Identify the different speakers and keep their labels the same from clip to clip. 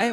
Speaker 1: 哎，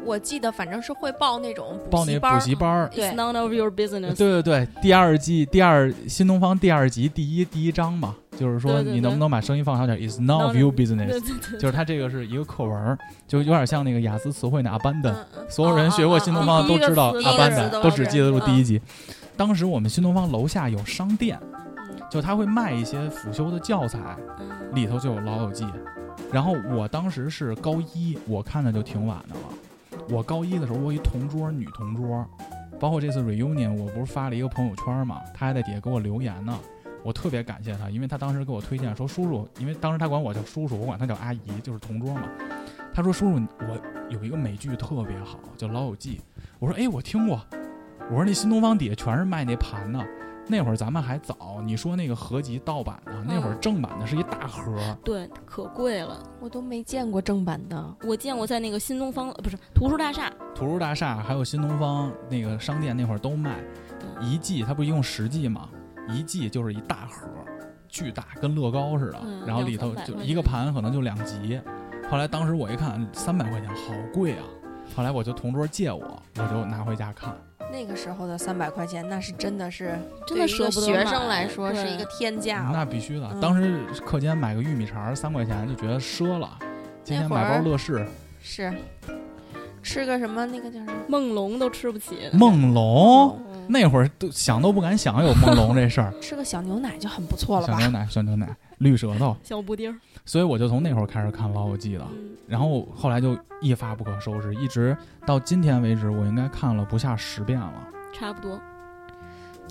Speaker 2: 我记得反正是会报那种
Speaker 3: 报那
Speaker 2: 班
Speaker 3: 补
Speaker 2: 儿
Speaker 3: 习班儿，
Speaker 2: 对
Speaker 4: It's none of your business。
Speaker 3: 对对对，第二季第二新东方第二集第一第一章嘛，就是说
Speaker 4: 对对对
Speaker 3: 你能不能把声音放小点？Is none of
Speaker 4: None
Speaker 3: your
Speaker 4: of- 对
Speaker 3: business，
Speaker 4: 对对
Speaker 3: 就是它这个是一个课文儿，就有点像那个雅思词汇那 abandon，
Speaker 2: 嗯嗯，
Speaker 3: 所有人学过新东方的
Speaker 4: 哦哦哦
Speaker 3: 都知道
Speaker 4: 第一个词
Speaker 2: 第一个
Speaker 3: abandon，
Speaker 2: 词
Speaker 3: 都
Speaker 2: 都
Speaker 3: 只
Speaker 2: 是
Speaker 3: 记得住第一
Speaker 4: 嗯
Speaker 3: 集。当时我们新东方楼下有商店，就他会卖一些辅修的教材，
Speaker 4: 嗯
Speaker 3: 里头就有《老友记》，然后我当时是高一，我看的就挺晚的了。我高一的时候，我有一同桌女同桌，包括这次 reunion，我不是发了一个朋友圈嘛，她还在底下给我留言呢。我特别感谢她，因为她当时给我推荐说叔叔，因为当时她管我叫叔叔，我管她叫阿姨，就是同桌嘛。她说叔叔，你我有一个美剧特别好，叫《老友记》。我说哎，我听过。我说那新东方底下全是卖那盘的，那会儿咱们还早。你说那个合集盗版的，
Speaker 4: 嗯
Speaker 3: 那会儿正版的是一大盒儿。
Speaker 4: 对，可贵了。
Speaker 2: 我都没见过正版的。
Speaker 4: 我见过在那个新东方，呃不是图书大厦，
Speaker 3: 图书大厦还有新东方那个商店那会儿都卖，一季它不是一共十季嘛？一季就是一大盒，巨大，跟乐高似的，
Speaker 4: 嗯
Speaker 3: 然后里头
Speaker 4: 两三百
Speaker 3: 就
Speaker 4: 块钱
Speaker 3: 一个盘可能就两集。后来当时我一看三百块钱，好贵啊！后来我就同桌借我，我就拿回家看。
Speaker 5: 那个时候的三百块钱，那是真的是
Speaker 4: 真的
Speaker 5: 对于一个
Speaker 4: 舍不得
Speaker 5: 学
Speaker 4: 买
Speaker 5: 生来说是
Speaker 4: 对
Speaker 5: 一个天价
Speaker 3: 那
Speaker 5: 了。
Speaker 3: 必须的，
Speaker 5: 嗯
Speaker 3: 当时课间买个玉米肠三块钱就觉得奢了。今天
Speaker 5: 那会儿
Speaker 3: 买包乐事，
Speaker 5: 是吃个什么那个叫什么？。
Speaker 4: 梦龙都吃不起。
Speaker 3: 梦龙
Speaker 4: 嗯
Speaker 3: 那会儿都想都不敢想有梦龙这事儿
Speaker 5: 吃个小牛奶就很不错了
Speaker 3: 小
Speaker 5: 吧
Speaker 3: 牛？奶，小牛奶，绿舌头，
Speaker 4: 小布丁儿，
Speaker 3: 所以我就从那会儿开始看《老友记》的。
Speaker 4: 嗯
Speaker 3: 然后后来就一发不可收拾，一直到今天为止，我应该看了不下十遍了。嗯
Speaker 4: 差不多。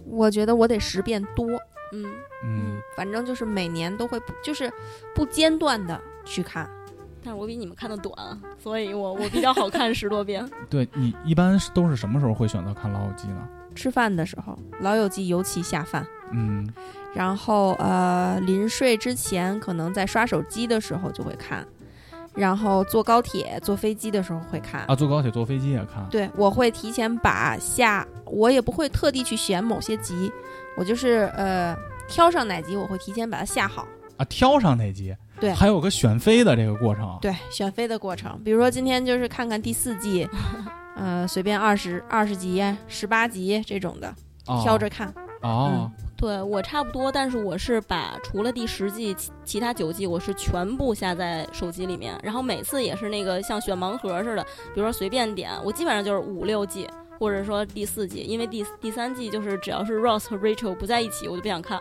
Speaker 5: 我觉得我得十遍多，
Speaker 4: 嗯，
Speaker 3: 嗯，
Speaker 5: 反正就是每年都会不，就是不间断的去看。
Speaker 4: 但是我比你们看的短，啊所以我我比较好看十多遍。
Speaker 3: 对你一般是都是什么时候会选择看《老友记》呢？
Speaker 5: 吃饭的时候，《老友记》尤其下饭。
Speaker 3: 嗯，
Speaker 5: 然后呃，临睡之前可能在刷手机的时候就会看，然后坐高铁、坐飞机的时候会看。
Speaker 3: 啊，坐高铁、坐飞机也看。
Speaker 5: 对，我会提前把下，我也不会特地去选某些集，我就是呃挑上哪集，我会提前把它下好。
Speaker 3: 啊，挑上那集，
Speaker 5: 对
Speaker 3: 还有个选妃的这个过程。
Speaker 5: 对，选妃的过程，比如说今天就是看看第四 季，呃，随便二十二十集、十八集这种的，
Speaker 3: 哦，
Speaker 5: 挑着嗯看。
Speaker 3: 哦，
Speaker 4: 对我差不多，但是我是把除了第十季，其其他九季我是全部下在手机里面，然后每次也是那个像选盲盒似的，比如说随便点，我基本上就是五六季，或者说第四季，因为第第三季就是只要是 Ross 和 Rachel 不在一起，我就不想看，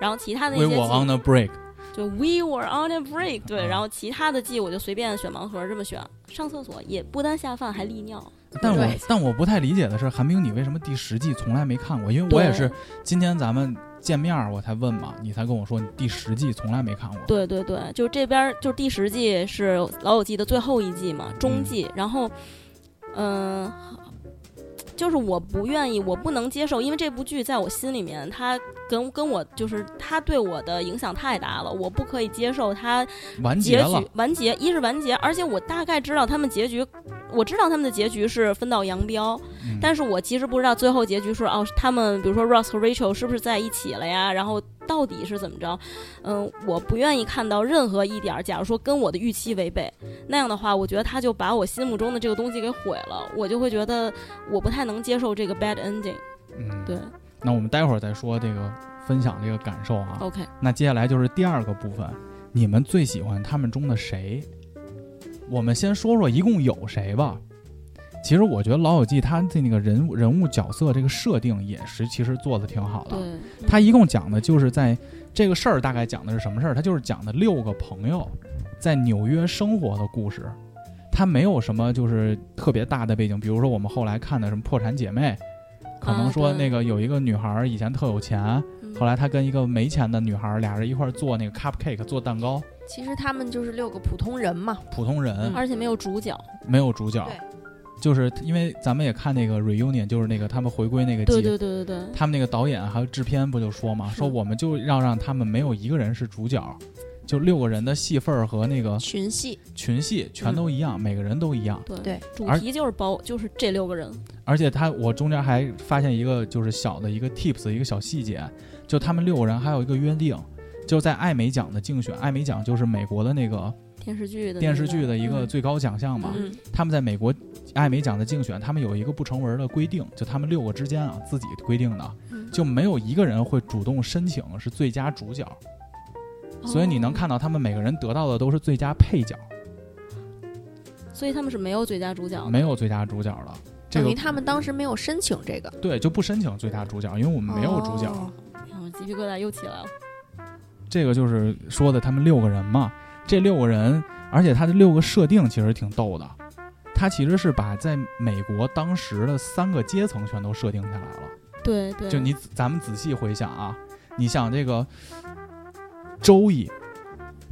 Speaker 4: 然后其他的那
Speaker 3: We
Speaker 4: 些
Speaker 3: were
Speaker 4: 季
Speaker 3: on a break。
Speaker 4: 就 We were on a break，对，
Speaker 3: 啊
Speaker 4: 然后其他的季我就随便选盲盒这么选，上厕所也不单下饭还利尿，
Speaker 3: 但我
Speaker 5: 对
Speaker 3: 但我不太理解的是，韩冰，你为什么第十季从来没看过？因为我也是今天咱们见面儿我才问嘛，你才跟我说你第十季从来没看过。
Speaker 4: 对对对，就是这边儿就是第十季是《老友记》的最后一季嘛，中季。然后，嗯、就是我不愿意，我不能接受，因为这部剧在我心里面，它跟跟我就是它对我的影响太大了，我不可以接受它
Speaker 3: 完结
Speaker 4: 结
Speaker 3: 了
Speaker 4: 局，完结，一是完结，而且我大概知道他们结局，我知道他们的结局是分道扬镳，
Speaker 3: 嗯
Speaker 4: 但是我其实不知道最后结局是哦，他们比如说 Ross 和 Rachel 是不是在一起了呀？然后到底是怎么着？嗯，我不愿意看到任何一点儿，假如说跟我的预期违背，那样的话，我觉得他就把我心目中的这个东西给毁了，我就会觉得我不太能接受这个 bad ending
Speaker 3: 嗯，
Speaker 4: 对。
Speaker 3: 那我们待会儿再说这个分享这个感受啊。
Speaker 4: OK，
Speaker 3: 那接下来就是第二个部分，你们最喜欢他们中的谁？我们先说说一共有谁吧。其实我觉得《老友记》它的那个人物人物角色这个设定也是其实做的挺好嗯的。
Speaker 4: 对，
Speaker 3: 它一共讲的就是在这个事儿大概讲的是什么事儿？它就是讲的六个朋友在纽约生活的故事。它没有什么就是特别大的背景，比如说我们后来看的什么《破产姐妹》，可能
Speaker 4: 啊
Speaker 3: 说
Speaker 4: 对
Speaker 3: 那个有一个女孩儿以前特有钱，
Speaker 4: 嗯
Speaker 3: 后来他跟一个没钱的女孩儿，俩人一块儿做那个 cupcake，做蛋糕。
Speaker 5: 其实他们就是六个普通人嘛，
Speaker 3: 普通人、
Speaker 5: 嗯
Speaker 4: 而且没有主角，
Speaker 3: 没有主角
Speaker 5: 对，
Speaker 3: 就是因为咱们也看那个 reunion，就是那个他们回归那个季，
Speaker 4: 对对对对对，
Speaker 3: 他们那个导演还有制片不就说嘛，
Speaker 4: 是
Speaker 3: 说我们就要让他们没有一个人是主角，就六个人的戏份儿和那个
Speaker 5: 群戏。
Speaker 3: 群戏全都一样，每个人都一样。
Speaker 4: 对
Speaker 5: 对
Speaker 4: 主
Speaker 3: 而
Speaker 4: 题就是包就是这六个人，
Speaker 3: 而且他我中间还发现一个就是小的一个 tips 一个小细节，就他们六个人还有一个约定，就在艾美奖的竞选，艾美奖就是美国的那个
Speaker 4: 电视剧的
Speaker 3: 电
Speaker 4: 那
Speaker 3: 视
Speaker 4: 个
Speaker 3: 剧的一个
Speaker 5: 嗯
Speaker 3: 最高奖项嘛。
Speaker 5: 嗯，
Speaker 3: 他们在美国艾美奖的竞选，他们有一个不成文的规定，就他们六个之间啊自己规定的，
Speaker 4: 嗯
Speaker 3: 就没有一个人会主动申请是最佳主角，所以你能，看到他们每个人得到的都是最佳配角，
Speaker 4: 哦所以他们是没有最佳主角的，
Speaker 3: 没有最佳主角的。这
Speaker 2: 哦
Speaker 5: 等于
Speaker 3: 个
Speaker 5: 他们当时没有申请这个，
Speaker 3: 对就不申请最佳主角，因为我们没有主角。
Speaker 5: 哦
Speaker 4: 嗯鸡皮疙瘩又起来了。
Speaker 3: 这个就是说的他们六个人嘛，这六个人，而且他的六个设定其实挺逗的，他其实是把在美国当时的三个阶层全都设定下来了。
Speaker 4: 对对，
Speaker 3: 就你仔咱们仔细回想啊，你想这个周易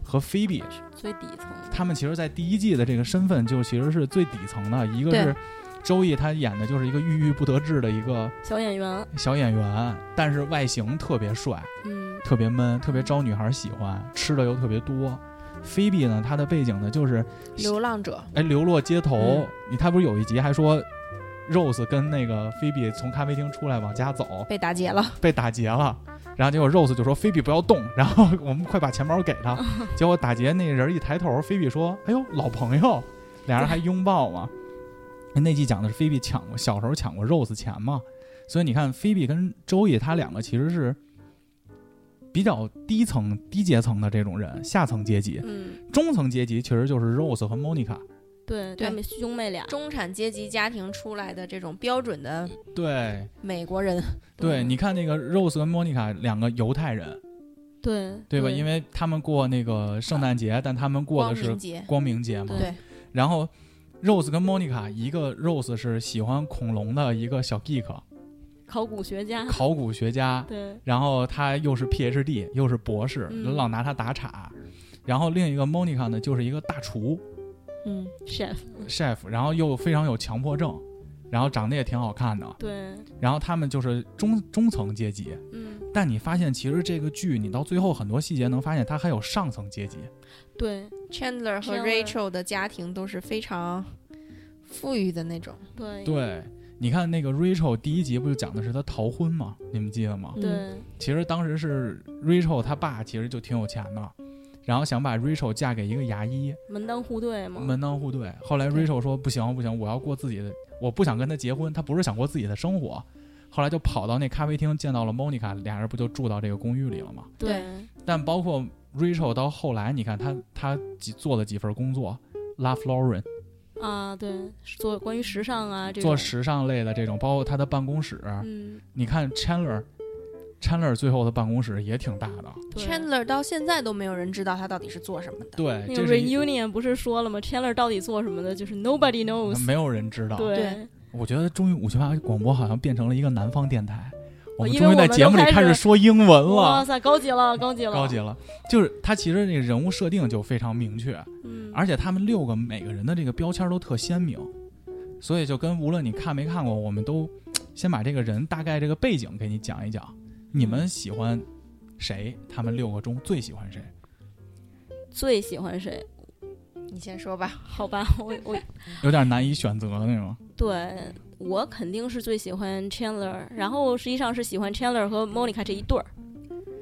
Speaker 3: 和菲比，
Speaker 4: 最底层的
Speaker 3: 他们其实，在第一季的这个身份就其实是最底层的，一个
Speaker 5: 对
Speaker 3: 是周易，他演的就是一个郁郁不得志的一个
Speaker 4: 小演员，
Speaker 3: 小演员，但是外形特别帅，
Speaker 4: 嗯，
Speaker 3: 特别闷，特别招女孩喜欢，吃的又特别多。菲比呢，她的背景呢就是
Speaker 5: 流浪者
Speaker 3: 哎流落街头，你他不是有一集还说 Rose 跟那个 Phoebe 从咖啡厅出来往家走，
Speaker 5: 被打劫了，
Speaker 3: 被打劫了。然后结果 Rose 就说：“菲比不要动。”然后我们快把钱包给他。结果打劫那人一抬头，菲比说：“哎呦，老朋友！”俩人还拥抱嘛。那季讲的是菲比抢过小时候抢过 Rose 钱嘛，所以你看菲比跟周易他两个其实是比较低层、低阶层的这种人，下层阶级、
Speaker 4: 嗯，
Speaker 3: 中层阶级其实就是 Rose 和 Monica。
Speaker 4: 对，
Speaker 5: 对
Speaker 4: 他们兄妹俩，
Speaker 5: 中产阶级家庭出来的这种标准的
Speaker 3: 对
Speaker 5: 美国人，
Speaker 3: 对，
Speaker 4: 嗯
Speaker 3: 你看那个 Rose 跟 Monica 两个犹太人，
Speaker 4: 对
Speaker 3: 对吧？因为他们过那个圣诞节，但他们过
Speaker 5: 光
Speaker 3: 的是
Speaker 5: 明节，
Speaker 3: 光明节嘛。
Speaker 5: 对。
Speaker 3: 然后 Rose 跟 Monica，一个 Rose 是喜欢恐龙的一个小 geek，
Speaker 4: 嗯考古学家，
Speaker 3: 考古学家，
Speaker 4: 对
Speaker 3: 然后他又是 PhD，又是博士，
Speaker 4: 嗯
Speaker 3: 老拿他打岔。然后另一个 Monica 呢，就是一个大厨
Speaker 5: 嗯，
Speaker 4: ，chef，
Speaker 3: chef，然后又非常有强迫症，然后长得也挺好看的。
Speaker 4: 对，
Speaker 5: 嗯
Speaker 3: 然后他们就是中中层阶级，
Speaker 4: 嗯，
Speaker 3: 但你发现其实这个剧，你到最后很多细节能发现它还有上层阶级。
Speaker 4: 对
Speaker 5: Chandler 和
Speaker 4: Chandler
Speaker 5: Rachel 的家庭都是非常富裕的那种，
Speaker 4: 对
Speaker 3: 对，你看那个 Rachel 第一集不就讲的是她逃婚吗？你们记得吗？
Speaker 4: 对
Speaker 3: 其实当时是 Rachel 她爸其实就挺有钱的，然后想把 Rachel 嫁给一个牙医，
Speaker 4: 门当户对嘛，
Speaker 3: 门当户对。后来 Rachel 说不行不行，我要过自己的，我不想跟他结婚，她不是想过自己的生活。后来就跑到那咖啡厅见到了 Monica，俩人不就住到这个公寓里了吗？
Speaker 4: 对
Speaker 3: 但包括 Rachel 到后来，你看她她几做了几份工作，La Florin
Speaker 4: 啊，对，做关于时尚啊这种
Speaker 3: 做，时尚类的这种，包括她的办公室，
Speaker 4: 嗯，
Speaker 3: 你看 Chandler。Chandler 最后的办公室也挺大的，
Speaker 4: 对啊
Speaker 5: Chandler 到现在都没有人知道他到底是做什么的。
Speaker 3: 对，
Speaker 4: 那
Speaker 3: 哎这
Speaker 4: 个
Speaker 3: 是一
Speaker 4: reunion 不是说了吗？Chandler 到底做什么的？就是 nobody knows，
Speaker 3: 没有人知道，
Speaker 4: 对
Speaker 5: 对，
Speaker 3: 我觉得终于五七八广播好像变成了一个南方电台，我们
Speaker 4: 哦因
Speaker 3: 终于
Speaker 4: 为
Speaker 3: 在
Speaker 4: 我们
Speaker 3: 节目里
Speaker 4: 都开
Speaker 3: 开始
Speaker 4: 始
Speaker 3: 说英文
Speaker 4: 哇
Speaker 3: 了，
Speaker 4: 塞，高级了，高级了，
Speaker 3: 高级，了。就是他其实那个人物设定就非常明确，
Speaker 4: 嗯，
Speaker 3: 而且他们六个每个人的这个标签都特鲜明，所以就跟无论你看没看过，我们都先把这个人大概这个背景给你讲一讲，你
Speaker 4: 嗯
Speaker 3: 们喜欢谁？他们六个中最喜欢谁？
Speaker 4: 最喜欢谁？
Speaker 5: 你先说吧，
Speaker 4: 好吧，我我
Speaker 3: 有点难以选择那种。
Speaker 4: 对我肯定是最喜欢 Chandler，然后实际上是喜欢 Chandler 和 Monica 这一对儿，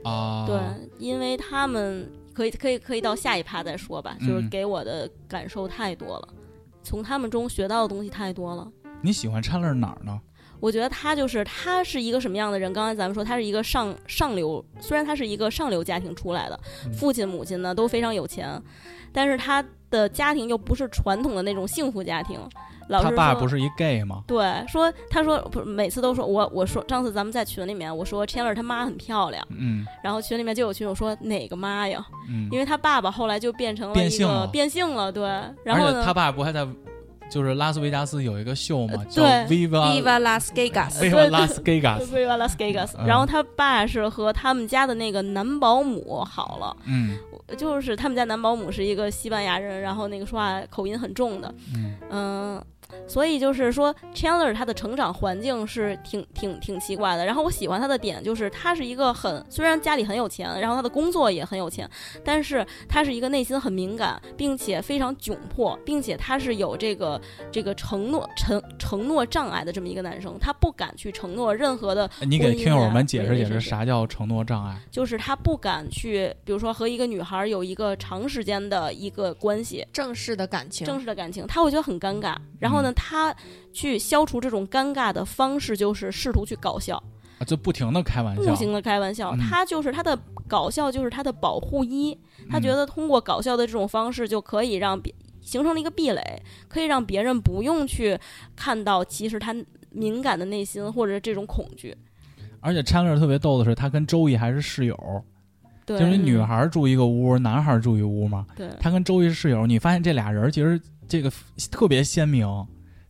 Speaker 3: 啊，
Speaker 4: 对，因为他们可以可以可以到下一趴再说吧，就是
Speaker 3: 嗯
Speaker 4: 给我的感受太多了，从他们中学到的东西太多了。
Speaker 3: 你喜欢 Chandler 哪儿呢？
Speaker 4: 我觉得他就是他是一个什么样的人？刚才咱们说他是一个上上流，虽然他是一个上流家庭出来的
Speaker 3: 嗯，
Speaker 4: 父亲母亲呢都非常有钱，但是他的家庭又不是传统的那种幸福家庭。老师
Speaker 3: 他爸
Speaker 4: 说
Speaker 3: 不是一 gay 吗？
Speaker 4: 对说，他说不是每次都说我我说上次咱们在群里面我说 Chandler 他妈很漂亮，
Speaker 3: 嗯
Speaker 4: 然后群里面就有群友说哪个妈呀？
Speaker 3: 嗯，
Speaker 4: 因为他爸爸后来就变成了一个
Speaker 3: 变性了
Speaker 4: 变性了，对，然
Speaker 3: 而
Speaker 4: 后
Speaker 3: 且
Speaker 4: 呢
Speaker 3: 他？爸不还在就是拉斯维加斯有一个秀嘛，
Speaker 4: 呃
Speaker 3: 叫
Speaker 4: 对
Speaker 3: Viva
Speaker 5: Viva Las Vegas，
Speaker 3: Viva Las Vegas。
Speaker 4: 对 Las Vegas，
Speaker 3: 嗯
Speaker 4: 然后他爸是和他们家的那个男保姆好了，
Speaker 3: 嗯
Speaker 4: 就是他们家男保姆是一个西班牙人，然后那个说话口音很重的，
Speaker 3: 嗯，
Speaker 4: 嗯、所以就是说 Chandler 他的成长环境是挺挺挺奇怪的。然后我喜欢他的点就是他是一个很虽然家里很有钱，然后他的工作也很有钱，但是他是一个内心很敏感，并且非常窘迫，并且他是有这个这个承诺承承诺障碍的这么一个男生，他不敢去承诺任何的
Speaker 3: 你给听友们解释解
Speaker 4: 婚姻
Speaker 3: 释
Speaker 4: 啊
Speaker 3: 啥叫承诺障碍？
Speaker 4: 就是他不敢去，比如说和一个女孩有一个长时间的一个关系，
Speaker 5: 正式的感情，
Speaker 4: 正式的感情，他会觉得很尴尬。
Speaker 3: 嗯
Speaker 4: 然后呢，他去消除这种尴尬的方式就是试图去搞笑，
Speaker 3: 啊就不停的开玩
Speaker 4: 不
Speaker 3: 笑，
Speaker 4: 停的开玩笑。
Speaker 3: 嗯
Speaker 4: 他就是他的搞笑就是他的保护衣，他
Speaker 3: 嗯
Speaker 4: 觉得通过搞笑的这种方式就可以让别形成了一个壁垒，可以让别人不用去看到其实他敏感的内心或者这种恐惧。
Speaker 3: 嗯而且 Chandler 特别逗的是，他跟周易还是室友，
Speaker 4: 对，嗯
Speaker 3: 就是女孩住一个屋，男孩住一屋嘛。
Speaker 4: 对
Speaker 3: 他跟周易是室友，你发现这俩人其实这个特别鲜明，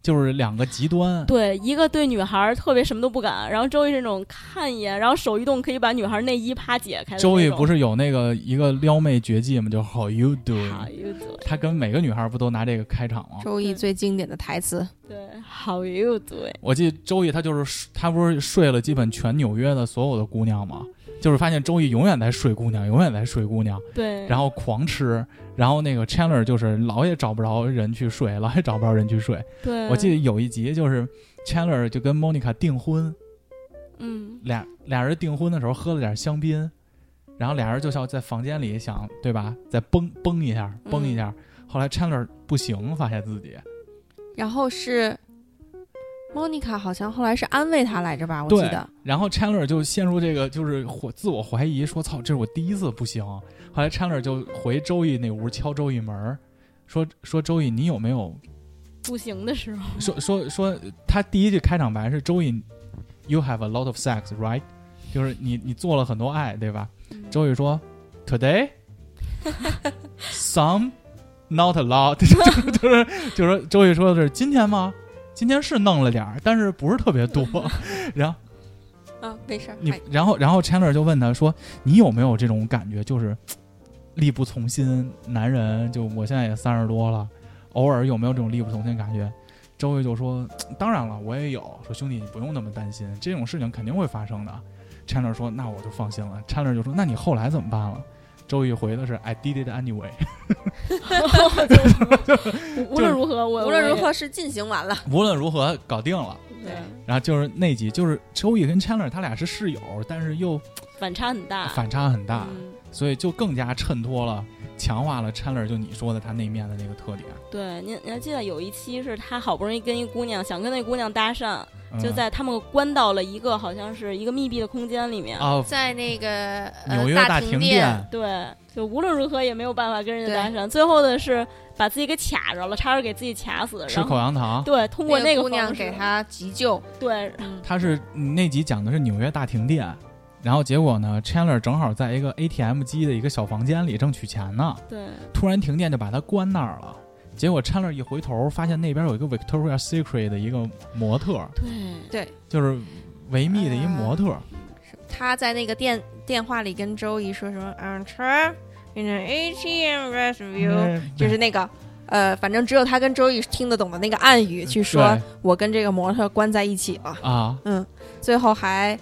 Speaker 3: 就是两个极端。
Speaker 4: 对，一个对女孩儿特别什么都不敢，然后周易这种看一眼，然后手一动可以把女孩儿内衣啪解开的那种。
Speaker 3: 周易不是有那个一个撩妹绝技吗？就 How you doing？
Speaker 4: 好有嘴，
Speaker 3: 他跟每个女孩不都拿这个开场吗？
Speaker 5: 周易最经典的台词，
Speaker 4: 对， 好有嘴，
Speaker 3: 我记得周易他就是他不是睡了基本全纽约的所有的姑娘吗？就是发现周易永远在睡姑娘，永远在睡姑娘，
Speaker 4: 对，
Speaker 3: 然
Speaker 4: 后
Speaker 3: 后狂吃，然后那个 Chandler 就是老也找不着人去睡，老也找不着人去睡。
Speaker 4: 对，
Speaker 3: 我记得有一集就是 Chandler 就跟 Monica 订婚，
Speaker 4: 嗯，
Speaker 3: 俩俩人订婚的时候喝了点香槟，然后俩人就想在房间里想对吧，再崩崩一下，崩一下。后来 Chandler 不行，发现自己
Speaker 2: 然后是 Monica 好像后来是安慰他来着吧，我记
Speaker 3: 对
Speaker 2: 得，
Speaker 3: 然后 Chandler 就陷入这个就是怀自我怀疑，说操，这是我第一次不行。后来 Chandler 就回周易那屋敲周易门儿，说说周易你有没有
Speaker 4: 不行的 时候，
Speaker 3: 说说说他第一句开场白是周易，You have a lot of sex, right？就是你你做了很多爱，对吧？周易说，Today some not a lot，就是 就是就是说周易说的是今天吗？今天是弄了点儿，但是不是特别多。然后
Speaker 2: 啊，没事儿，
Speaker 3: 你
Speaker 2: 哎，
Speaker 3: 然后然后 Chandler 就问他说：“你有没有这种感觉，就是力不从心？男人就我现在也三十多了，偶尔有没有这种力不从心的感觉？”周瑜就说：“当然了，我也有。说兄弟，你不用那么担心，这种事情肯定会发生的。”Chandler 说：“那我就放心了。”Chandler 就说：“那你后来怎么办了？”周瑜回的是：“I did it anyway。
Speaker 4: 无论如何，我
Speaker 2: 无论如，
Speaker 4: 我
Speaker 2: 何是进行完了，
Speaker 3: 无论如何搞定了。”
Speaker 4: 也对，
Speaker 3: 然后就是那集，就是周易跟 Chandler 他俩是室友，但是又
Speaker 4: 反差很大，
Speaker 3: 反差很大。
Speaker 4: 嗯
Speaker 3: 所以就更加衬托了、强化了 Chandler 就你说的他那面的那个特点，
Speaker 4: 对，你你还记得有一期是他好不容易跟一姑娘想跟那姑娘搭讪，
Speaker 3: 嗯、
Speaker 4: 就在他们关到了一个好像是一个密闭的空间里面，
Speaker 3: 啊
Speaker 2: 在那个呃
Speaker 3: 纽约
Speaker 2: 大
Speaker 3: 停
Speaker 2: 电，
Speaker 4: 对，就无论如何也没有办法跟人家搭讪，最后的是把自己给卡着了，差点给自己卡死，
Speaker 3: 吃
Speaker 4: 然
Speaker 3: 口
Speaker 4: 后
Speaker 3: 香糖。
Speaker 4: 对，通过
Speaker 2: 那
Speaker 4: 那个
Speaker 2: 姑娘
Speaker 4: 方式
Speaker 2: 给他急救，
Speaker 4: 对
Speaker 2: 嗯，
Speaker 3: 他是那集讲的是纽约大停电，然后结果呢，Chandler 正好在一个 ATM 机的一个小房间里正取钱呢，
Speaker 4: 对
Speaker 3: 突然停电就把他关那儿了。结果 Chandler 一回头，发现那边有一个 Victoria Secret 的一个模特，
Speaker 4: 对，
Speaker 3: 就是维密的一模特，
Speaker 2: 他在那个电电话里跟周姨说什么嗯 t u r in an ATM rescue，
Speaker 3: 嗯
Speaker 2: 就是那个。呃，反正只有他跟周易听得懂的那个暗语去说
Speaker 3: 对，
Speaker 2: 我跟这个模特关在一起了，嗯
Speaker 3: 啊，
Speaker 2: 最后还，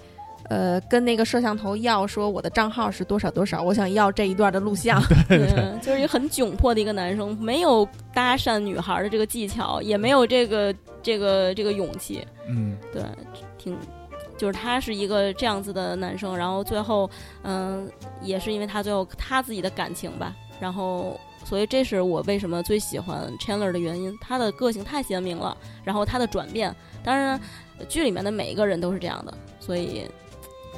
Speaker 2: 呃，跟那个摄像头要说我的账号是多少多少，我想要这一段的录像。
Speaker 4: 嗯，就是一个很窘迫的一个男生，没有搭讪女孩的这个技巧，也没有这个这个这个勇气，
Speaker 3: 嗯，
Speaker 4: 对，挺，就是他是一个这样子的男生，然后最后，嗯、也是因为他最后他自己的感情吧，然后，所以这是我为什么最喜欢 Chandler 的原因，他的个性太鲜明了，然后他的转变，当然，剧里面的每一个人都是这样的，所以，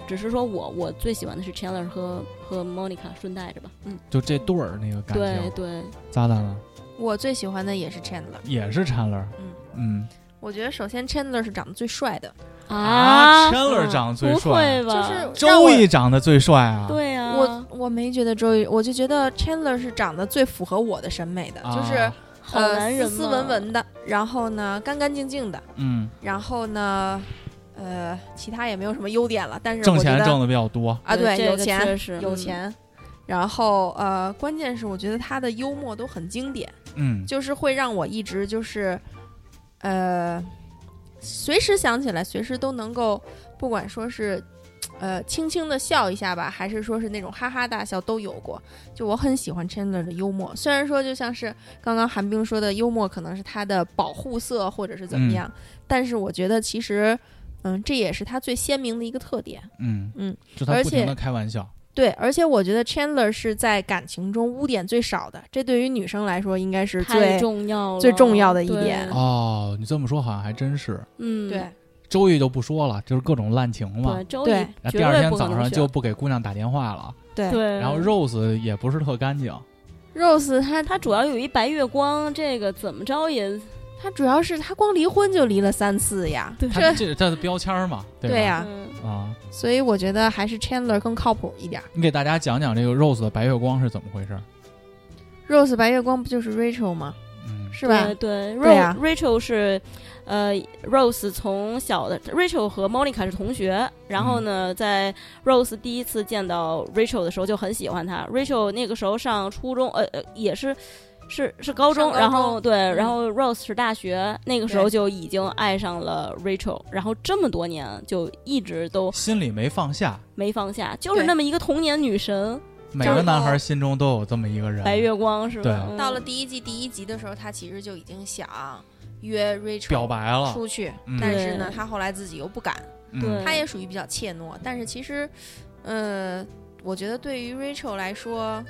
Speaker 4: 只是说我我最喜欢的是 Chandler 和和 Monica 顺带着吧，嗯，
Speaker 3: 就这对儿那个感
Speaker 4: 对
Speaker 3: 情，
Speaker 4: 对，
Speaker 3: 咋咋了？
Speaker 2: 我最喜欢的也是 Chandler，
Speaker 3: 也是 Chandler，
Speaker 2: 嗯
Speaker 3: 嗯
Speaker 2: 我觉得首先 Chandler 是长得最帅的，
Speaker 3: ，Chandler 长得最
Speaker 4: 啊嗯不
Speaker 3: 帅，
Speaker 4: 会
Speaker 2: 就
Speaker 4: 吧？
Speaker 2: 是让
Speaker 3: 周
Speaker 2: 我
Speaker 3: 易长得最帅啊！
Speaker 4: 对呀、
Speaker 2: 我我没觉得周易，我就觉得 Chandler 是长得最符合我的审美的，
Speaker 3: 啊，
Speaker 2: 就是
Speaker 4: 好
Speaker 2: 呃
Speaker 4: 男人
Speaker 2: 斯
Speaker 4: 嘛
Speaker 2: 斯文，文的，然后呢干干净净的，
Speaker 3: 嗯，
Speaker 2: 然后呢，呃，其他也没有什么优点了，但是
Speaker 3: 挣
Speaker 2: 我觉
Speaker 3: 钱
Speaker 2: 得
Speaker 3: 挣的比较多，
Speaker 2: 啊，对，
Speaker 4: 这个
Speaker 2: 有钱
Speaker 4: 确实嗯
Speaker 2: 有，钱，然后呃，关键是我觉得他的幽默都很经典，
Speaker 3: 嗯，
Speaker 2: 就是会让我一直就是，呃，随时想起来，随时都能够，不管说是，呃，轻轻的笑一下吧，还是说是那种哈哈大笑都有过。就我很喜欢 Chandler 的幽默，虽然说就像是刚刚韩冰说的，幽默可能是他的保护色或者是怎么
Speaker 3: 嗯
Speaker 2: 样，但是我觉得其实，嗯，这也是他最鲜明的一个特点。
Speaker 3: 嗯
Speaker 2: 嗯，
Speaker 3: 就他
Speaker 2: 而
Speaker 3: 不停
Speaker 2: 且
Speaker 3: 的开玩笑，
Speaker 2: 对，而且我觉得 Chandler 是在感情中污点最少的，这对于女生来说应该是
Speaker 4: 嗯太
Speaker 2: 最
Speaker 4: 重要了，
Speaker 2: 最重要的一点
Speaker 4: 对
Speaker 3: 哦，你这么说好像还真是。
Speaker 4: 嗯，
Speaker 2: 对。
Speaker 3: 周易就不说了，就是各种滥情嘛。
Speaker 4: 对，周易
Speaker 2: 对
Speaker 3: 然后
Speaker 4: 绝
Speaker 3: 第二
Speaker 4: 对
Speaker 3: 天
Speaker 4: 不可
Speaker 3: 早
Speaker 4: 能
Speaker 3: 上就
Speaker 4: 选
Speaker 3: 不给姑娘打电话了。
Speaker 2: 对
Speaker 4: 对，
Speaker 3: 然后 Rose 也不是特干净，
Speaker 2: Rose 她
Speaker 4: 他主要有一白月光，这个怎么着也
Speaker 2: 她主要是她光离婚就离了三次呀，
Speaker 4: 对
Speaker 3: 她这是她的标签儿嘛，对吧？
Speaker 2: 对呀、
Speaker 4: 嗯
Speaker 3: 啊，
Speaker 2: 所以我觉得还是 Chandler 更靠谱一点。
Speaker 3: 你给大家讲讲这个 Rose 的白月光是怎么回事？
Speaker 2: Rose 白月光不就是 Rachel 吗？
Speaker 3: 嗯，
Speaker 2: 是吧？
Speaker 4: 对对
Speaker 2: 对啊
Speaker 4: Ro-
Speaker 2: 呀
Speaker 4: Rachel 是，呃，Rose 从小的 Rachel 和 Monica 是同学，然
Speaker 2: 嗯
Speaker 4: 后呢，在 Rose 第一次见到 Rachel 的时候就很喜欢她。Rachel 那个时候上初中，呃呃，也是。是是高
Speaker 2: 上
Speaker 4: 中，
Speaker 2: 高
Speaker 4: 然后
Speaker 2: 中嗯
Speaker 4: 对，然后 Rose 是大学，那个时候
Speaker 2: 对
Speaker 4: 就已经爱上了 Rachel，然后这么多年就一直都
Speaker 3: 心里没放下。
Speaker 4: 没放下，就是
Speaker 2: 对
Speaker 4: 那么一个童年女神
Speaker 3: 每
Speaker 2: 然
Speaker 3: 个
Speaker 2: 后
Speaker 3: 男孩心中都有这么一个人，
Speaker 4: 白月光是吧？
Speaker 3: 对
Speaker 4: 嗯
Speaker 2: 到了第一季第一集的时候，他其实就已经想约 Rachel
Speaker 3: 表白了，
Speaker 2: 出去，
Speaker 3: 嗯
Speaker 2: 但是呢，
Speaker 4: 对
Speaker 2: 他后来自己又不敢。
Speaker 3: 嗯
Speaker 4: 对
Speaker 2: 他也属于比较怯懦，但是其实，呃，我觉得对于 Rachel 来说，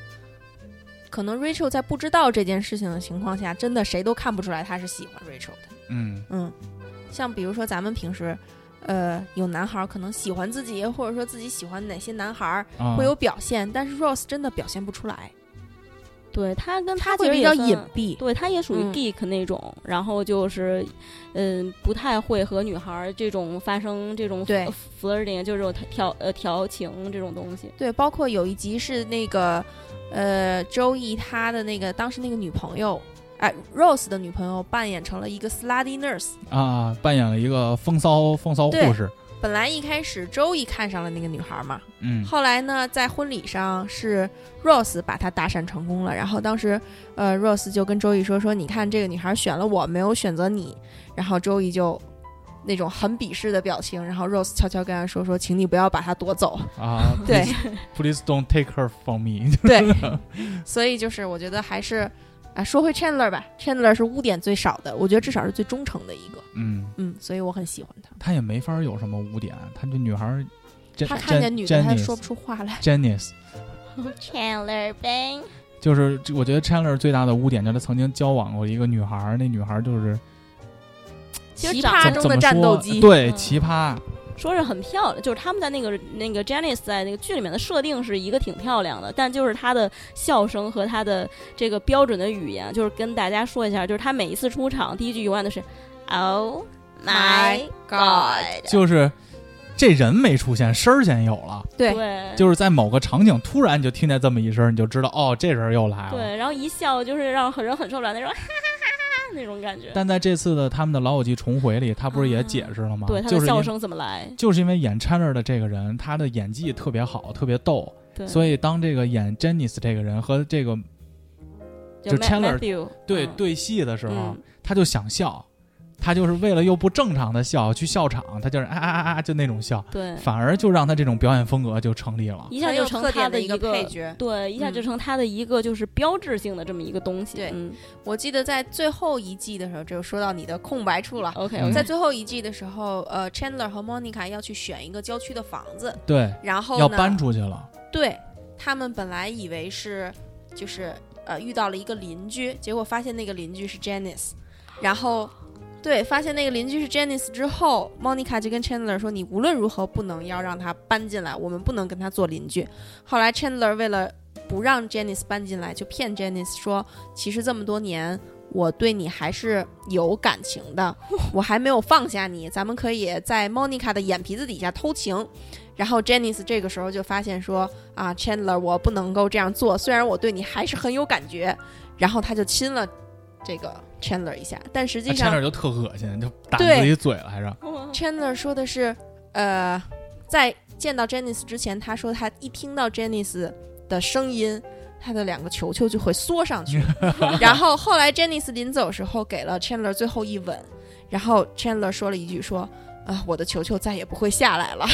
Speaker 2: 可能 Rachel 在不知道这件事情的情况下，真的谁都看不出来他是喜欢 Rachel 的。
Speaker 3: 嗯
Speaker 2: 嗯，像比如说咱们平时。呃，有男孩儿可能喜欢自己，或者说自己喜欢哪些男孩儿
Speaker 3: 啊
Speaker 2: 会有表现，但是 Rose 真的表现不出来，
Speaker 4: 对他跟
Speaker 2: 他
Speaker 4: 会
Speaker 2: 会比较
Speaker 4: 分
Speaker 2: 隐蔽。
Speaker 4: 对，他也属于
Speaker 2: 嗯
Speaker 4: geek 那种，然后就是，嗯，不太会和女孩儿这种发生这种
Speaker 2: 对
Speaker 4: flirting，就是这种调呃调情这种东西。
Speaker 2: 对，包括有一集是那个，呃，周易他的那个当时那个女朋友，哎，Rose 的女朋友扮演成了一个 slutty nurse。
Speaker 3: 啊，扮演了一个风骚风骚
Speaker 2: 对
Speaker 3: 护士，
Speaker 2: 本来一开始周易看上了那个女孩嘛，
Speaker 3: 嗯
Speaker 2: 后来呢，在婚礼上是 Rose 把她搭讪成功了，然后当时呃 Rose 就跟周易说说，你看这个女孩选了我，没有选择你，然后周易就。那种很鄙视的表情，然后 Rose 悄悄跟他说：“说，请你不要把她夺走。
Speaker 3: 啊，
Speaker 2: 对
Speaker 3: ，Please don't take her from me，”
Speaker 2: 对，所以就是我觉得还是啊，说回 Chandler 吧，Chandler 是污点最少的，我觉得至少是最忠诚的一个，
Speaker 3: 嗯，
Speaker 2: 嗯，所以我很喜欢他。
Speaker 3: 他也没法有什么污点，他这女孩儿，Jen-
Speaker 2: 他看见
Speaker 3: Jen-
Speaker 2: 女的，他
Speaker 3: Janice-
Speaker 2: 说不出话来。
Speaker 3: Janice，
Speaker 4: Chandler Bing，
Speaker 3: 就是这我觉得 Chandler 最大的污点就是他曾经交往过一个女孩儿，那女孩儿就是
Speaker 4: 其实
Speaker 2: 奇
Speaker 4: 长
Speaker 2: 葩
Speaker 4: 得
Speaker 3: 怎怎
Speaker 2: 中的
Speaker 3: 么啊
Speaker 2: 战斗
Speaker 3: 说
Speaker 2: 机，哎
Speaker 3: 对
Speaker 4: 嗯
Speaker 3: 奇葩，
Speaker 4: 说是很漂亮，就是他们在那个那个 Janice 在那个剧里面的设定是一个挺漂亮的，但就是她的笑声和她的这个标准的语言，就是跟大家说一下，就是她每一次出场，第一句永远都是 Oh
Speaker 2: My
Speaker 4: my
Speaker 2: God
Speaker 4: God，
Speaker 3: 就是这人没出现，声儿先有了，
Speaker 2: 对
Speaker 4: 对，
Speaker 3: 就是在某个场景突然你就听见这么一声儿，你就知道哦，这人又来了，
Speaker 4: 对，然后一笑就是让很人很受不了那种哈哈哈哈那种感觉。
Speaker 3: 但在这次的他们的老友记重回里，他不是也解释了吗？
Speaker 4: 对他
Speaker 3: 就
Speaker 4: 的
Speaker 3: 是因
Speaker 4: 笑
Speaker 3: 为
Speaker 4: 声怎么来？
Speaker 3: 就是因为演 Chandler 的这个人，他的演技特别好，特别逗，
Speaker 4: 对，
Speaker 3: 所
Speaker 4: 以
Speaker 3: 以当这个演 Janice 这个人和这个
Speaker 4: 就
Speaker 3: 就 Chandler-
Speaker 4: Matthew
Speaker 3: 对、
Speaker 4: 嗯
Speaker 3: 对戏的时候，啊
Speaker 4: 嗯
Speaker 3: 他就想笑，他就是为了又不正常的笑去笑场，他就是啊啊啊啊就那种笑，
Speaker 4: 对，
Speaker 3: 反而就让他这种表演风格就成立了。
Speaker 4: 一下
Speaker 2: 很
Speaker 4: 就
Speaker 2: 有
Speaker 4: 成
Speaker 2: 特
Speaker 4: 他
Speaker 2: 点的
Speaker 4: 一
Speaker 2: 一个配角嗯
Speaker 4: 对，一下就成他的一个就是标志性的这么一个东西。
Speaker 2: 对
Speaker 4: 嗯
Speaker 2: 我记得在最后一季的时候，就说到你的空白处了。
Speaker 4: ，OK，
Speaker 3: 嗯
Speaker 2: 在最后一季的时候，呃，Chandler 和 Monica 要去选一个郊区的房子，
Speaker 3: 对，
Speaker 2: 然后呢，
Speaker 3: 要搬出去了，
Speaker 2: 对他们本来以为是就是呃遇到了一个邻居，结果发现那个邻居是 Janice，然后对发现那个邻居是 Janice 之后，Monica 就跟 Chandler 说：“你无论如何不能要让他搬进来，我们不能跟他做邻居。”后来 Chandler 为了不让 Janice 搬进来，就骗 Janice 说：“其实这么多年。”我对你还是有感情的，我还没有放下你。咱们可以在 Monica 的眼皮子底下偷情。然后 Janice 这个时候就发现说：“啊，Chandler，我不能够这样做，虽然我对你还是很有感觉。”然后他就亲了这个 Chandler 一下，但实际上
Speaker 3: 啊 Chandler 就特恶心，就打
Speaker 2: 对
Speaker 3: 自己嘴来着。
Speaker 2: Chandler 说的是，呃，在见到 Janice 之前，他说他一听到 Janice 的声音，他的两个球球就会缩 上去。然后后来 Janice 临走时候给了 Chandler 最后一吻，然后 Chandler 说了一句说：“啊、我的球球再也不会下来了。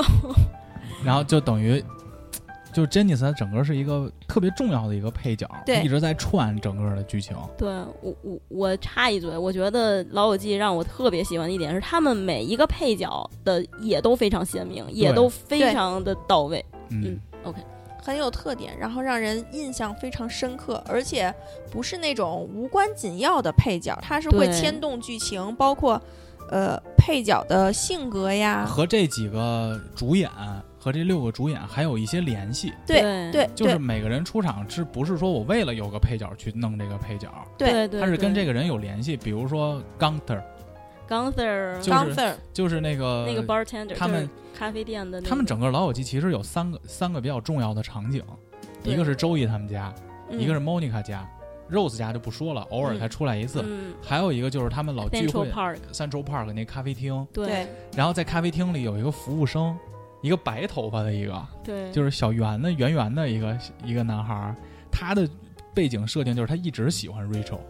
Speaker 3: 然后就等于，就 Janice 她整个是一个特别重要的一个配角，
Speaker 2: 对
Speaker 3: 一直在串整个的剧情。
Speaker 4: 对我我我插一嘴，我觉得《老友记》让我特别喜欢的一点是，他们每一个配角的也都非常鲜明，也
Speaker 3: 对
Speaker 4: 都非
Speaker 2: 对
Speaker 4: 常的到位。
Speaker 3: 嗯，
Speaker 2: 很有特点，然后让人印象非常深刻，而且不是那种无关紧要的配角，他是会
Speaker 4: 对
Speaker 2: 牵动剧情，包括呃配角的性格
Speaker 4: 啊
Speaker 2: 呀，
Speaker 3: 和这几个主演和这六个主演还有一些联系，
Speaker 2: 对
Speaker 4: 对
Speaker 2: 对，
Speaker 3: 就是
Speaker 2: 对
Speaker 3: 每个人出场是不是说我为了有个配角去弄这个配角，
Speaker 2: 对
Speaker 4: 对，
Speaker 3: 他是跟这
Speaker 4: 个
Speaker 3: 个人有联系。比如说 Gunter，
Speaker 4: Gunther
Speaker 3: 就是
Speaker 2: Gunther
Speaker 3: 就是那个
Speaker 4: 那个 bartender，
Speaker 3: 呃他们
Speaker 4: 就是咖啡店的那个，
Speaker 3: 他们整个老友记其实有三个三个比较重要的场景，
Speaker 2: 对
Speaker 3: 一个是周易他们家，
Speaker 2: 嗯
Speaker 3: 一个是 Monica 家， Rose 家就不说了，偶尔才出来一次。
Speaker 4: 嗯
Speaker 3: 还有一个就是他们老聚
Speaker 4: ，Central
Speaker 3: 哦会
Speaker 4: Park，
Speaker 3: Central Park 那咖啡厅，
Speaker 2: 嗯
Speaker 4: 对
Speaker 3: 然后在咖啡厅里有一个服务生，一个白头发的一个，
Speaker 4: 对，
Speaker 3: 就是小圆的圆圆的一个一个男孩儿，他的背景设定就是他一直喜欢 Rachel，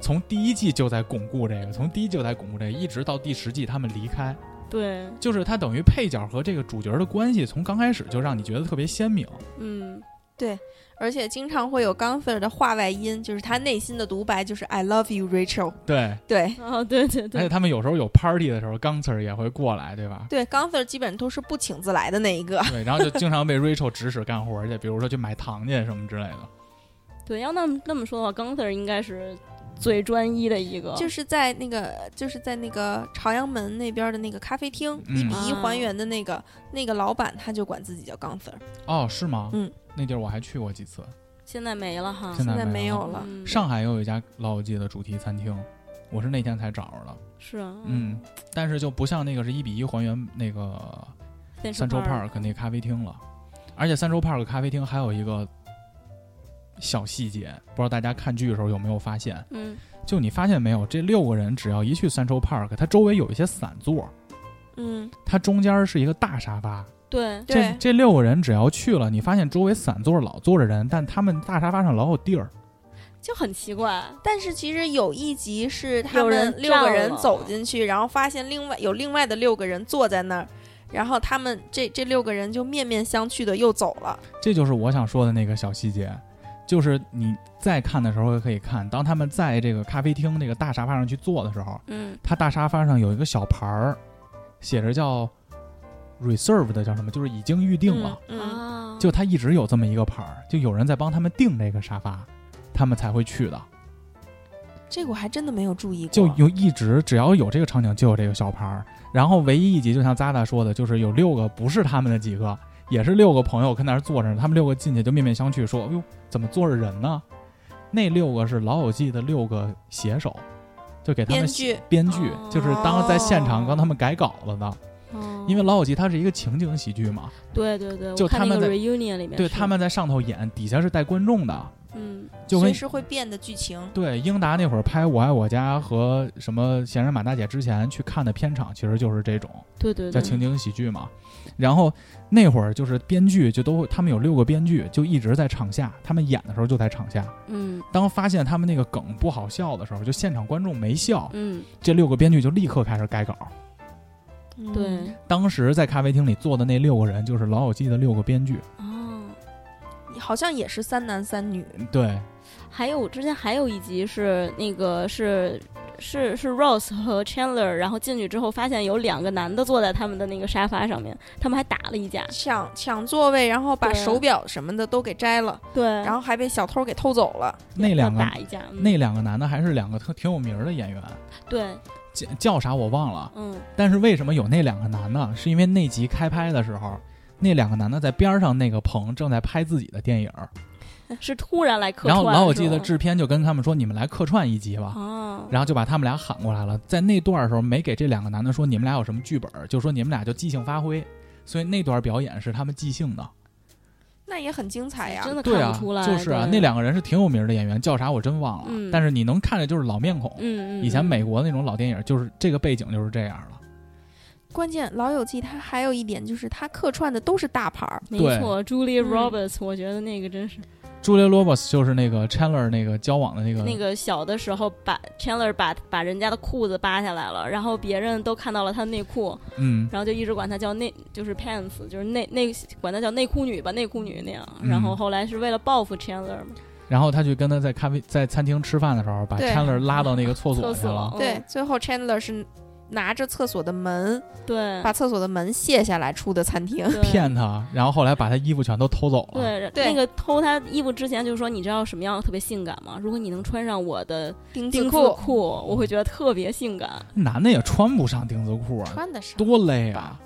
Speaker 3: 从第一季就在巩固这个，从第一季就在巩固这个，一直到第十季他们离开，
Speaker 4: 对，
Speaker 3: 就是他等于配角和这个主角的关系从刚开始就让你觉得特别鲜明。
Speaker 4: 嗯，
Speaker 2: 而且经常会有冈菲尔的话外音，就是他内心的独白就是 “I love you, Rachel”。
Speaker 3: 对，
Speaker 2: 对
Speaker 4: 哦，对对
Speaker 3: 而且
Speaker 4: 对，
Speaker 3: 他们有时候有 party 的时候，钢 Sir 也会过来，对吧？
Speaker 2: 对，冈菲尔基本都是不请自来的那一 个。
Speaker 3: 对，然后就经常被 Rachel 指使干活去，比如说去买糖去什么之类的。
Speaker 4: 对，要那么那么说的话，冈 Sir 应该是最专一的一个，
Speaker 2: 就是在那个，就是在那个朝阳门那边的那个咖啡厅，
Speaker 3: 嗯
Speaker 2: 一比一
Speaker 4: 啊
Speaker 2: 还原的那个，那个老板他就管自己叫冈菲尔，
Speaker 3: 哦，是吗？
Speaker 2: 嗯，
Speaker 3: 那地儿我还去过几次。
Speaker 4: 现在没了哈，
Speaker 3: 现
Speaker 2: 现
Speaker 3: 在
Speaker 2: 在
Speaker 3: 没
Speaker 2: 没
Speaker 3: 有
Speaker 2: 有了。
Speaker 4: 嗯
Speaker 3: 上海也有一家老友记的主题餐厅，我是那天才找着的。
Speaker 4: 是啊，
Speaker 3: 嗯，但是就不像那个是一比一还原那个三洲
Speaker 4: Park，
Speaker 3: Park 那咖啡厅了，而且三洲 Park 咖啡厅还有一个小细节，不知道大家看剧的时候有没有发现？
Speaker 4: 嗯
Speaker 3: 就你发现没有，这六个人只要一去三洲 Park，它周围有一些散座，
Speaker 2: 嗯，
Speaker 3: 它中间是一个大沙发。
Speaker 4: 对，
Speaker 3: 这
Speaker 2: 对
Speaker 3: 这六个人只要去了，你发现周围散座老坐着人，但他们大沙发上老有地儿。
Speaker 4: 就很奇怪，
Speaker 2: 但是其实有一集是他
Speaker 4: 有人
Speaker 2: 们六个
Speaker 4: 占
Speaker 2: 人
Speaker 4: 了
Speaker 2: 走进去，然后发现另外有另外的六个人坐在那儿，然后他们这这六个人就面面相觑的又走了。
Speaker 3: 这就是我想说的那个小细节，就是你在看的时候可以看，当他们在这个咖啡厅这个大沙发上去坐的时候，
Speaker 4: 嗯
Speaker 3: 它大沙发上有一个小牌儿，写着叫 “reserve” 的叫什么，就是已经预定了。
Speaker 2: 嗯，
Speaker 4: 啊，
Speaker 3: 就它一直有这么一个牌儿，就有人在帮他们订这个沙发，他们才会去的。
Speaker 2: 这个我还真的没有注意过。
Speaker 3: 就有一直只要有这个场景就有这个小牌儿。然后唯一一集就像扎达说的，就是有六个不是他们的几个，也是六个朋友跟那儿坐着呢，他们六个进去就面面相觑，说：“哎呦，怎么坐着人呢？”那六个是《老友记》的六个写手，就给他们
Speaker 2: 编
Speaker 3: 写
Speaker 2: 剧，
Speaker 3: 编剧
Speaker 4: 哦
Speaker 3: 就是当在现场帮他们改稿了的。
Speaker 4: 哦
Speaker 3: 因为《老友记》它是一个情景喜剧嘛，
Speaker 4: 对对对，我
Speaker 3: 就
Speaker 4: 看
Speaker 3: 他们
Speaker 4: 那
Speaker 3: 在
Speaker 4: 个 reunion 里面是，
Speaker 3: 对，他们在上头演，底下是带观众的，
Speaker 4: 嗯
Speaker 3: 就跟
Speaker 2: 随时会变的剧情。
Speaker 3: 对，英达那会儿拍《我爱我家》和什么《闲人马大姐》之前去看的片场，其实就是这种
Speaker 4: 对对
Speaker 3: 叫
Speaker 4: 对，
Speaker 3: 情景喜剧嘛。然后那会儿就是编剧就都他们有六个编剧，就一直在场下，他们演的时候就在场下。
Speaker 4: 嗯
Speaker 3: 当发现他们那个梗不好笑的时候，就现场观众没笑，
Speaker 4: 嗯
Speaker 3: 这六个编剧就立刻开始改稿。
Speaker 2: 嗯
Speaker 4: 对，
Speaker 3: 当时在咖啡厅里坐的那六个人就是《老友记》的六个编剧，
Speaker 4: 哦。
Speaker 2: 好像也是三男三女。
Speaker 3: 对，
Speaker 4: 还有之前还有一集是那个是是是 Rose 和 Chandler，然后进去之后发现有两个男的坐在他们的那个沙发上面，他们还打了一架。
Speaker 2: 抢抢座位，然后把
Speaker 4: 对
Speaker 2: 手表什么的都给摘了，
Speaker 4: 对，
Speaker 2: 然后还被小偷给偷走了。
Speaker 3: 那两个
Speaker 4: 打一架。嗯
Speaker 3: 那两个男的还是两个特挺有名儿的演员，
Speaker 4: 对，
Speaker 3: 叫叫啥我忘了。
Speaker 4: 嗯
Speaker 3: 但是为什么有那两个男的？是因为那集开拍的时候，那两个男的在边上那个棚正在拍自己的电影儿，
Speaker 4: 是突然来客
Speaker 3: 然
Speaker 4: 串。
Speaker 3: 后老友记的
Speaker 4: 是
Speaker 3: 制片就跟他们说：“你们来客串一集
Speaker 4: 吧
Speaker 3: 吧。”
Speaker 4: 哦，
Speaker 3: 然后就把他们俩喊过来了。在那段儿的时候，没给这两个男的说你们俩有什么剧本儿，就说你们俩就即兴发挥。所以那段表演是他们即兴的，
Speaker 2: 那也很精彩呀！
Speaker 4: 真的
Speaker 3: 对
Speaker 4: 看
Speaker 3: 啊
Speaker 4: 不出来，，
Speaker 3: 就是啊，
Speaker 4: 对
Speaker 3: 那两个人是挺有名的演员，叫啥我真忘了，
Speaker 4: 嗯
Speaker 3: 但是你能看着就是老面孔，
Speaker 4: 嗯嗯，
Speaker 3: 以前
Speaker 4: 嗯
Speaker 3: 美国那种老电影就是这个背景就是这样了。
Speaker 2: 关键《老友记》它还有一点就是它客串的都是大牌儿，
Speaker 4: 没
Speaker 3: 对
Speaker 4: 错，Julie
Speaker 2: 嗯
Speaker 4: Roberts，我觉得那个真是
Speaker 3: 朱 u l i Roberts 就是那个 Chandler 那个交往的那个
Speaker 4: 那个小的时候把 Chandler 把把人家的裤子扒下来了，然后别人都看到了他内裤，
Speaker 3: 嗯，
Speaker 4: 然后就一直管她叫内，就是 pants，就是内内管她叫内裤女吧，内裤女那样。
Speaker 3: 嗯
Speaker 4: 然后后来是为了报复 Chandler 嘛，
Speaker 3: 然后他去跟他在咖啡在餐厅吃饭的时候，把
Speaker 2: 对
Speaker 3: Chandler 拉到那个厕所
Speaker 4: 厕
Speaker 3: 去了
Speaker 4: 所。
Speaker 2: 对，最后 Chandler 是拿着厕所的门，
Speaker 4: 对
Speaker 2: 把厕所的门卸下来出的餐厅。
Speaker 4: 对
Speaker 3: 骗他，然后后来把他衣服全都偷走了。
Speaker 4: 对
Speaker 2: 对
Speaker 4: 那个偷她衣服之前就说你知道什么样特别性感吗？如果你能穿上我的
Speaker 2: 丁字
Speaker 4: 丁字
Speaker 2: 裤
Speaker 4: 裤，我会觉得特别性感。
Speaker 3: 男的也穿不上丁字裤啊，
Speaker 2: 穿得上，
Speaker 3: 多累啊！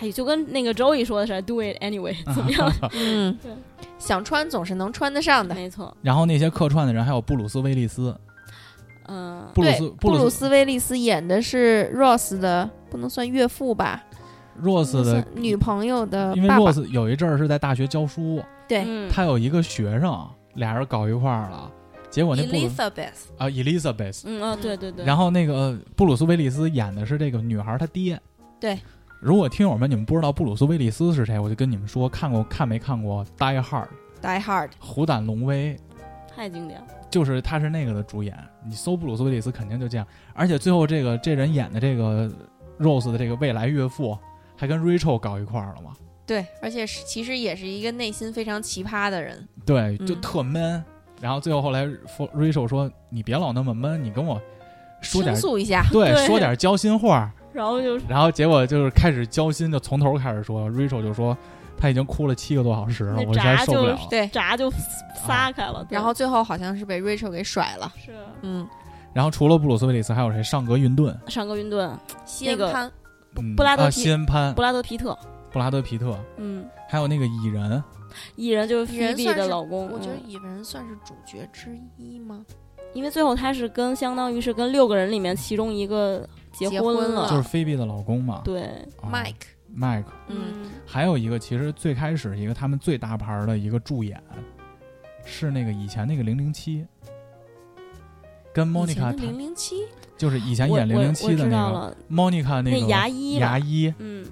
Speaker 4: 哎，就跟那个周易说的是 “do it anyway”，怎 么样？
Speaker 2: 嗯
Speaker 4: 对，
Speaker 2: 想穿总是能穿得上的。
Speaker 4: 没错，
Speaker 3: 然后那些客串的人还有布鲁斯威利斯，
Speaker 4: 嗯、
Speaker 3: 布鲁
Speaker 2: 对
Speaker 3: 斯，
Speaker 2: 布
Speaker 3: 鲁
Speaker 2: 鲁斯威利斯演的是 Rose 的，不能算岳父吧
Speaker 3: Rose 的
Speaker 2: 算，女朋友的
Speaker 3: 因为
Speaker 2: 呃爸爸。
Speaker 3: Rose 有一阵儿是在大学教书，
Speaker 2: 对
Speaker 4: 嗯，
Speaker 3: 他有一个学生，俩人搞一块儿了。结果那布鲁
Speaker 2: Elizabeth，
Speaker 3: 啊 Elizabeth，
Speaker 4: 嗯啊，对对对，
Speaker 3: 然后那个呃布鲁斯威利斯演的是这个女孩她爹。
Speaker 2: 对。
Speaker 3: 如果听友们你们不知道布鲁斯威利斯是谁，我就跟你们说，看过看没看过《Die Hard》
Speaker 2: Die Hard，
Speaker 3: 虎胆龙威，
Speaker 4: 太经典了，
Speaker 3: 就是他是那个的主演。你搜布鲁斯威利斯肯定就这样，而且最后这个这人演的这个 Rose 的这个未来岳父，还跟 Rachel 搞一块儿了嘛？
Speaker 2: 对，而且是其实也是一个内心非常奇葩的人，
Speaker 3: 对，就
Speaker 2: 嗯
Speaker 3: 特闷。然后最后后来 Fo- Rachel 说：“你别老那么闷，你跟我说点
Speaker 2: 倾
Speaker 3: 儿
Speaker 2: 诉一下，
Speaker 3: 对，
Speaker 4: 对
Speaker 3: 说点儿交心话儿。”
Speaker 4: 然后就是
Speaker 3: 然后结果就是开始交心，就从头开始说。Rachel 就说他已经哭了七个多小时了，
Speaker 4: 那
Speaker 3: 我实在
Speaker 4: 闸
Speaker 3: 受不
Speaker 4: 就
Speaker 3: 了了。
Speaker 2: 对，
Speaker 4: 闸
Speaker 3: 啊
Speaker 4: 就撒开了，对
Speaker 2: 然后最后好像是被 Rachel 给甩了，
Speaker 4: 是
Speaker 2: 嗯，
Speaker 3: 然后除了布鲁斯·威利斯，还有谁？上格·云顿、
Speaker 4: 上格云顿、
Speaker 2: 西恩
Speaker 4: 那个
Speaker 2: 潘
Speaker 3: 嗯
Speaker 4: 布拉德
Speaker 3: 啊、
Speaker 4: 皮
Speaker 3: 西恩潘、
Speaker 4: 布拉德皮特，
Speaker 3: 布拉德·皮特，
Speaker 4: 嗯，
Speaker 3: 还有那个蚁人，
Speaker 4: 蚁人就是
Speaker 2: 蚁人
Speaker 4: Phoebe
Speaker 2: 算
Speaker 4: 的
Speaker 2: 是
Speaker 4: 老公，
Speaker 2: 我觉得
Speaker 4: 嗯
Speaker 2: 蚁人算是主角之一吗？
Speaker 4: 因为最后他是跟相当于是跟六个人里面其中一个结
Speaker 2: 结
Speaker 4: 婚
Speaker 2: 婚
Speaker 4: 了，
Speaker 2: 啊
Speaker 3: 就是菲比的老公嘛。
Speaker 4: 嗯对，
Speaker 3: 啊
Speaker 2: Mike，
Speaker 3: Mike，
Speaker 2: 嗯，
Speaker 3: 还有一个其实最开始一个他们最大牌儿的一个助演，是那个以前那个零零七，跟
Speaker 2: 以前
Speaker 3: Monica
Speaker 2: 的零
Speaker 3: 谈，
Speaker 2: 零七，
Speaker 3: 就是以
Speaker 4: 我
Speaker 3: 前
Speaker 4: 我
Speaker 3: 演零零
Speaker 4: 我
Speaker 3: 七的
Speaker 4: 知
Speaker 3: 那
Speaker 4: 道
Speaker 3: 个
Speaker 4: 了，
Speaker 3: Monica 那个
Speaker 4: 牙医
Speaker 3: 牙
Speaker 4: 吧，
Speaker 3: 医。
Speaker 4: 嗯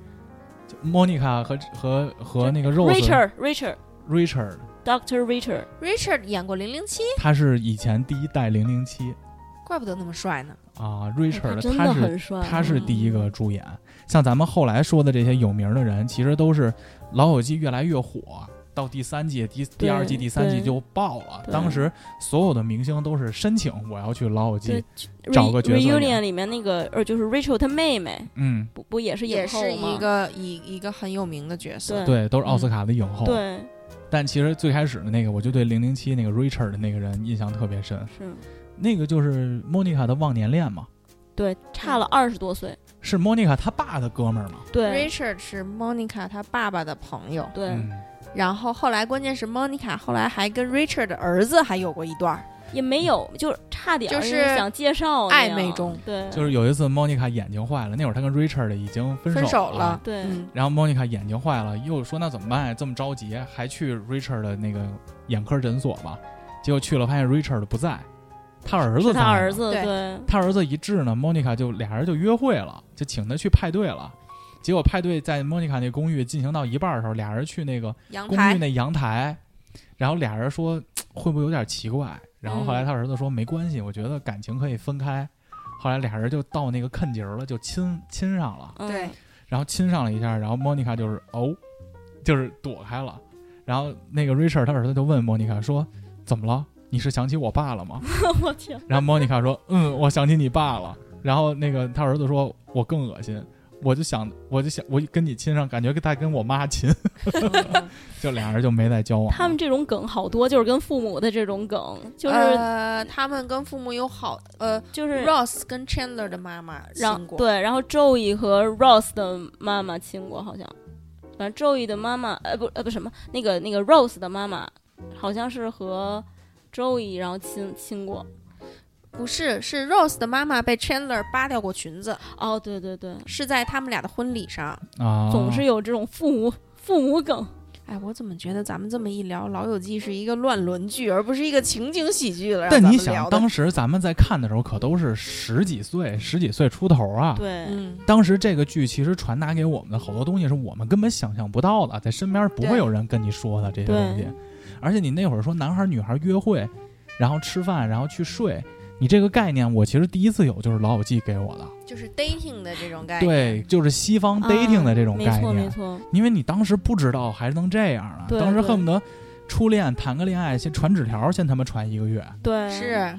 Speaker 3: Monica 和和和那个 Rose
Speaker 4: ，Richard Richard
Speaker 3: Richard，
Speaker 4: Doctor Richard，
Speaker 2: Richard 演过《零零七》，
Speaker 3: 他是以前第一代零零七
Speaker 2: 怪不得那么帅呢。
Speaker 3: 啊
Speaker 4: 哎他
Speaker 3: ，Richard
Speaker 4: 真
Speaker 3: 他
Speaker 4: 的
Speaker 3: 是
Speaker 4: 很帅，
Speaker 3: 他是第一个主演。像咱们后来说的这些有名的人，其实都是《老友记》越来越火，到第三季、第第二季、
Speaker 4: 对
Speaker 3: 第三季
Speaker 4: 对
Speaker 3: 就爆了。
Speaker 4: 对
Speaker 3: 当时所有的明星都是申请我要去《老友记
Speaker 4: 对》，
Speaker 3: 找个角色
Speaker 4: Reunion
Speaker 3: 演
Speaker 4: 里面那个呃，就是 Rachel 她妹妹，
Speaker 3: 嗯，
Speaker 4: 不不也是
Speaker 2: 也
Speaker 4: 影后
Speaker 2: 是
Speaker 4: 吗
Speaker 2: 一个一一个很有名的角色。
Speaker 3: 对，哦都是奥斯卡的影后。
Speaker 4: 嗯对
Speaker 3: 但其实最开始的那个，我就对零零七那个 Richard 的那个人印象特别深，
Speaker 4: 是，
Speaker 3: 那个就是 Monica 的忘年恋嘛。
Speaker 4: 对差了二十多岁，
Speaker 3: 是 Monica 她爸的哥们儿嘛？
Speaker 4: 对
Speaker 2: Richard 是 Monica 她爸爸的朋友，
Speaker 4: 对，
Speaker 3: 嗯，
Speaker 2: 然后后来关键是 Monica 后来还跟 Richard 的儿子还有过一段儿
Speaker 4: 也没有，就是差点儿
Speaker 2: 就是
Speaker 4: 想介绍那
Speaker 2: 暧
Speaker 4: 样
Speaker 2: 昧，中
Speaker 4: 对，
Speaker 3: 就是有一次 Monica 眼睛坏了，那会儿她跟 Richard 已经分手
Speaker 2: 分手
Speaker 3: 了
Speaker 2: 了，。
Speaker 4: 对
Speaker 2: 嗯，
Speaker 3: 然后 Monica 眼睛坏了，又说那怎么办呀？这么着急，还去 Richard 的那个眼科诊所吧？结果去了，发现 Richard 不在，他儿子
Speaker 4: 是
Speaker 3: 在
Speaker 4: 他
Speaker 3: 呢
Speaker 4: 儿子，
Speaker 2: 对
Speaker 4: 对，
Speaker 3: 他儿子一致呢，Monica 就俩人就约会了，就请他去派对了。结果派对在 Monica 那公寓进行到一半的时候，俩人去那个
Speaker 2: 阳
Speaker 3: 公
Speaker 2: 台
Speaker 3: 寓那阳台，然后俩人说嘖会不会有点奇怪？然后后
Speaker 4: 嗯
Speaker 3: 来他儿子说没关系，我觉得感情可以分开。后来俩人就到那个坎节儿了，就亲亲上了，
Speaker 4: 嗯
Speaker 2: 对，
Speaker 3: 然后亲上了一下，然后 Monica 就是哦，就是躲开了。然后那个 Richard 他儿子就问 Monica 说怎么了？你是想起我爸了吗？
Speaker 4: 我天，
Speaker 3: 然后 Monica 说嗯，我想起你爸了。然后那个他儿子说我更恶心，我就想我就想我跟你亲上，感觉跟他跟我妈亲， 就俩人就没再交往了。
Speaker 4: 他们这种梗好多，就是跟父母的这种梗，就是、
Speaker 2: 呃，他们跟父母有好呃
Speaker 4: 就是
Speaker 2: ，Ross 跟 Chandler 的妈妈
Speaker 4: 让
Speaker 2: 亲过，
Speaker 4: 对，然后 Joey 和 Rose 的妈妈亲过，好像，反正 Joey 的妈妈，呃不呃不什么，那个那个 Rose 的妈妈，好像是和 Joey 然后亲亲过。
Speaker 2: 不是是 Rose 的妈妈被 Chandler 扒掉过裙子，
Speaker 4: 哦，对对对，
Speaker 2: 是在他们俩的婚礼上。
Speaker 3: 啊，
Speaker 4: 总是有这种父母父母梗。
Speaker 2: 哎，我怎么觉得咱们这么一聊，《老友记》是一个乱伦剧，而不是一个情景喜剧了？让
Speaker 3: 但
Speaker 2: 咱
Speaker 3: 你
Speaker 2: 们聊
Speaker 3: 想，
Speaker 2: 的
Speaker 3: 当时咱们在看的时候，可都是十几岁、十几岁出头啊。
Speaker 4: 对，
Speaker 2: 嗯，
Speaker 3: 当时这个剧其实传达给我们的好多东西，是我们根本想象不到的，在身边不会有人跟你说的这些东西
Speaker 4: 对。
Speaker 3: 而且你那会儿说男孩女孩约会，然后吃饭，然后去睡，你这个概念，我其实第一次有，就是老友记给我的。
Speaker 2: 就是 dating 的这种概念。
Speaker 3: 对，就是西方 dating 的这种概
Speaker 4: 啊嗯没错
Speaker 3: 念。
Speaker 4: 没错，
Speaker 3: 因为你当时不知道还能这样啊，
Speaker 4: 对
Speaker 3: 当时
Speaker 4: 对
Speaker 3: 恨不得初恋谈个恋爱，先传纸条，先他妈传一个月，
Speaker 4: 对
Speaker 2: 是，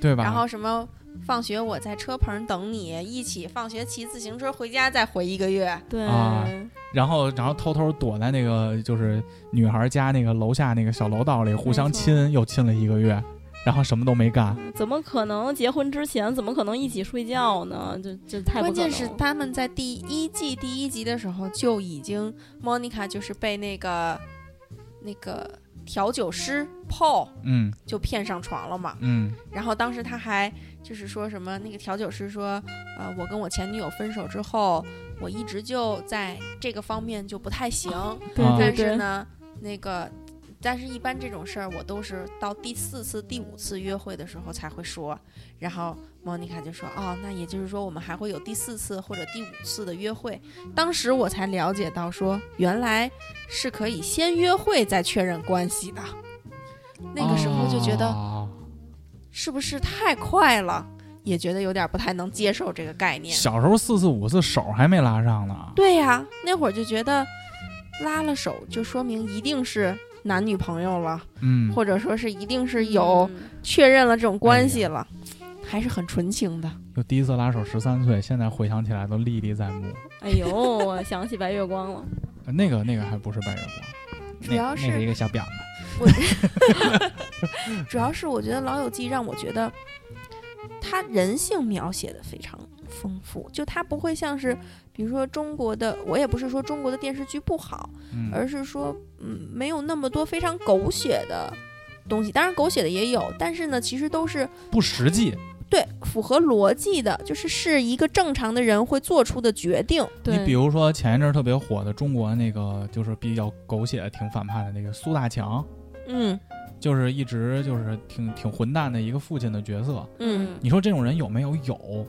Speaker 3: 对吧？
Speaker 2: 然后什么？放学我在车棚等你，一起放学骑自行车回家，再回一个月。
Speaker 4: 对、
Speaker 3: 啊然后然后偷偷躲在那个就是女孩家那个楼下那个小楼道里互相亲，又亲了一个月，然后什么都没干。
Speaker 4: 怎么可能结婚之前怎么可能一起睡觉呢？就就太
Speaker 2: 关
Speaker 4: 不可能
Speaker 2: 键是他们在第一季第一集的时候就已经，Monica 就是被那个那个调酒师 Paul
Speaker 3: 嗯
Speaker 2: 就骗上床了嘛。
Speaker 3: 嗯
Speaker 2: 然后当时他还就是说什么那个调酒师说，呃，我跟我前女友分手之后，我一直就在这个方面就不太行，
Speaker 4: 对
Speaker 3: 啊
Speaker 4: 对
Speaker 2: 但
Speaker 4: 对
Speaker 2: 是，呢，那个但是，一般这种事儿我都是到第四次、第五次约会的时候才会说。然后莫妮卡就说：“哦，那也就是说，我们还会有第四次或者第五次的约会。”当时我才了解到说，原来是可以先约会再确认关系的。那个时候就觉得
Speaker 3: 啊
Speaker 2: 是不是太快了，也觉得有点不太能接受这个概念。
Speaker 3: 小时候四次五次手还没拉上呢，
Speaker 2: 对呀、那会儿就觉得拉了手就说明一定是男女朋友了，
Speaker 3: 嗯，
Speaker 2: 或者说是一定是有
Speaker 4: 嗯
Speaker 2: 确认了这种关
Speaker 3: 哎
Speaker 2: 系了，还是很纯情的。
Speaker 3: 就第一次拉手十三岁，现在回想起来都历历在目。
Speaker 4: 哎呦，我想起白月光了，
Speaker 3: 呃那个那个还不是白月光，
Speaker 2: 主要
Speaker 3: 那、那
Speaker 2: 是
Speaker 3: 个、一个小婊子，
Speaker 2: 主要是我觉得《老友记》让我觉得他人性描写的非常丰富，就他不会像是比如说中国的，我也不是说中国的电视剧不好，
Speaker 3: 嗯，
Speaker 2: 而是说，嗯，没有那么多非常狗血的东西。当然，狗血的也有，但是呢，其实都是
Speaker 3: 不实际，
Speaker 2: 对符合逻辑的，就是是一个正常的人会做出的决定。
Speaker 4: 对，
Speaker 3: 你比如说前一阵儿特别火的中国那个，就是比较狗血、挺反派的那个苏大强，
Speaker 2: 嗯
Speaker 3: 就是一直就是挺挺混蛋的一个父亲的角色。
Speaker 2: 嗯，
Speaker 3: 你说这种人有没有？有，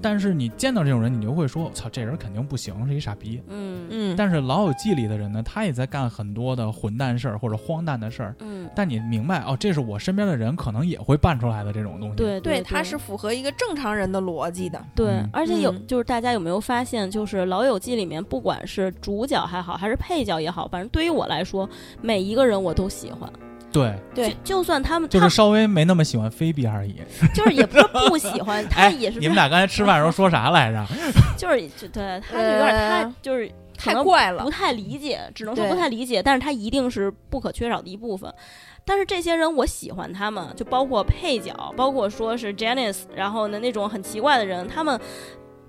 Speaker 3: 但是你见到这种人，你就会说：“操，这人肯定不行，是一傻逼。
Speaker 4: 嗯嗯
Speaker 2: 嗯，
Speaker 3: 但是《老友记》里的人呢，他也在干很多的混蛋事儿或者荒诞的事儿，
Speaker 4: 嗯，
Speaker 3: 但你明白哦，这是我身边的人可能也会办出来的这种东西。，
Speaker 4: 对
Speaker 2: 对，
Speaker 4: 对，
Speaker 2: 它是符合一个正常人的逻辑的。
Speaker 4: 对
Speaker 3: 嗯，
Speaker 4: 而且有
Speaker 2: 嗯
Speaker 4: 就是大家有没有发现，就是《老友记》里面，不管是主角还好，还是配角也好，反正对于我来说，每一个人我都喜欢。
Speaker 3: 对，
Speaker 2: 对
Speaker 4: 就就算他们，
Speaker 3: 就是
Speaker 4: 他
Speaker 3: 稍微没那么喜欢菲比而已。
Speaker 4: 就是也不是不喜 欢，他也是
Speaker 3: 哎你们俩刚才吃饭的时候说啥来着？
Speaker 4: 就是就对，他就有点
Speaker 2: 呃
Speaker 4: 他就是可
Speaker 2: 太
Speaker 4: 能
Speaker 2: 怪了嗯
Speaker 4: 不，太理解，只能说
Speaker 2: 对
Speaker 4: 不太理解，但是他一定是不可缺少的一部分。但是这些人我喜欢他
Speaker 2: 嗯
Speaker 4: 们，就包括配角，包括说是 Janice，然后呢那种很奇怪的人，他们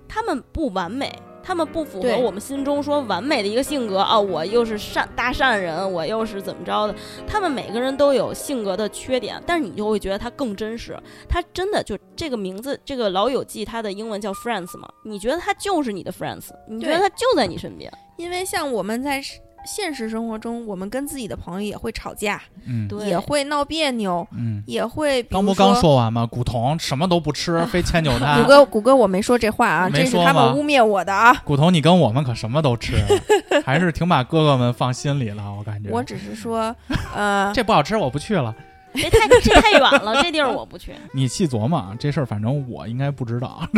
Speaker 4: 他们不完美。他们不符合
Speaker 2: 对
Speaker 4: 我们心中说完美的一个性格啊！我又是善大善人，我又是怎么着的？他们每个人都有性格的缺点，但是你就会觉得他更真实。他真的就这个名字，这个《老友记》，它的英文叫 Friends 嘛？你觉得他就是你的 Friends，你觉得
Speaker 2: 对
Speaker 4: 他就在你身边。
Speaker 2: 因为像我们在现实生活中，我们跟自己的朋友也会吵架，
Speaker 3: 嗯
Speaker 4: 对
Speaker 2: 也会闹别扭，
Speaker 3: 嗯，
Speaker 2: 也会比如
Speaker 3: 刚不刚说完吗？古潼什么都不
Speaker 4: 啊
Speaker 3: 吃，非迁就
Speaker 2: 谷
Speaker 3: 他。
Speaker 2: 歌，谷歌，我没说这话啊，
Speaker 3: 没
Speaker 2: 这是
Speaker 3: 说
Speaker 2: 他
Speaker 3: 吗
Speaker 2: 们污蔑我的啊。
Speaker 3: 古潼，你跟我们可什么都吃，啊 还是挺把哥哥们放心里了，我感觉。
Speaker 2: 我只是 说，呃，
Speaker 3: 这不好吃，我不去了。
Speaker 4: 这太这太远了，这地儿我不去。
Speaker 3: 你细琢磨啊，这事儿反正我应该不知 道。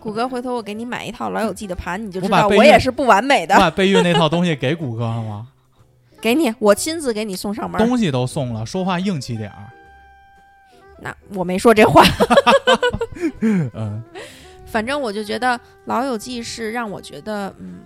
Speaker 2: 谷歌，回头我给你买一套《老友记》的盘，你就
Speaker 3: 我
Speaker 2: 知
Speaker 3: 把
Speaker 2: 道
Speaker 3: 备
Speaker 2: 我
Speaker 3: 孕
Speaker 5: 也
Speaker 2: 也是不完美
Speaker 3: 我
Speaker 2: 的。
Speaker 3: 把备孕那套东西给谷歌了吗？
Speaker 2: 给你，我亲自给你送上门儿。
Speaker 3: 东西都送了，说话硬气点 儿。
Speaker 2: 那我没说 这话，
Speaker 3: 嗯，
Speaker 2: 反正我就觉得《老友记》是让我觉得，嗯，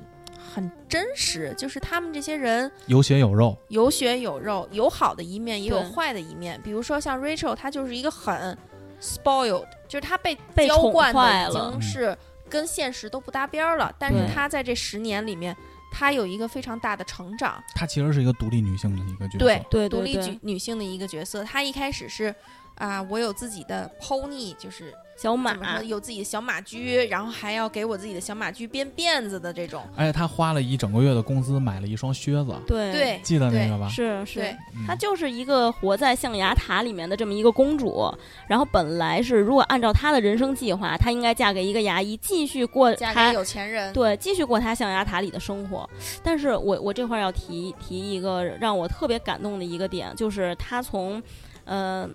Speaker 2: 很真实，就是他们这些人
Speaker 3: 有血有肉。
Speaker 2: 有血有肉，有好的一面，也有
Speaker 4: 对
Speaker 2: 坏的一面。比如说像 Rachel，她就是一个很 spoiled，就是她被
Speaker 4: 被
Speaker 2: 娇
Speaker 4: 宠
Speaker 2: 惯
Speaker 4: 坏
Speaker 2: 的已
Speaker 4: 了
Speaker 2: 经是跟现实都不搭边儿了，但是
Speaker 3: 对
Speaker 2: 她在这十年里面，她有一个非常大的成长。
Speaker 3: 她其实是一个独立女性的一个角色。
Speaker 2: 对，
Speaker 4: 对
Speaker 2: 独
Speaker 4: 对
Speaker 2: 立女
Speaker 4: 对，
Speaker 2: 女性的一个角色。她一开始是啊、我有自己的 pony，就是
Speaker 4: 小
Speaker 2: 怎么
Speaker 4: 马
Speaker 2: 说，有自己的小马驹，然后还要给我自己的小马驹编辫子的这种。
Speaker 3: 而且哎她花了一整个月的工资买了一双靴子，
Speaker 4: 对
Speaker 2: 对，
Speaker 3: 记得那个吧？
Speaker 4: 是是
Speaker 2: 对，，
Speaker 3: 嗯
Speaker 4: 她就是一个活在象牙塔里面的这么一个公主。然后本来是，如果按照她的人生计划，她应该嫁给一个牙医，继续过
Speaker 2: 嫁
Speaker 4: 她
Speaker 2: 给有钱人。
Speaker 4: 对，继续过她象牙塔里的生活。但是我我这块儿要提提一个让我特别感动的一个点，就是她从，呃，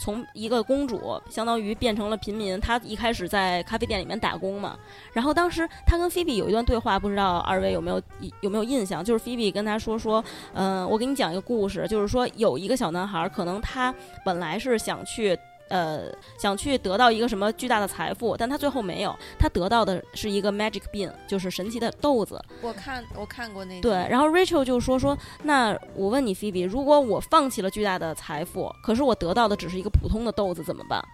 Speaker 4: 从一个公主相当于变成了平民。她一开始在咖啡店里面打工嘛，然后当时她跟菲比有一段对话，不知道二位有没有有没有印象？就是菲比跟她说说，嗯、我给你讲一个故事，就是说有一个小男孩儿，可能他本来是想去。呃，想去得到一个什么巨大的财富，但他最后没有，他得到的是一个 magic bean，就是神奇的豆子。
Speaker 2: 我看我看过那集
Speaker 4: 对，然后 Rachel 就说说，那我问你，Phoebe，如果我放弃了巨大的财富，可是我得到的只是一个普通的豆子，怎么办？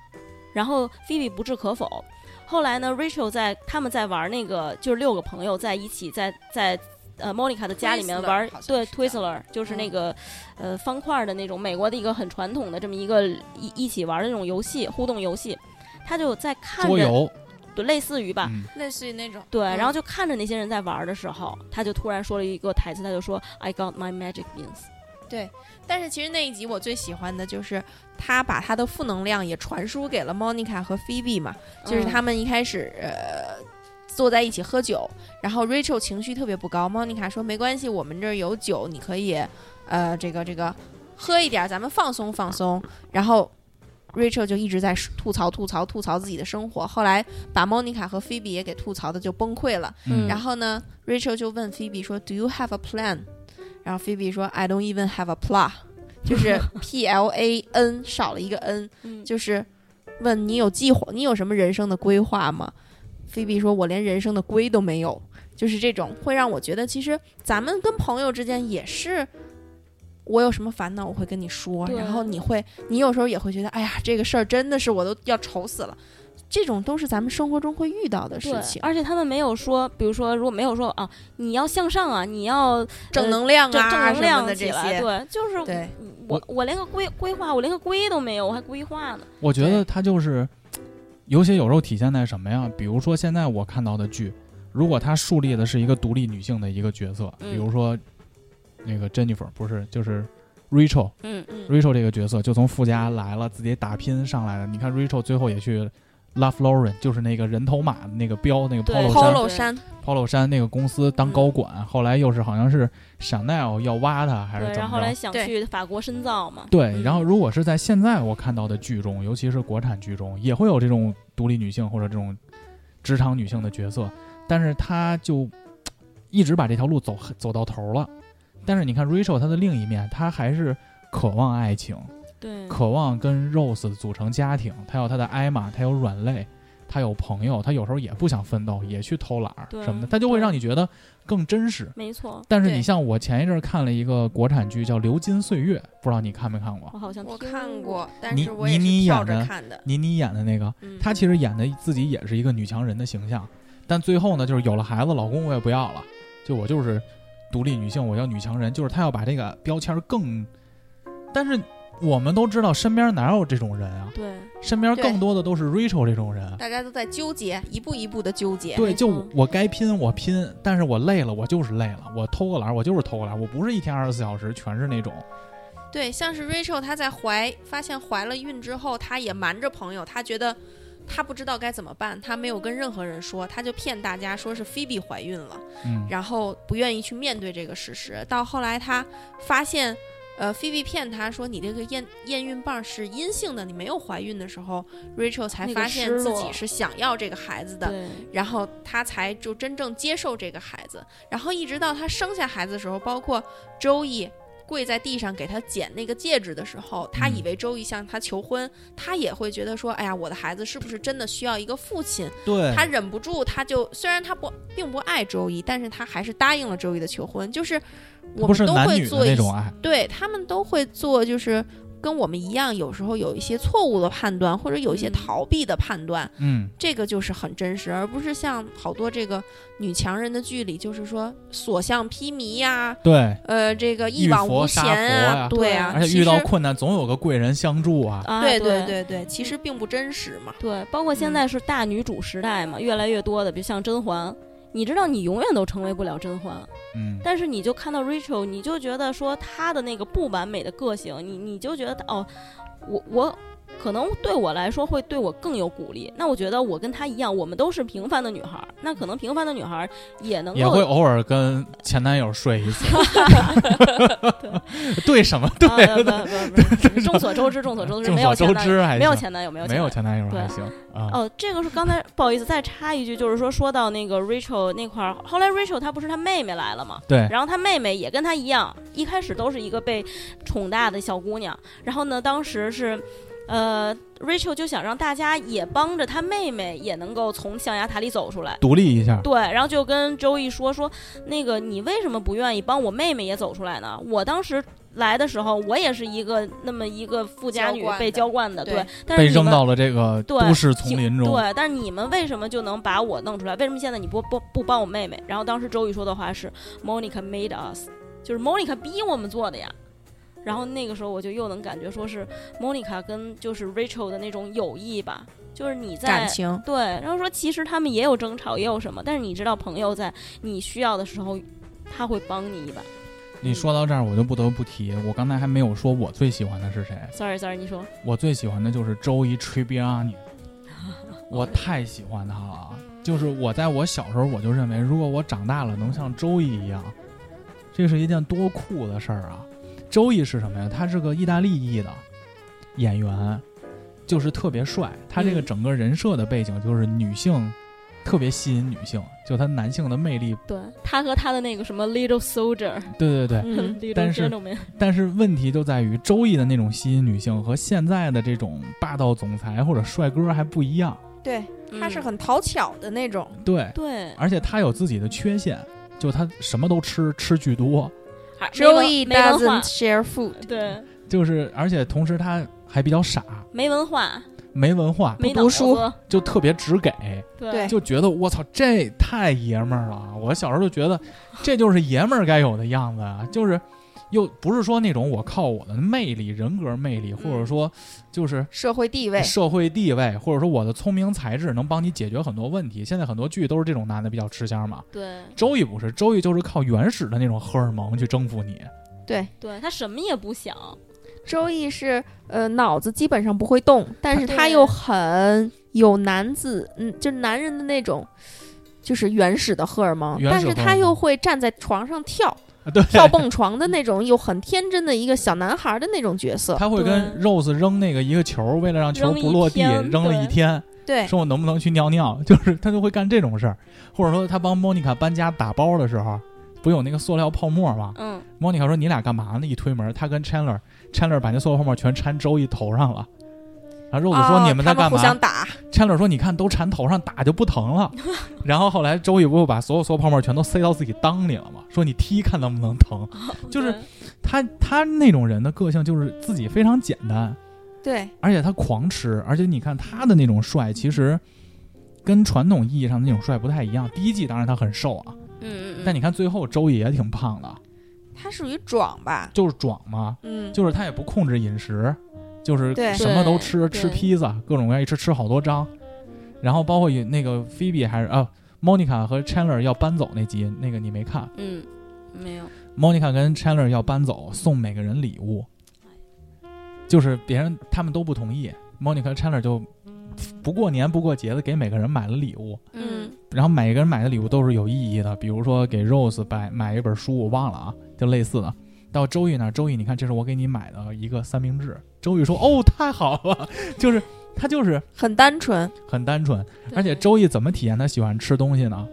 Speaker 4: 然后 Phoebe 不置可否。后来呢，Rachel 在他们在玩那个，就是六个朋友在一起在在。呃，Monica 的家里面
Speaker 2: Twizzler
Speaker 4: 玩
Speaker 2: 好像
Speaker 4: 对
Speaker 2: 是叫
Speaker 4: Twizzler 就是那
Speaker 2: 嗯
Speaker 4: 个、呃方块的那种美国的一个很传统的这么一个一一起玩的那种游戏互动游戏，他就在看
Speaker 3: 桌
Speaker 4: 着
Speaker 3: 游，
Speaker 4: 对类似于吧，
Speaker 3: 嗯
Speaker 2: 类似于那种
Speaker 4: 对，
Speaker 2: 嗯
Speaker 4: 然后就看着那些人在玩儿的时候，他就突然说了一个台词，他就说 “I got my magic beans”，
Speaker 2: 但是其实那一集我最喜欢的就是他把他的负能量也传输给了 Monica 和 Phoebe 嘛，就是
Speaker 4: 嗯
Speaker 2: 他们一开始、呃坐在一起喝酒，然后 Rachel 情绪特别不高，Monica 说没关系，我们这儿有酒，你可以呃这个这个喝一点儿，咱们放松放松。然后 Rachel 就一直在吐槽吐槽吐槽自己的生活，后来把 Monica 和 Phoebe 也给吐槽的就崩溃了。
Speaker 4: 嗯
Speaker 2: 然后呢，Rachel 就问 Phoebe 说，Do you have a plan？然后 Phoebe 说，I don't even have a plan，就是 P L A N 少了一个 N，
Speaker 4: 嗯
Speaker 2: 就是问你有计划，你有什么人生的规划吗？Phoebe 说，我连人生的规都没有，就是这种会让我觉得，其实咱们跟朋友之间也是。我有什么烦恼，我会跟你说，
Speaker 4: 对
Speaker 2: 然后你会，你有时候也会觉得，哎呀，这个事儿真的是我都要愁死了。这种都是咱们生活中会遇到的事
Speaker 4: 对
Speaker 2: 情，，
Speaker 4: 而且他们没有说，比如说，如果没有说啊，你要向上啊，你要
Speaker 2: 正能量
Speaker 4: 就正
Speaker 2: 嗯啊
Speaker 4: 能
Speaker 2: 什
Speaker 4: 量
Speaker 2: 么的
Speaker 4: 起
Speaker 2: 这些，
Speaker 4: 来，
Speaker 2: 嗯
Speaker 4: 对，就是
Speaker 2: 对
Speaker 4: 我我连个规规划，我连个规都没有，我还规划呢，
Speaker 3: 我觉得他就是，尤其有时候体现在什么呀？比如说现在我看到的剧，如果他树立的是一个独立女性的一个角色，
Speaker 4: 嗯
Speaker 3: 比如说那个 Jennifer 不是就是 Rachel，Rachel、
Speaker 4: 嗯嗯
Speaker 3: Rachel 这个角色就从富家来了，自己打拼上来的。你看 Rachel 最后也去 Love Lauren，就是那个人头马那个标那个
Speaker 4: 对嗯
Speaker 3: polo 衫
Speaker 2: polo 衫
Speaker 3: polo 衫那个公司当高管，后来又是好像是 Chanel 要挖他还是
Speaker 4: 对，
Speaker 3: 怎么
Speaker 4: 然后后
Speaker 3: 着
Speaker 4: 来？想
Speaker 2: 对
Speaker 4: 去法国深造嘛，
Speaker 3: 对，
Speaker 4: 嗯
Speaker 3: 然后如果是在现在我看到的剧中，尤其是国产剧中，也会有这种独立女性或者这种职场女性的角色，但是她就一直把这条路走走到头了。但是你看 Rachel 她的另一面，她还是渴望爱情，
Speaker 4: 对，
Speaker 3: 渴望跟 Rose 组成家庭，她有她的艾玛，她有软肋，她有朋友，她有时候也不想奋斗，也去偷懒儿
Speaker 4: 对
Speaker 3: 什么的，她就会
Speaker 4: 对
Speaker 3: 让你觉得更真实。
Speaker 4: 没错，
Speaker 3: 但是
Speaker 2: 对
Speaker 3: 你像我前一阵儿看了一个国产剧叫《流金岁月》，不知道你看没看过？
Speaker 4: 我好像
Speaker 2: 我
Speaker 4: 听
Speaker 2: 看过，但
Speaker 3: 倪
Speaker 2: 是我也
Speaker 3: 倪妮
Speaker 2: 是跳
Speaker 3: 演的
Speaker 2: 着看的。
Speaker 3: 倪妮演的那个，
Speaker 2: 嗯
Speaker 3: 她其实演的自己也是一个女强人的形象，但最后呢，就是有了孩子，老公我也不要了，就我就是独立女性，我要女强人，就是她要把这个标签儿更，但是我们都知道身边哪有这种人啊，
Speaker 4: 对，
Speaker 3: 身边
Speaker 2: 对
Speaker 3: 更多的都是 Rachel 这种人。啊
Speaker 2: 大家都在纠结，一步一步的纠结。
Speaker 3: 对，
Speaker 4: 没
Speaker 3: 就
Speaker 4: 错
Speaker 3: 我该拼我拼，但是我累了我就是累了，我偷个懒儿我就是偷个懒儿，我不是一天二十四小时全是那种，
Speaker 2: 对，像是 Rachel，她在怀发现怀了孕之后，她也瞒着朋友，她觉得她不知道该怎么办，她没有跟任何人说，她就骗大家说是 Phoebe 怀孕了，
Speaker 3: 嗯，
Speaker 2: 然后不愿意去面对这个事实。到后来，她发现。呃，Phoebe 骗她说你这个验验孕棒是阴性的，你没有怀孕的时候，Rachel 才
Speaker 4: 那个
Speaker 2: 发现
Speaker 4: 失
Speaker 2: 自
Speaker 4: 落
Speaker 2: 己是想要这个孩子的，
Speaker 4: 对，
Speaker 2: 然后她才就真正接受这个孩子。然后一直到她生下孩子的时候，包括周易跪在地上给她捡那个戒指的时候，她以为周易向她求婚，她也会觉得说，哎呀，我的孩子是不是真的需要一个父亲？
Speaker 3: 对
Speaker 2: 她忍不住，她就虽然她不并不爱周易，但是她还是答应了周易的求婚。就是
Speaker 3: 不
Speaker 2: 我们
Speaker 3: 是
Speaker 2: 都
Speaker 3: 男
Speaker 2: 会
Speaker 3: 女的
Speaker 2: 做
Speaker 3: 那
Speaker 2: 一些
Speaker 3: 种啊爱，
Speaker 2: 对他们都会做，就是跟我们一样，有时候有一些错误的判断，或者有一些
Speaker 4: 嗯
Speaker 2: 逃避的判断。
Speaker 3: 嗯，
Speaker 2: 这个就是很真实，而不是像好多这个女强人的剧里，就是说所向披靡呀、
Speaker 3: 对，
Speaker 2: 呃，这个一
Speaker 3: 遇
Speaker 2: 往
Speaker 3: 佛
Speaker 2: 无
Speaker 3: 杀
Speaker 2: 前
Speaker 3: 佛呀
Speaker 2: 啊，对啊，
Speaker 3: 而且
Speaker 2: 其
Speaker 3: 遇到
Speaker 2: 实
Speaker 3: 困难总有个贵人相助啊，
Speaker 4: 啊
Speaker 2: 对
Speaker 4: 对
Speaker 2: 对对对，其实并不真实嘛。
Speaker 4: 对，包括现
Speaker 3: 嗯
Speaker 4: 在是大女主时代嘛，越来越多的，比如像甄嬛，你知道你永远都成为不了甄嬛，
Speaker 3: 嗯，
Speaker 4: 但是你就看到 Rachel，你就觉得说她的那个不完美的个性，你你就觉得哦，我我可能对我来说会对我更有鼓励。那我觉得我跟她一样，我们都是平凡的女孩儿，那可能平凡的女孩儿也能够啊
Speaker 3: 也会偶尔跟前男友睡一 次，对什么 对
Speaker 4: 啊，不不不不，众所周知，众所周知，
Speaker 3: 众
Speaker 4: 没
Speaker 3: 所
Speaker 4: 有前
Speaker 3: 周
Speaker 4: 男友，
Speaker 3: 知还
Speaker 4: 没有
Speaker 3: 行
Speaker 4: 前男友，没有
Speaker 3: 没
Speaker 4: 前男
Speaker 3: 有
Speaker 4: 友。
Speaker 3: 前男友还
Speaker 4: 对
Speaker 3: 行啊，
Speaker 4: 哦，这个是刚才不好意思再插一句，就是说说到那个 Rachel 那块儿，后来 Rachel 她不是她妹妹来了嘛，
Speaker 3: 对，
Speaker 4: 然后她妹妹也跟她一样，一开始都是一个被宠大的小姑娘，然后呢，当时是。呃，Rachel 就想让大家也帮着她妹妹也能够从象牙塔里走出来，
Speaker 3: 独立一下，
Speaker 4: 对，然后就跟周易说说，那个你为什么不愿意帮我妹妹也走出来呢？我当时来的时候，我也是一个那么一个富家
Speaker 2: 娇
Speaker 4: 女
Speaker 2: 惯的
Speaker 4: 被娇惯的，
Speaker 2: 对
Speaker 4: 对，但是
Speaker 3: 被
Speaker 4: 你
Speaker 3: 扔
Speaker 4: 们
Speaker 3: 到了这个
Speaker 4: 对
Speaker 3: 都市丛
Speaker 4: 就
Speaker 3: 林中，
Speaker 4: 对，但是你们为什么就能把我弄出来？为什么现在你不不不帮我妹妹？然后当时周瑜说的话是 Monica made us，就是 Monica 逼我们做的呀。然后那个时候我就又能感觉说是 Monica 跟就是 Rachel 的那种友谊吧，就是你在
Speaker 2: 感情，
Speaker 4: 对，然后说其实他们也有争吵，也有什么，但是你知道朋友在你需要的时候他会帮你一把。
Speaker 3: 你说到这儿，我就不得不提，我刚才还没有说我最喜欢的是谁，
Speaker 4: ，sorry sorry，你说，
Speaker 3: 我最喜欢的就是周一 Tribbiani，我太喜欢他了。就是我在我小时候，我就认为，如果我长大了能像周一一样，这是一件多酷的事儿啊！周一是什么呀？他是个意大利裔的演员，就是特别帅。他这个整个人设的背景就是女性特别吸引女性，就他男性的魅力。
Speaker 4: 对他和他的那个什么 Little Soldier，
Speaker 3: 对对对，
Speaker 5: 嗯
Speaker 4: Little
Speaker 3: 但是
Speaker 4: Gentleman，
Speaker 3: 但是问题就在于周易的那种吸引女性和现在的这种霸道总裁或者帅哥还不一样。
Speaker 5: 对，他是
Speaker 2: 嗯
Speaker 5: 很讨巧的那种，
Speaker 3: 对，
Speaker 4: 对，
Speaker 3: 而且他有自己的缺陷，就他什么都吃，吃巨多，
Speaker 4: 还没文
Speaker 5: Joey
Speaker 4: 没文化
Speaker 5: doesn't，share food，
Speaker 4: 对，
Speaker 3: 就是而且同时他还比较傻，
Speaker 4: 没文化，
Speaker 3: 没文化，
Speaker 4: 没
Speaker 5: 读
Speaker 4: 脑
Speaker 5: 书
Speaker 4: 子，哎
Speaker 3: 就特别直给，
Speaker 4: 对
Speaker 5: 对
Speaker 3: 就觉得我操，这太爷们儿了。我小时候就 觉得这就是爷们儿该有的样子啊，就是。又不是说那种我靠我的魅力、人格魅力，或
Speaker 4: 嗯
Speaker 3: 者说就是
Speaker 2: 社会地位，
Speaker 3: 社会地位，或者说我的聪明才智能帮你解决很多问题。现在很多剧都是这种男的比较吃香嘛。
Speaker 4: 对
Speaker 3: 周易不是，周易就是靠原始的那种荷尔蒙去征服你。
Speaker 2: 对，
Speaker 4: 对，他什么也不想，
Speaker 5: 周易是呃脑子基本上不会动，但是他又很有男子，嗯，就是男人的那种，就是原始的荷尔蒙，
Speaker 3: 原
Speaker 5: 但
Speaker 3: 始
Speaker 5: 是
Speaker 3: 荷尔
Speaker 5: 他
Speaker 3: 蒙
Speaker 5: 又会站在床上 跳
Speaker 3: 啊对，
Speaker 5: 跳蹦床的那种，又很天真的一个小男孩的那种角色。
Speaker 3: 他会跟 Rose 扔那个一个球，为了让球不落地，
Speaker 4: 扔一天
Speaker 3: 扔了一天，
Speaker 2: 对哎
Speaker 3: 说我能不能去尿尿， 就是他就会干这种事儿。或者说他帮莫妮卡搬家打包的时候，不有那个塑料泡沫吗？
Speaker 4: 嗯，
Speaker 3: 莫妮卡说你俩干嘛呢？一推门，他跟 Chandler，Chandler 把那塑料泡沫全掺周易头上了。然后 Rose 说、
Speaker 4: 啊
Speaker 2: 哦
Speaker 3: 你们在
Speaker 2: 他
Speaker 3: 干
Speaker 2: 互
Speaker 3: 嘛？
Speaker 2: 相打，
Speaker 3: Chandler 说：“你看，都缠头上打就不疼了。”然后后来周易不是把所有所有泡沫全都塞到自己裆里了吗？说你踢看能不能疼。就是
Speaker 4: 对
Speaker 3: 他他那种人的个性就是自己非常简单，
Speaker 2: 对，
Speaker 3: 而且他狂吃，而且你看他的那种帅，其实跟传统意义上的那种帅不太一样。第一季当然他很瘦啊，
Speaker 2: 嗯嗯
Speaker 3: 但
Speaker 2: 嗯，
Speaker 3: 你看最后周易也挺胖的，
Speaker 2: 他属于壮吧，
Speaker 3: 就是壮嘛，
Speaker 2: 嗯，
Speaker 3: 就是他也不控制饮食，就是
Speaker 2: 对
Speaker 3: 什么都吃，
Speaker 4: 对
Speaker 3: 吃披萨，各种各样一吃吃好多张，然后包括有那个菲比还是啊，Monica 和 Chandler 要搬走那集，那个你没看
Speaker 4: 嗯，没有，
Speaker 3: ，Monica 跟 Chandler 要搬走，送每个人礼物，就是别人他们都不同意，Monica 和 Chandler 就不过年不过节的给每个人买了礼物，
Speaker 4: 嗯，
Speaker 3: 然后每个人买的礼物都是有意义的，比如说给 Rose 买买一本书，我忘了啊，就类似的。到周易那儿，周易你看，这是我给你买的一个三明治。周易说：“哦，太好了， 就是他就是
Speaker 5: 很单纯，
Speaker 3: 很单纯，
Speaker 4: 对
Speaker 3: 而且周易怎么体验他喜欢吃东西呢？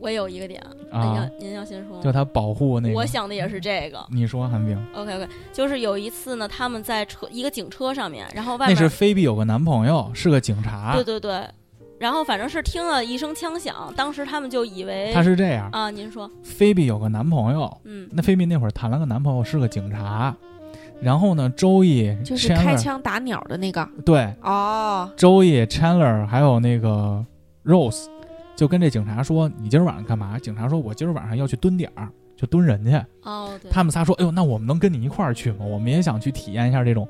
Speaker 4: 我有一个点，
Speaker 3: 啊
Speaker 4: 哎呀，您要先说吗，
Speaker 3: 就他保护那
Speaker 4: 我
Speaker 3: 个。
Speaker 4: 想的也是这个
Speaker 3: 你说韩冰，
Speaker 4: ，OK OK，就是有一次呢，他们在车一个警车上面，然后
Speaker 3: 那
Speaker 4: 外面
Speaker 3: 是菲比有个男朋友，是个警察
Speaker 4: 对，对对，然后反正是听了一声枪响，当时他们就以为
Speaker 3: 他是这样。
Speaker 4: 啊，您说，
Speaker 3: 菲比有个男朋友，
Speaker 4: 嗯，
Speaker 3: 那菲比那会儿谈了个男朋友，是个警察。然后呢，周易
Speaker 2: 就是开
Speaker 3: Chandler-
Speaker 2: 枪打鸟的那个，
Speaker 3: 对，
Speaker 2: 哦，
Speaker 3: 周易、Chandler 还有那个 Rose 就跟这警察说：“你今儿晚上干嘛？”警察说：“我今儿晚上要去蹲点儿，就蹲人去。
Speaker 4: 哦，”对，
Speaker 3: 他们仨说：“哎呦，那我们能跟你一块儿去吗？我们也想去体验一下这种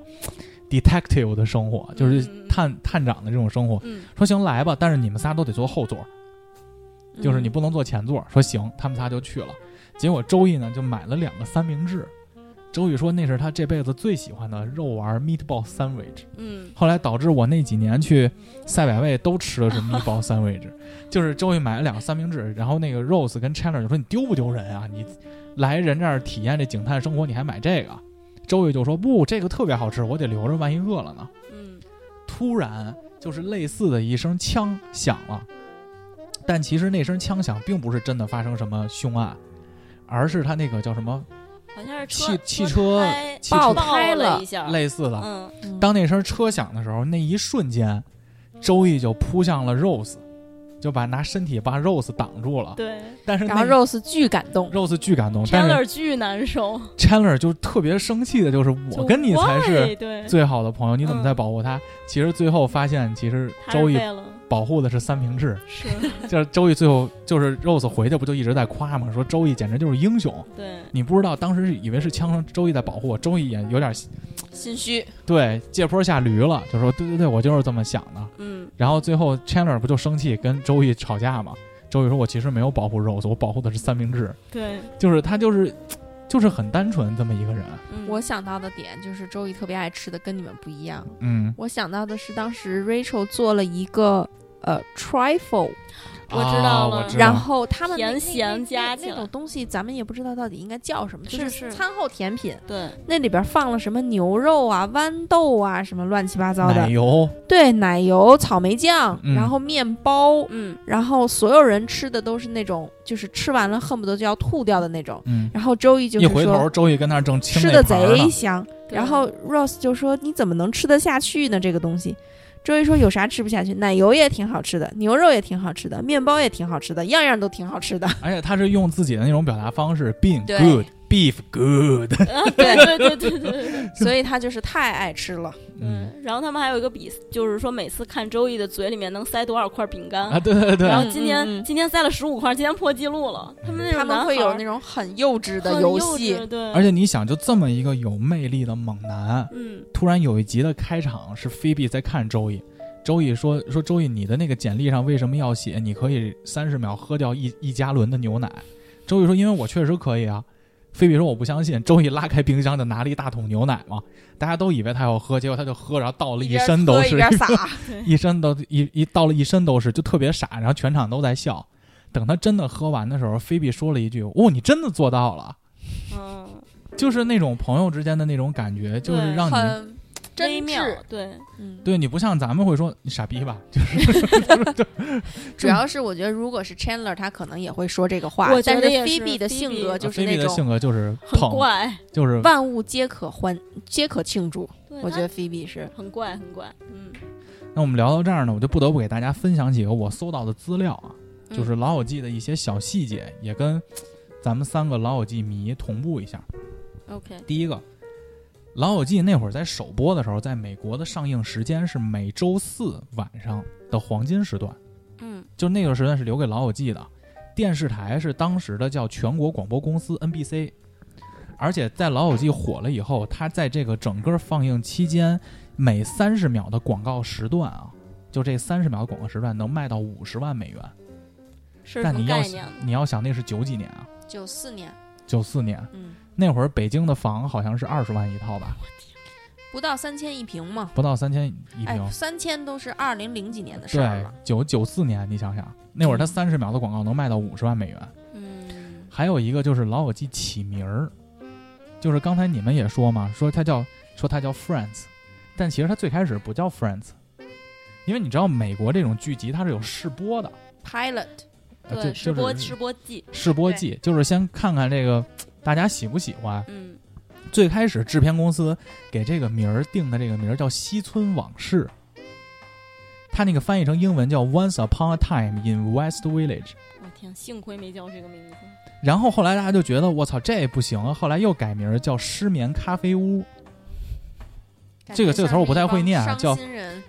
Speaker 3: detective 的生活，就是
Speaker 4: 嗯
Speaker 3: 探、探长的这种生活。
Speaker 4: 嗯”
Speaker 3: 说：“行，来吧，但是你们仨都得坐后座，
Speaker 4: 嗯
Speaker 3: 就是你不能坐前座。”说：“行。”他们仨就去了。结果周易呢就买了两个三明治。周易说那是他这辈子最喜欢的肉丸 meatball sandwich。
Speaker 4: 嗯，
Speaker 3: 后来导致我那几年去赛百味都吃的是面包三位置， 就是周易买了两个三明治，然后那个 Rose 跟 Chandler 就说你丢不丢人啊？你来人这儿体验这警探生活，你还买这个？周易就说不，这个特别好吃，我得留着，万一饿了呢。
Speaker 4: 嗯
Speaker 3: 突然就是类似的一声枪响了，但其实那声枪响并不是真的发生什么凶案，而是他那个叫什么
Speaker 4: 好像是
Speaker 3: 汽汽
Speaker 4: 车
Speaker 3: 车
Speaker 4: 胎
Speaker 3: 汽
Speaker 4: 爆
Speaker 3: 车
Speaker 4: 胎
Speaker 2: 爆
Speaker 4: 了
Speaker 2: 了
Speaker 4: 一下，
Speaker 3: 类似的，
Speaker 4: 嗯，
Speaker 3: 当那声车响的时候，那一瞬间，周
Speaker 4: 嗯
Speaker 3: 易就扑向了 Rose，就把拿身体把 Rose 挡住了。
Speaker 4: 对
Speaker 3: 但是
Speaker 5: 然后
Speaker 3: 那
Speaker 5: Rose 巨感动，
Speaker 3: Rose 巨感动，啊但是
Speaker 4: ，Chandler 巨难受，
Speaker 3: Chandler 就特别生气的，就是我
Speaker 4: 就
Speaker 3: 跟你才
Speaker 4: why？
Speaker 3: 是
Speaker 4: 对，
Speaker 3: 最好的朋友，你怎么
Speaker 4: 嗯
Speaker 3: 在保护他？其实最后发现，其实
Speaker 4: 他是
Speaker 3: 周易
Speaker 4: 为了
Speaker 3: 保护的是三明治，
Speaker 4: 是，
Speaker 3: 就是周易最后就是 Rose 回去不就一直在夸吗？说周易简直就是英雄。
Speaker 4: 对，
Speaker 3: 你不知道，当时是以为是枪声，周易在保护我，周易也有点
Speaker 2: 心虚，
Speaker 3: 对借坡下驴了，就说对对对，我就是这么想的。
Speaker 4: 嗯
Speaker 3: 然后最后 Chandler 不就生气跟周易吵架嘛？周易说：“我其实没有保护 Rose，我保护的是三明治。
Speaker 4: 对，”
Speaker 3: 就是他就是就就是很单纯这么一个人。
Speaker 4: 嗯
Speaker 2: 我想到的点就是周易特别爱吃的跟你们不一样。
Speaker 3: 嗯，
Speaker 2: 我想到的是当时 Rachel 做了一个呃 trifle，
Speaker 4: 我知道
Speaker 3: 啊
Speaker 4: 了
Speaker 3: 我知道
Speaker 2: 然后他们那
Speaker 4: 甜
Speaker 2: 那
Speaker 4: 咸
Speaker 2: 那
Speaker 4: 加
Speaker 2: 那
Speaker 4: 起来
Speaker 2: 那种东西，咱们也不知道到底应该叫什么，就是
Speaker 4: 是
Speaker 2: 餐后甜品，
Speaker 4: 对，
Speaker 2: 那里边放了什么牛肉啊、豌豆啊，什么乱七八糟
Speaker 3: 奶
Speaker 2: 的，
Speaker 3: 油，
Speaker 2: 对，奶油、草莓酱，
Speaker 3: 嗯
Speaker 2: 然后面包，
Speaker 4: 嗯，
Speaker 2: 然后所有人吃的都是那种，就是吃完了恨不得就要吐掉的那种。
Speaker 3: 嗯，
Speaker 2: 然后周易就
Speaker 3: 一
Speaker 2: 是
Speaker 3: 回头
Speaker 2: 说
Speaker 3: 周易跟那儿正清
Speaker 2: 吃
Speaker 3: 那
Speaker 2: 的
Speaker 3: 盘儿呢
Speaker 2: 贼香，
Speaker 4: 对
Speaker 2: 然 后 Rose 就说你怎么能吃得下去呢？这个东西。周易说有啥吃不下去？奶油也挺好吃的，牛肉也挺好吃的，面包也挺好吃的，样样都挺好吃 的。
Speaker 3: 而且哎他是用自己的那种表达方式，being
Speaker 2: 对
Speaker 3: good。Beef good，
Speaker 4: 啊对对对 对对对对
Speaker 2: 所以他就是太爱吃 了。
Speaker 3: 嗯
Speaker 4: 对。然后他们还有一个比，就是说每次看周易的嘴里面能塞多少块饼干
Speaker 3: 啊，，对对对
Speaker 4: 然，后
Speaker 2: 嗯
Speaker 4: 今
Speaker 2: 嗯
Speaker 4: 天
Speaker 2: 嗯
Speaker 4: 今天塞了十五块，今天破纪录了。他们那
Speaker 2: 他
Speaker 4: 种
Speaker 2: 们
Speaker 4: 男
Speaker 2: 会有
Speaker 4: 孩
Speaker 2: 那种很幼稚的
Speaker 4: 很
Speaker 2: 游
Speaker 4: 幼
Speaker 2: 戏，
Speaker 4: 稚对，
Speaker 3: 而且你想，就这么一个有魅力的猛男，
Speaker 4: 嗯
Speaker 3: 突然有一集的开场是菲比在看周易，周易说说周易，你的那个简历上为什么要写你可以三十秒喝掉一一加仑的牛奶？周易说，因为我确实可以啊。菲比说我不相信，周易拉开冰箱就拿了一大桶牛奶嘛，大家都以为他要喝，结果他就喝，然后倒了
Speaker 2: 一边
Speaker 3: 身都
Speaker 2: 喝
Speaker 3: 是，
Speaker 2: 一边撒。
Speaker 3: 一身都一一倒了一身都是，就特别傻，然后全场都在笑。等他真的喝完的时候，菲比说了一句：“哦，你真的做到了。
Speaker 4: 嗯，”
Speaker 3: 就是那种朋友之间的那种感觉，就是
Speaker 4: 对
Speaker 3: 让你
Speaker 2: 很嗯
Speaker 4: 微
Speaker 2: 真
Speaker 4: 妙
Speaker 2: 挚，
Speaker 4: 对，
Speaker 2: 嗯，
Speaker 3: 对你不像咱们会说你傻逼吧，就是
Speaker 2: 主要是我觉得，如果是 Chandler，他可能也会说这个话
Speaker 4: 我，觉
Speaker 2: 但
Speaker 4: 得
Speaker 2: 是
Speaker 4: 也
Speaker 2: Phoebe
Speaker 4: 是
Speaker 2: 的性
Speaker 4: Phoebe
Speaker 2: 格就是
Speaker 3: 菲比
Speaker 2: 那
Speaker 3: 啊的性
Speaker 2: 种
Speaker 3: 格就是
Speaker 4: 很
Speaker 3: 捧，
Speaker 4: 怪，
Speaker 3: 就是
Speaker 2: 万物皆可欢，皆可庆祝。
Speaker 4: 对
Speaker 2: 我觉
Speaker 4: 他
Speaker 2: 得 Phoebe 是，
Speaker 4: 很怪，很怪，嗯，
Speaker 3: 那我们聊到这儿呢，我就不得不给大家分享几个我搜到的资料啊，
Speaker 2: 嗯
Speaker 3: 就是《老友记》的一些小细节，也跟咱们三个老友记迷同步一下。
Speaker 4: OK
Speaker 3: 第一个，《老友记》那会儿在首播的时候，在美国的上映时间是每周四晚上的黄金时段，
Speaker 4: 嗯
Speaker 3: 就那个时段是留给《老友记》的。电视台是当时的叫全国广播公司 NBC，而且在《老友记》火了以后，它在这个整个放映期间，每三十秒的广告时段啊，就这三十秒的广告时段能卖到五十万美元。
Speaker 4: 是什
Speaker 3: 但
Speaker 4: 么
Speaker 3: 你要
Speaker 4: 概
Speaker 3: 想
Speaker 4: 念？
Speaker 3: 你要想那是九几年啊，
Speaker 2: 九四年，
Speaker 3: 九四年
Speaker 2: 嗯，
Speaker 3: 那会儿北京的房好像是二十万一套吧，
Speaker 2: 不到三千一平嘛，
Speaker 3: 不到三千一
Speaker 2: 哎
Speaker 3: 平，。
Speaker 2: 三千都是二零零几年的事儿
Speaker 3: 对
Speaker 2: 了。，
Speaker 3: 九九四年，你想想，那会儿他三十秒的广告能卖到五十万美元。
Speaker 4: 嗯，
Speaker 3: 还有一个就是老友记起名儿，就是刚才你们也说嘛，说它叫说它叫 Friends，但其实它最开始不叫 Friends，因为你知道美国这种剧集它是有试播的，
Speaker 2: Pilot，
Speaker 3: 呃
Speaker 4: 对，
Speaker 3: 就
Speaker 4: 直播
Speaker 3: 就是
Speaker 4: 直播季，
Speaker 3: 试播季，就是先看看这个大家喜不喜欢。
Speaker 4: 嗯
Speaker 3: 最开始制片公司给这个名儿定的这个名儿叫《西村往事》，它那个翻译成英文叫《Once Upon a Time in West Village》。
Speaker 4: 我天，幸亏没叫这个名字，
Speaker 3: 然后后来大家就觉得我操这不行啊，后来又改名儿叫《失眠咖啡屋》这个这个词儿我不太会念啊
Speaker 2: 感觉像是一帮伤心人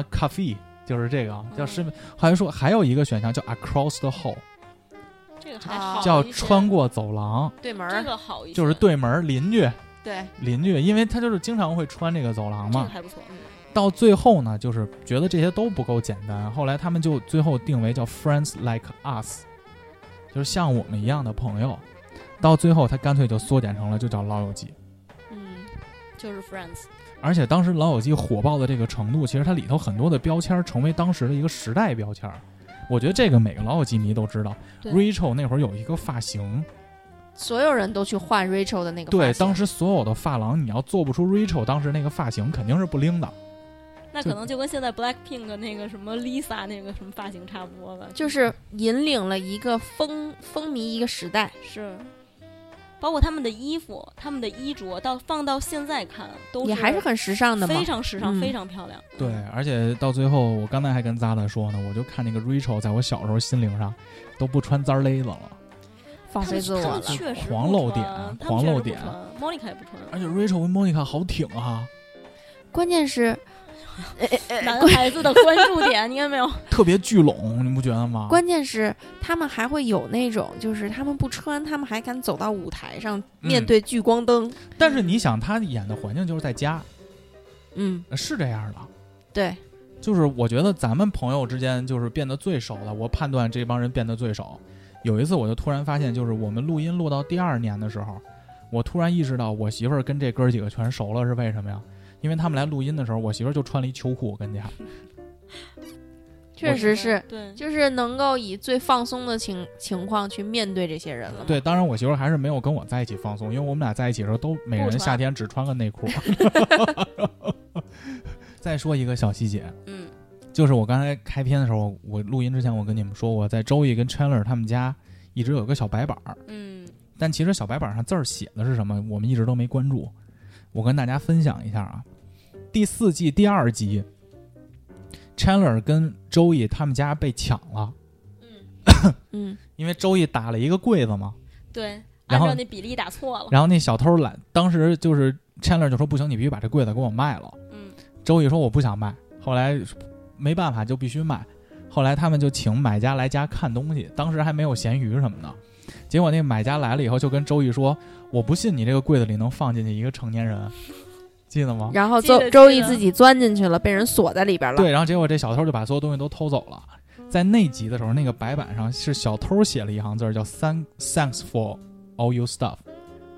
Speaker 3: （Insomnia Cafe），就是这个啊，叫失眠。好像说还有一个选项叫 Across the Hall，
Speaker 4: 这个还
Speaker 2: 啊
Speaker 4: 好
Speaker 3: 叫
Speaker 4: 一些
Speaker 3: 穿，过走廊，
Speaker 2: 对门
Speaker 4: 这
Speaker 2: 儿，
Speaker 4: 个好一些，
Speaker 3: 就是对门儿邻居
Speaker 2: 对，
Speaker 3: 邻居，因为他就是经常会穿这个走廊
Speaker 4: 这个
Speaker 3: 嘛。
Speaker 4: 还不错，嗯
Speaker 3: 到最后呢，就是觉得这些都不够简单，后来他们就最后定为叫 Friends Like Us，就是像我们一样的朋友。到最后，他干脆就缩减成了就叫老友记。
Speaker 2: 嗯，
Speaker 4: 就是 Friends，
Speaker 3: 而且当时《老友记》火爆的这个程度，其实它里头很多的标签儿成为当时的一个时代标签儿。我觉得这个每个老友记迷都知道
Speaker 4: 对
Speaker 3: ，Rachel 那会儿有一个发型，
Speaker 2: 所有人都去换 Rachel 的那个发
Speaker 3: 对，
Speaker 2: 型
Speaker 3: 当时所有的发廊你要做不出 Rachel 当时那个发型，肯定是不灵的。
Speaker 4: 那
Speaker 3: 就
Speaker 4: 可能就跟现在 Blackpink 的那个什么 Lisa 那个什么发型差不多吧，
Speaker 2: 就是引领了一个风风靡一个时代。
Speaker 4: 是。包括他们的衣服、他们的衣着，到放到现在看，都
Speaker 2: 也还是很时尚的嘛
Speaker 4: 非。常时
Speaker 2: 嗯
Speaker 4: 尚、非常漂亮。嗯
Speaker 3: 对，而且到最后，我刚才还跟 Zara 说呢，我就看那个 Rachel 在我小时候心灵上都不穿簪儿勒子了，
Speaker 2: 放
Speaker 4: 他
Speaker 2: 飞
Speaker 4: 们
Speaker 2: 自我
Speaker 4: 他们
Speaker 2: 了，
Speaker 4: 确实
Speaker 3: 狂
Speaker 4: 不
Speaker 3: 露
Speaker 4: 穿
Speaker 3: 点
Speaker 4: 他们
Speaker 3: 狂
Speaker 4: 确
Speaker 3: 露
Speaker 4: 实不
Speaker 3: 点啊
Speaker 4: 穿，Monica 也不穿，
Speaker 3: 而且 Rachel 跟 Monica 好挺啊，
Speaker 2: 关键是，哎
Speaker 4: 男孩子的关注点，你看没有？
Speaker 3: 特别聚拢，你不觉得吗？
Speaker 2: 关键是他们还会有那种，就是他们不穿，他们还敢走到舞台上面
Speaker 3: 嗯
Speaker 2: 对聚光灯。
Speaker 3: 但是你想，她演的环境就是在家，
Speaker 2: 嗯，
Speaker 3: 是这样的。
Speaker 2: 对，
Speaker 3: 就是我觉得咱们朋友之间就是变得最熟了，我判断这帮人变得最熟，有一次我就突然发现，就是我们录音录到第二年的时候，我突然意识到我媳妇儿跟这哥儿几个全熟了是为什么呀？因为他们来录音的时候，我媳妇儿就穿了一秋裤跟家，
Speaker 2: 确实是，
Speaker 4: 对，
Speaker 2: 就是能够以最放松的情情况去面对这些人了。
Speaker 3: 对，当然我媳妇儿还是没有跟我在一起放松，因为我们俩在一起的时候都每
Speaker 4: 不
Speaker 3: 人
Speaker 4: 穿
Speaker 3: 夏天只穿个内 裤。再说一个小细节，
Speaker 4: 嗯，
Speaker 3: 就是我刚才开篇的时候，我录音之前我跟你们说，我在周易跟 Chandler 他们家一直有个小白板儿，
Speaker 4: 嗯，
Speaker 3: 但其实小白板上字儿写的是什么，我们一直都没关注。我跟大家分享一下啊，第四季第二集，Chandler 跟周易他们家被抢了，
Speaker 2: 嗯，
Speaker 3: 因为周易打了一个柜子嘛。
Speaker 4: 对，
Speaker 3: 然
Speaker 4: 按
Speaker 3: 后
Speaker 4: 照那比例打错了，
Speaker 3: 然后那小偷懒，当时就是 Chandler 就说不行，你必须把这柜子给我卖了。
Speaker 4: 嗯，
Speaker 3: 周易说我不想卖，后来没办法就必须卖。后来他们就请买家来家看东西，当时还没有闲鱼什么的。结果那个买家来了以后，就跟周易说：“我不信你这个柜子里能放进去一个成年人，记得吗
Speaker 2: 然后
Speaker 4: 记得
Speaker 2: 周
Speaker 4: 记
Speaker 2: 周易
Speaker 4: 得
Speaker 2: 自己钻进去了，被人锁在里边？”了。
Speaker 3: 对，然后结果这小偷就把所有东西都偷走了。在那集的时候，那个白板上是小偷写了一行字儿，叫 “thank thanks for all your stuff”，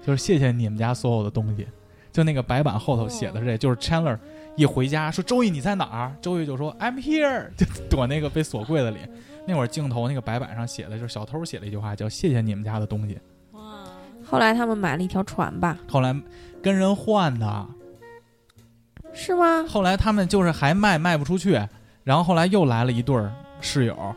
Speaker 3: 就是谢谢你们家所有的东西。就那个白板后头写的是这，就是 Chandler 一回家说：“周易你在哪儿？”周易就说：“I'm here。”就 躲那个被锁柜子里。那会儿镜头那个白板上写的就是小偷写了一句话，叫“谢谢你们家的东西
Speaker 4: 哇，
Speaker 2: 后来他们买了一条船吧？”。
Speaker 3: 后来跟人换的，
Speaker 2: 是吗？
Speaker 3: 后来他们就是还卖卖不出去，然后后来又来了一对儿室友，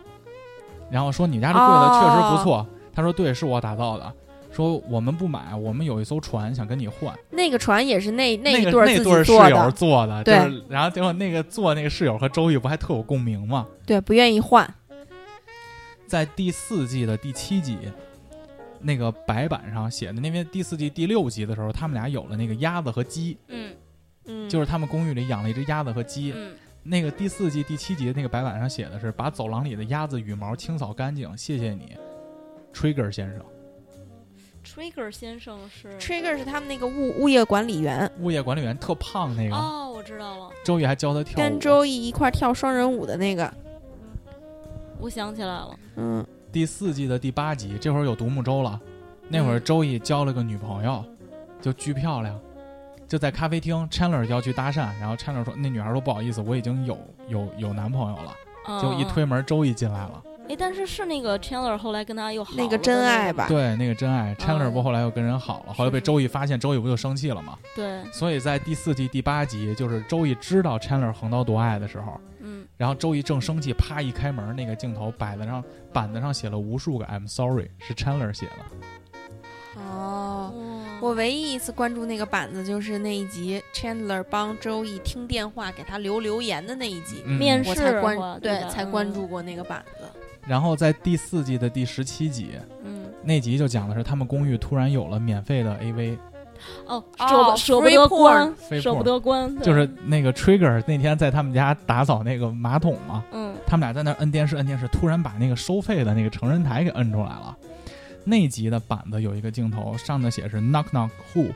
Speaker 3: 然后说你家这柜子确实不错，他说对，是我打造的，说我们不买，我们有一艘船想跟你换，
Speaker 2: 那个船也是那那
Speaker 3: 那
Speaker 2: 一
Speaker 3: 个
Speaker 2: 对儿
Speaker 3: 那
Speaker 2: 自
Speaker 3: 对儿室
Speaker 2: 己做
Speaker 3: 友
Speaker 2: 的，
Speaker 3: 做的，
Speaker 2: 对
Speaker 3: 就是然后结果那个做那个室友和周易不还特有共鸣吗？
Speaker 2: 对，不愿意换。
Speaker 3: 在第四季的第七集，那个白板上写的，那边第四季第六集的时候，他们俩有了那个鸭子和鸡，
Speaker 4: 嗯
Speaker 2: 嗯，
Speaker 3: 就是他们公寓里养了一只鸭子和鸡，
Speaker 4: 嗯，
Speaker 3: 那个第四季第七集那个白板上写的是把走廊里的鸭子羽毛清扫干净，谢谢你，Trigger 先生，
Speaker 4: Trigger 先生是
Speaker 2: Trigger 是他们那个物物业管理员，
Speaker 3: 物业管理员特胖那个，
Speaker 4: 哦，我知道了，
Speaker 3: 周易还教他跳舞。
Speaker 2: 跟周易一块儿跳双人舞的那个。
Speaker 4: 我想起来了，
Speaker 2: 嗯，
Speaker 3: 第四季的第八集，这会儿有独木舟了，那
Speaker 2: 嗯
Speaker 3: 会儿周易交了个女朋友，就巨漂亮，就在咖啡厅，Chandler 要去搭讪，然后 Chandler 说那女孩说不好意思，我已经有有有男朋友了，
Speaker 2: 哦
Speaker 4: 嗯
Speaker 3: 就一，推门，周易进来了，
Speaker 4: 哎，但是是那个 Chandler 后来跟他又好
Speaker 2: 那
Speaker 4: 了的
Speaker 2: 个真爱
Speaker 4: 吗
Speaker 2: 吧？
Speaker 3: 对，那个真爱，Chandler
Speaker 2: 哦
Speaker 4: 嗯
Speaker 3: 不后来又跟人好了，后来 被
Speaker 4: 是是
Speaker 3: 周易发现，周易不就生气了吗？
Speaker 4: 对，
Speaker 3: 所以在第四季第八集，就是周易知道 Chandler 横刀夺爱的时候，
Speaker 4: 嗯，
Speaker 3: 然后周易正生气，啪一开门，那个镜头摆子上板子上写了无数个 I'm sorry，是 Chandler 写的。
Speaker 2: 哦，
Speaker 4: 哇
Speaker 2: 我唯一一次关注那个板子就是那一集 Chandler 帮周易听电话给他留留言的那一集，
Speaker 3: 嗯
Speaker 4: 面试
Speaker 2: 我才
Speaker 4: 过
Speaker 2: 关
Speaker 4: 对吧
Speaker 2: 才关
Speaker 4: 嗯
Speaker 2: 注过那个板子。
Speaker 3: 然后在第四季的第十七集，
Speaker 4: 嗯，
Speaker 3: 那集就讲的是他们公寓突然有了免费的 AV，
Speaker 4: 哦，
Speaker 2: 哦
Speaker 4: 舍不舍不
Speaker 2: free
Speaker 4: 得
Speaker 2: porn
Speaker 4: 关
Speaker 3: free，
Speaker 4: 舍
Speaker 3: porn
Speaker 4: 不得关，对
Speaker 3: 就是那个 Trigger 那天在他们家打扫那个马桶嘛，
Speaker 4: 嗯，
Speaker 3: 他们俩在那儿摁电视摁电视，突然把那个收费的那个成人台给摁出来了。那集的板子有一个镜头，上面写是 knock knock who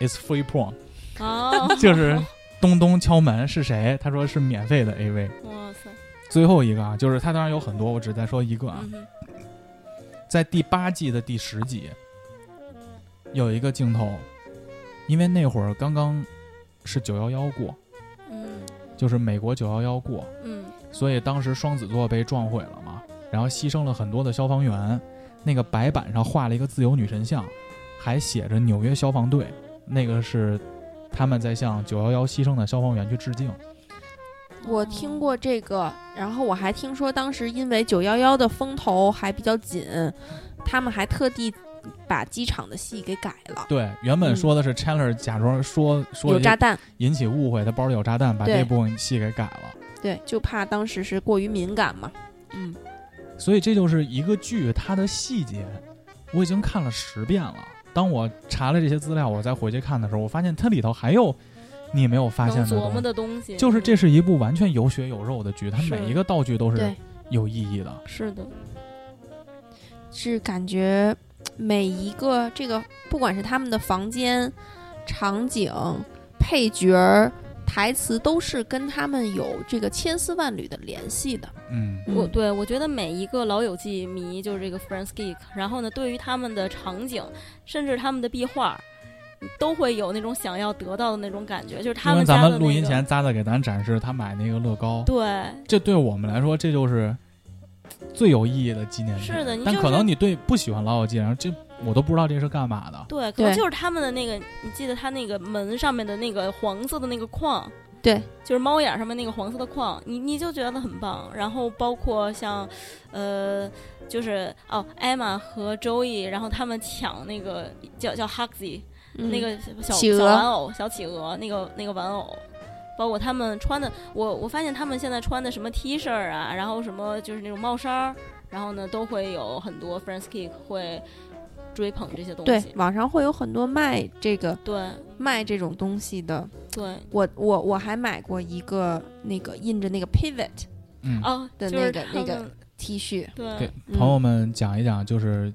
Speaker 3: is free porn，
Speaker 4: 哦，
Speaker 3: 就是东东敲门是谁？他说是免费的 AV。
Speaker 4: 哇塞，
Speaker 3: 最后一个啊，就是他当然有很多，我只再说一个啊，
Speaker 4: 嗯哼，
Speaker 3: 在第八季的第十集有一个镜头，因为那会儿刚刚是九幺幺过，
Speaker 4: 嗯
Speaker 3: 就是美国九幺幺过，
Speaker 4: 嗯
Speaker 3: 所以当时双子座被撞毁了嘛，然后牺牲了很多的消防员。那个白板上画了一个自由女神像，还写着纽约消防队，那个是他们在向九幺幺牺牲的消防员去致敬。
Speaker 2: 我听过这个，然后我还听说当时因为九幺幺的风头还比较紧，他们还特地把机场的戏给改了，
Speaker 3: 对，原本
Speaker 2: 嗯
Speaker 3: 说的是 Chandler 假装说说
Speaker 2: 有
Speaker 3: 一
Speaker 2: 炸弹，
Speaker 3: 引起误会，他包里有炸弹，把
Speaker 2: 对
Speaker 3: 这部分戏给改了。
Speaker 2: 对，就怕当时是过于敏感嘛。嗯，
Speaker 3: 所以这就是一个剧，它的细节我已经看了十遍了。当我查了这些资料，我再回去看的时候，我发现它里头还有你没有发现
Speaker 4: 能
Speaker 3: 的东
Speaker 4: 琢
Speaker 3: 西
Speaker 4: 磨。的东西
Speaker 3: 就是这是一部完全有血有肉的剧，它
Speaker 4: 是
Speaker 3: 每一个道具都是
Speaker 2: 对
Speaker 3: 有意义的。
Speaker 4: 是的，
Speaker 2: 是感觉每一个这个，不管是他们的房间、场景、配角儿，台词都是跟他们有这个千丝万缕的联系的。
Speaker 3: 嗯，
Speaker 4: 我
Speaker 2: 嗯
Speaker 4: 对我觉得每一个老友记迷就是这个 Friends Geek，然后呢，对于他们的场景，甚至他们的壁画，都会有那种想要得到的那种感觉，就
Speaker 3: 就
Speaker 4: 是他
Speaker 3: 跟
Speaker 4: 们
Speaker 3: 咱
Speaker 4: 家的、那
Speaker 3: 们
Speaker 4: 个、
Speaker 3: 录音前，扎子给咱展示他买那个乐高，
Speaker 4: 对
Speaker 3: 这对我们来说，这就是最有意义的纪念日。
Speaker 4: 是的你
Speaker 3: 但
Speaker 4: 就
Speaker 3: 可
Speaker 4: 是
Speaker 3: 能你对不喜欢老友记，然后这我都不知道这是干嘛的。
Speaker 4: 对，可能
Speaker 2: 对
Speaker 4: 就是他们的那个，你记得他那个门上面的那个黄色的那个框，
Speaker 2: 对，
Speaker 4: 就是猫眼上面那个黄色的框，你你就觉得很棒。然后包括像，呃，就是哦，艾玛和周易，然后他们抢那个叫叫 Hugsy。那
Speaker 2: 嗯
Speaker 4: 个小
Speaker 2: 企鹅
Speaker 4: 小玩偶、小企鹅那个那个玩偶，包括他们穿的，我我发现他们现在穿的什么 T 恤啊，然后什么就是那种帽衫儿，然后呢都会有很多 Friends Kick 会追捧这些东
Speaker 2: 对
Speaker 4: 西，。
Speaker 2: 网上会有很多卖这个
Speaker 4: 对
Speaker 2: 卖这种东西的。
Speaker 4: 对
Speaker 2: 我我我还买过一个那个印着那个 pivot
Speaker 3: 嗯，
Speaker 4: 哦，
Speaker 2: 的
Speaker 4: 就
Speaker 2: 那
Speaker 4: 是
Speaker 2: 个
Speaker 4: 他
Speaker 2: 那个
Speaker 4: 们
Speaker 2: T 恤，
Speaker 3: 给
Speaker 4: 对
Speaker 2: 嗯
Speaker 3: 朋友们讲一讲，就是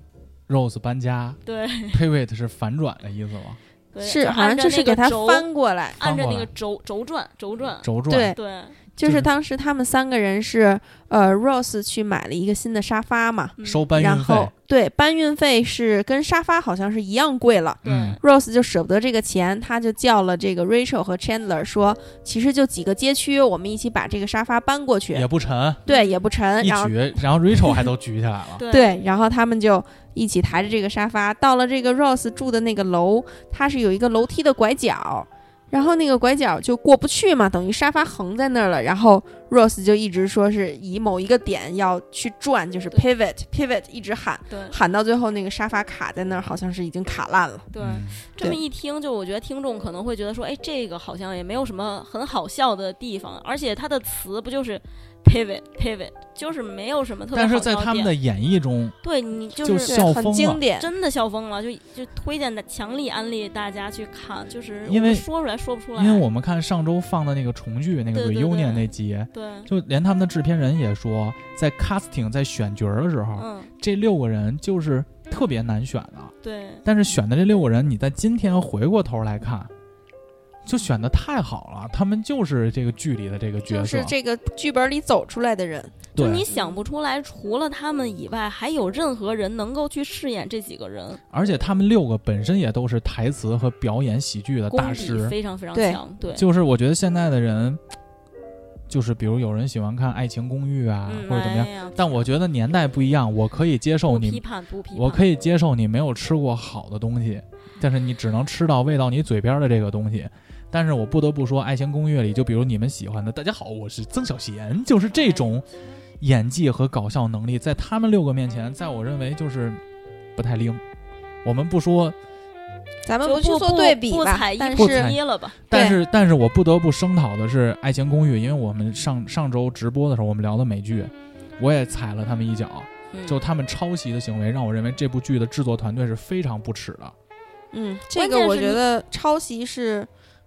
Speaker 3: Rose 搬家
Speaker 4: 对
Speaker 3: ，Pivot 是反转的意思吗？
Speaker 4: 对，
Speaker 2: 是
Speaker 4: 就
Speaker 2: 好像
Speaker 4: 按着
Speaker 2: 就是
Speaker 4: 那
Speaker 2: 给
Speaker 4: 个
Speaker 2: 它
Speaker 4: 轴，
Speaker 2: 翻过来，
Speaker 4: 按
Speaker 3: 翻
Speaker 4: 着
Speaker 3: 过
Speaker 4: 那
Speaker 3: 来
Speaker 4: 个轴轴转轴 转，
Speaker 3: 轴转，
Speaker 2: 对，
Speaker 4: 对，
Speaker 3: 就
Speaker 2: 就
Speaker 3: 是
Speaker 2: 是当时他们三个人是呃，Rose 去买了一个新的沙发嘛，
Speaker 4: 嗯
Speaker 3: 收搬
Speaker 2: 然
Speaker 3: 运费
Speaker 2: 后，对搬运费是跟沙发好像是一样贵了。
Speaker 4: 对
Speaker 3: 嗯
Speaker 2: Rose 就舍不得这个钱，他就叫了这个 Rachel 和 Chandler 说，其实就几个街区，我们一起把这个沙发搬过去，
Speaker 3: 也不沉，
Speaker 2: 对，也不沉。
Speaker 3: 一
Speaker 2: 呃然后
Speaker 3: 举，然后 Rachel 还都举起来了。
Speaker 4: 对
Speaker 2: 对，然后他们就一起抬着这个沙发到了这个 Rose 住的那个楼，它是有一个楼梯的拐角，然后那个拐角就过不去嘛，等于沙发横在那儿了。然后 Rose 就一直说是以某一个点要去转，就是
Speaker 4: 对
Speaker 2: pivot pivot，一直喊
Speaker 3: 嗯
Speaker 4: 对
Speaker 2: 喊到最后那个沙发卡在那儿，好像是已经卡烂了。
Speaker 4: 对。
Speaker 3: 嗯
Speaker 4: 这么
Speaker 2: 对
Speaker 4: 一听，就我觉得听众可能会觉得说，哎，这个好像也没有什么很好笑的地方，而且它的词不就是 pivot pivot，就是没有什么特别
Speaker 3: 但
Speaker 4: 好
Speaker 3: 是
Speaker 4: 笑
Speaker 3: 在他们
Speaker 4: 点
Speaker 3: 的演绎中，
Speaker 4: 对你就
Speaker 3: 就是笑疯
Speaker 2: 对，很
Speaker 3: 了
Speaker 2: 经典。
Speaker 4: 真的笑疯了，就就推荐的强力安利大家去看，就是
Speaker 3: 因为
Speaker 4: 我说出来说不出来，
Speaker 3: 因为我们看上周放的那个重聚那个
Speaker 4: 对对
Speaker 3: reunion
Speaker 4: 对
Speaker 3: 那集，
Speaker 4: 对，
Speaker 3: 就连他们的制片人也说，在 casting 在选角儿的时候，
Speaker 4: 嗯，
Speaker 3: 这六个人就是特别难选的。
Speaker 4: 对
Speaker 3: 但是选的这六个人，你在今天回过头来看，就选的太好了，他们就是这个剧里的这个角
Speaker 2: 就
Speaker 3: 色。
Speaker 2: 是这个剧本里走出来的人，
Speaker 4: 就
Speaker 3: 对
Speaker 4: 你，想不出来，除了他们以外，还有任何人能够去饰演这几个人，
Speaker 3: 而且他们六个本身也都是台词和表演喜剧的
Speaker 4: 功
Speaker 3: 呃大
Speaker 4: 底
Speaker 3: 师。
Speaker 4: 非常非常
Speaker 2: 对
Speaker 4: 强，对，
Speaker 3: 就是我觉得现在的人，就是比如有人喜欢看《爱情公寓》啊，
Speaker 4: 嗯，
Speaker 3: 或者怎么样
Speaker 4: 哎。呀
Speaker 3: 但我觉得年代不一样，我可以接受
Speaker 4: 不
Speaker 3: 你
Speaker 4: 批判不批判，嗯
Speaker 3: 我可以接受你没有吃过好的东西，但是你只能吃到喂到你嘴边儿的这个东西。但是我不得不说，《爱情公寓》里，就比如你们喜欢的，大家好，我是曾小贤，就是这种演技和搞笑能力，在他们六个面前，在我认为就是不太灵。我们不说，
Speaker 2: 咱们
Speaker 4: 就
Speaker 2: 去做对比
Speaker 4: 不
Speaker 2: 吧
Speaker 4: 踩一。
Speaker 2: 但
Speaker 4: 不
Speaker 2: 是
Speaker 3: 踩
Speaker 4: 一了吧？
Speaker 3: 但是但是我不得不声讨的是《爱情公寓》，因为我们上上周直播的时候，我们聊的美剧，我也踩了他们一脚，
Speaker 4: 嗯
Speaker 3: 就他们抄袭的行为，让我认为这部剧的制作团队是非常不耻的。
Speaker 2: 嗯，
Speaker 4: 关
Speaker 2: 这
Speaker 4: 键
Speaker 2: 个我
Speaker 4: 是
Speaker 2: 觉
Speaker 4: 你
Speaker 2: 得抄袭是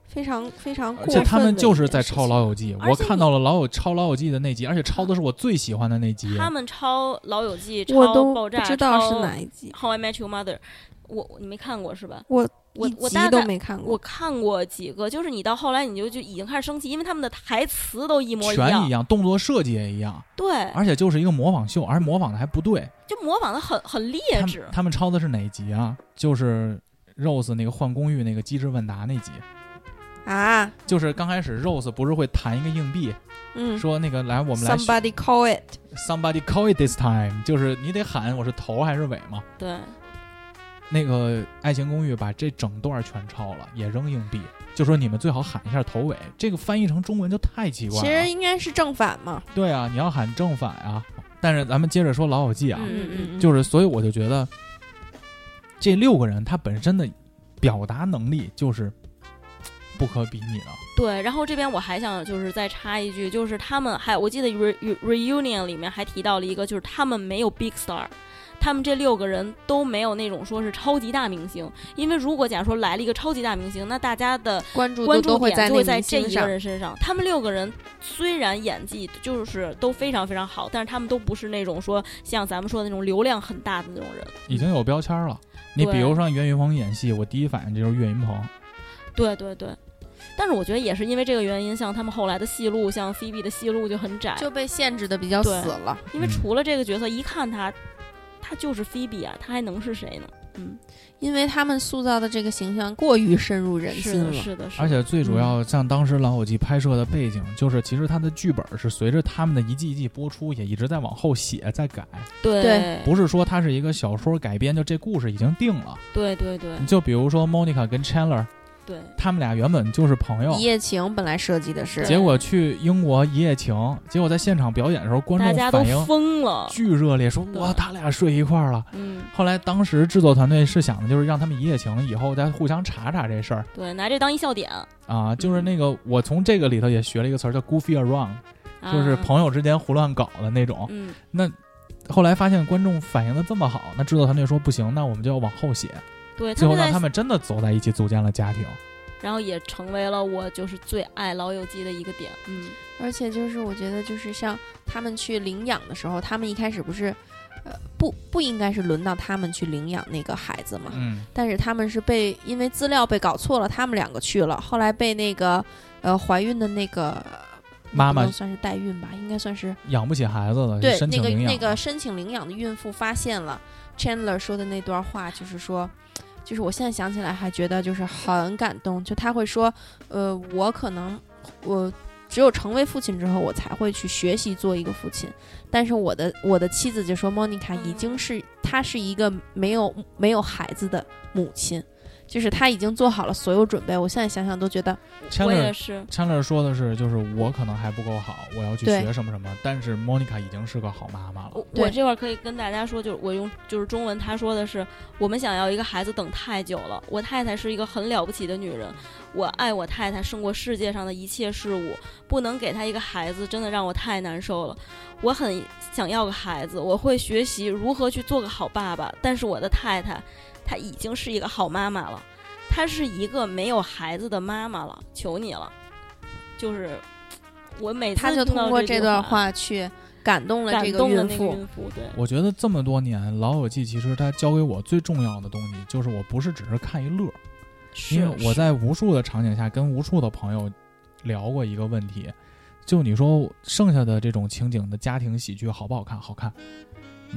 Speaker 2: 非常非常过
Speaker 3: 而
Speaker 2: 分
Speaker 3: 且
Speaker 2: 的一件事情。
Speaker 3: 他们就是在抄《老友记》，
Speaker 4: 而
Speaker 3: 我
Speaker 4: 且
Speaker 3: 看
Speaker 4: 你
Speaker 3: 到了老友抄《老友记》的那集，而且抄的是我最喜欢的那集。
Speaker 4: 他们抄《老友记》，抄
Speaker 2: 我都
Speaker 4: 《爆
Speaker 2: 不
Speaker 4: 炸》，
Speaker 2: 知道是
Speaker 4: 抄
Speaker 2: 哪一集，
Speaker 4: 《How I Met Your Mother》我，我你没看过是吧？
Speaker 2: 我
Speaker 4: 我
Speaker 2: 一
Speaker 4: 我
Speaker 2: 集
Speaker 4: 大
Speaker 2: 都
Speaker 4: 概
Speaker 2: 没看
Speaker 4: 我
Speaker 2: 过。
Speaker 4: 看过几个，就是你到后来你就就已经开始生气，因为他们的台词都一模
Speaker 3: 全一
Speaker 4: 样，
Speaker 3: 样，动作设计也一样，
Speaker 4: 对，
Speaker 3: 而且就是一个模仿秀，而且模仿的还不对。
Speaker 4: 就模仿的很很劣
Speaker 3: 他们
Speaker 4: 质。
Speaker 3: 他们抄的是哪集啊？就是 Rose 那个换公寓那个机智问答那集，
Speaker 2: 啊，
Speaker 3: 就是刚开始 Rose 不是会弹一个硬币，
Speaker 2: 嗯
Speaker 3: 说那个来我们来选
Speaker 2: ，Somebody call it，
Speaker 3: somebody call it this time，就是你得喊我是头还是尾嘛。
Speaker 4: 对，
Speaker 3: 那个《爱情公寓》把这整段全抄了，也扔硬币，就说你们最好喊一下头尾。这个翻译成中文就太奇怪
Speaker 2: 其
Speaker 3: 了。
Speaker 2: 实应该是正反嘛。
Speaker 3: 对啊，你要喊正反啊。但是咱们接着说《老友记》啊，
Speaker 4: 嗯嗯
Speaker 2: 嗯，
Speaker 3: 就是所以我就觉得这六个人他本身的表达能力就是不可比拟的。
Speaker 4: 对，然后这边我还想就是再插一句，就是他们还我记得 re re- reunion 里面还提到了一个，就是他们没有 big star，他们这六个人都没有那种说是超级大明星，因为如果假如说来了一个超级大明星，那大家的
Speaker 2: 关注
Speaker 4: 关
Speaker 2: 度
Speaker 4: 注
Speaker 2: 都会
Speaker 4: 点
Speaker 2: 在
Speaker 4: 就
Speaker 2: 那
Speaker 4: 会在
Speaker 2: 明
Speaker 4: 这
Speaker 2: 星
Speaker 4: 一个
Speaker 2: 上。
Speaker 4: 人身上。他们六个人虽然演技就是都非常非常好，但是他们都不是那种说像咱们说的那种流量很大的那种人。
Speaker 3: 已经有标签了。你比
Speaker 4: 对
Speaker 3: 如说袁云鹏演戏，我第一反应就是岳云鹏。
Speaker 4: 对对对，但是我觉得也是因为这个原因，像他们后来的戏路，像菲比的戏路就很窄，
Speaker 2: 就被限制的比较死
Speaker 4: 对
Speaker 2: 了。
Speaker 4: 因为
Speaker 3: 嗯
Speaker 4: 除了这个角色，一看他，他就是菲比啊，他还能是谁呢？
Speaker 2: 因为他们塑造的这个形象过于深入人
Speaker 4: 是
Speaker 2: 心
Speaker 4: 的，
Speaker 2: 了。
Speaker 4: 是的，是的。嗯
Speaker 3: 而且最主要，像当时《老友记》拍摄的背景，就是其实它的剧本是随着他们的一季一季播出，也一直在往后写、在改，
Speaker 4: 对
Speaker 2: 对
Speaker 3: 不是说它是一个小说改编，就这故事已经定了。
Speaker 4: 对对对
Speaker 3: 你就比如说 Monica 跟 Chandler，
Speaker 4: 对，
Speaker 3: 他们俩原本就是朋友
Speaker 2: 一，夜情本来设计的是
Speaker 3: 结果去英国一夜情，结果在现场表演的时候，观
Speaker 4: 大
Speaker 3: 众
Speaker 4: 家都
Speaker 3: 反应
Speaker 4: 疯了，
Speaker 3: 巨热烈，说
Speaker 4: 对
Speaker 3: 哇，他俩睡一块儿了。
Speaker 4: 嗯，
Speaker 3: 后来当时制作团队是想的就是让他们一夜情以后再互相查查这事儿
Speaker 4: 对，拿这当一笑点，
Speaker 3: 啊，
Speaker 4: 嗯
Speaker 3: 就是那个我从这个里头也学了一个词儿叫 goofy around，就是
Speaker 4: 啊，
Speaker 3: 朋友之间胡乱搞的那种。
Speaker 4: 嗯，
Speaker 3: 那后来发现观众反应的这么好，那制作团队说不行，那我们就要往后写，
Speaker 4: 对，
Speaker 3: 最
Speaker 4: 他
Speaker 3: 后
Speaker 4: 们
Speaker 3: 让
Speaker 4: 在
Speaker 3: 他，们真的走在一起，组建了家庭。
Speaker 4: 然后也成为了我就是最爱《老友记》的一个点，嗯，
Speaker 2: 而且就是我觉得就是像他们去领养的时候，他们一开始不是。呃，不，不应该是轮到他们去领养那个孩子嘛？
Speaker 3: 嗯，
Speaker 2: 但是他们是被因为资料被搞错了，他们两个去了，后来被那个呃怀孕的那个
Speaker 3: 妈
Speaker 2: 不
Speaker 3: 妈
Speaker 2: 能算是代孕吧，应该算是
Speaker 3: 养不起孩子了，就
Speaker 2: 对
Speaker 3: 申
Speaker 2: 那
Speaker 3: 请
Speaker 2: 个
Speaker 3: 领养。
Speaker 2: 那个申请领养的孕妇发现了 Chandler 说的那段话，就是说，就是我现在想起来还觉得就是很感动。就他会说，呃，我可能我只有成为父亲之后，我才会去学习做一个父亲。但是我的我的妻子就说，Monica 已经
Speaker 4: 嗯
Speaker 2: 是她是一个没有没有孩子的母亲。就是她已经做好了所有准备，我现在想想都觉得
Speaker 4: 我
Speaker 3: Chandler
Speaker 4: 也是，
Speaker 3: Chandler 说的是，就是我可能还不够好，我要去
Speaker 2: 对
Speaker 3: 学什么什么，但是 Monica 已经是个好妈妈了。
Speaker 4: 我我
Speaker 2: 对
Speaker 4: 这块儿可以跟大家说，就是我用就是中文，他说的是我们想要一个孩子等太久了。我太太是一个很了不起的女人，我爱我太太胜过世界上的一切事物，不能给她一个孩子，真的让我太难受了。我很想要个孩子，我会学习如何去做个好爸爸，但是我的太太，她已经是一个好妈妈了，她是一个没有孩子的妈妈了，求你了，就是。我每次
Speaker 2: 她就
Speaker 4: 听到
Speaker 2: 通过
Speaker 4: 这句
Speaker 2: 段话去感动了
Speaker 4: 感
Speaker 2: 这
Speaker 4: 动了
Speaker 2: 孕
Speaker 4: 那个
Speaker 2: 妇。
Speaker 4: 孕妇，对，
Speaker 3: 我觉得这么多年，《老友记》其实它教给我最重要的东西，就是我不是只是看一乐，
Speaker 4: 是
Speaker 3: 因为我在无数的场景下跟无数的朋友聊过一个问题，就你说剩下的这种情景的家庭喜剧好不好看？好看，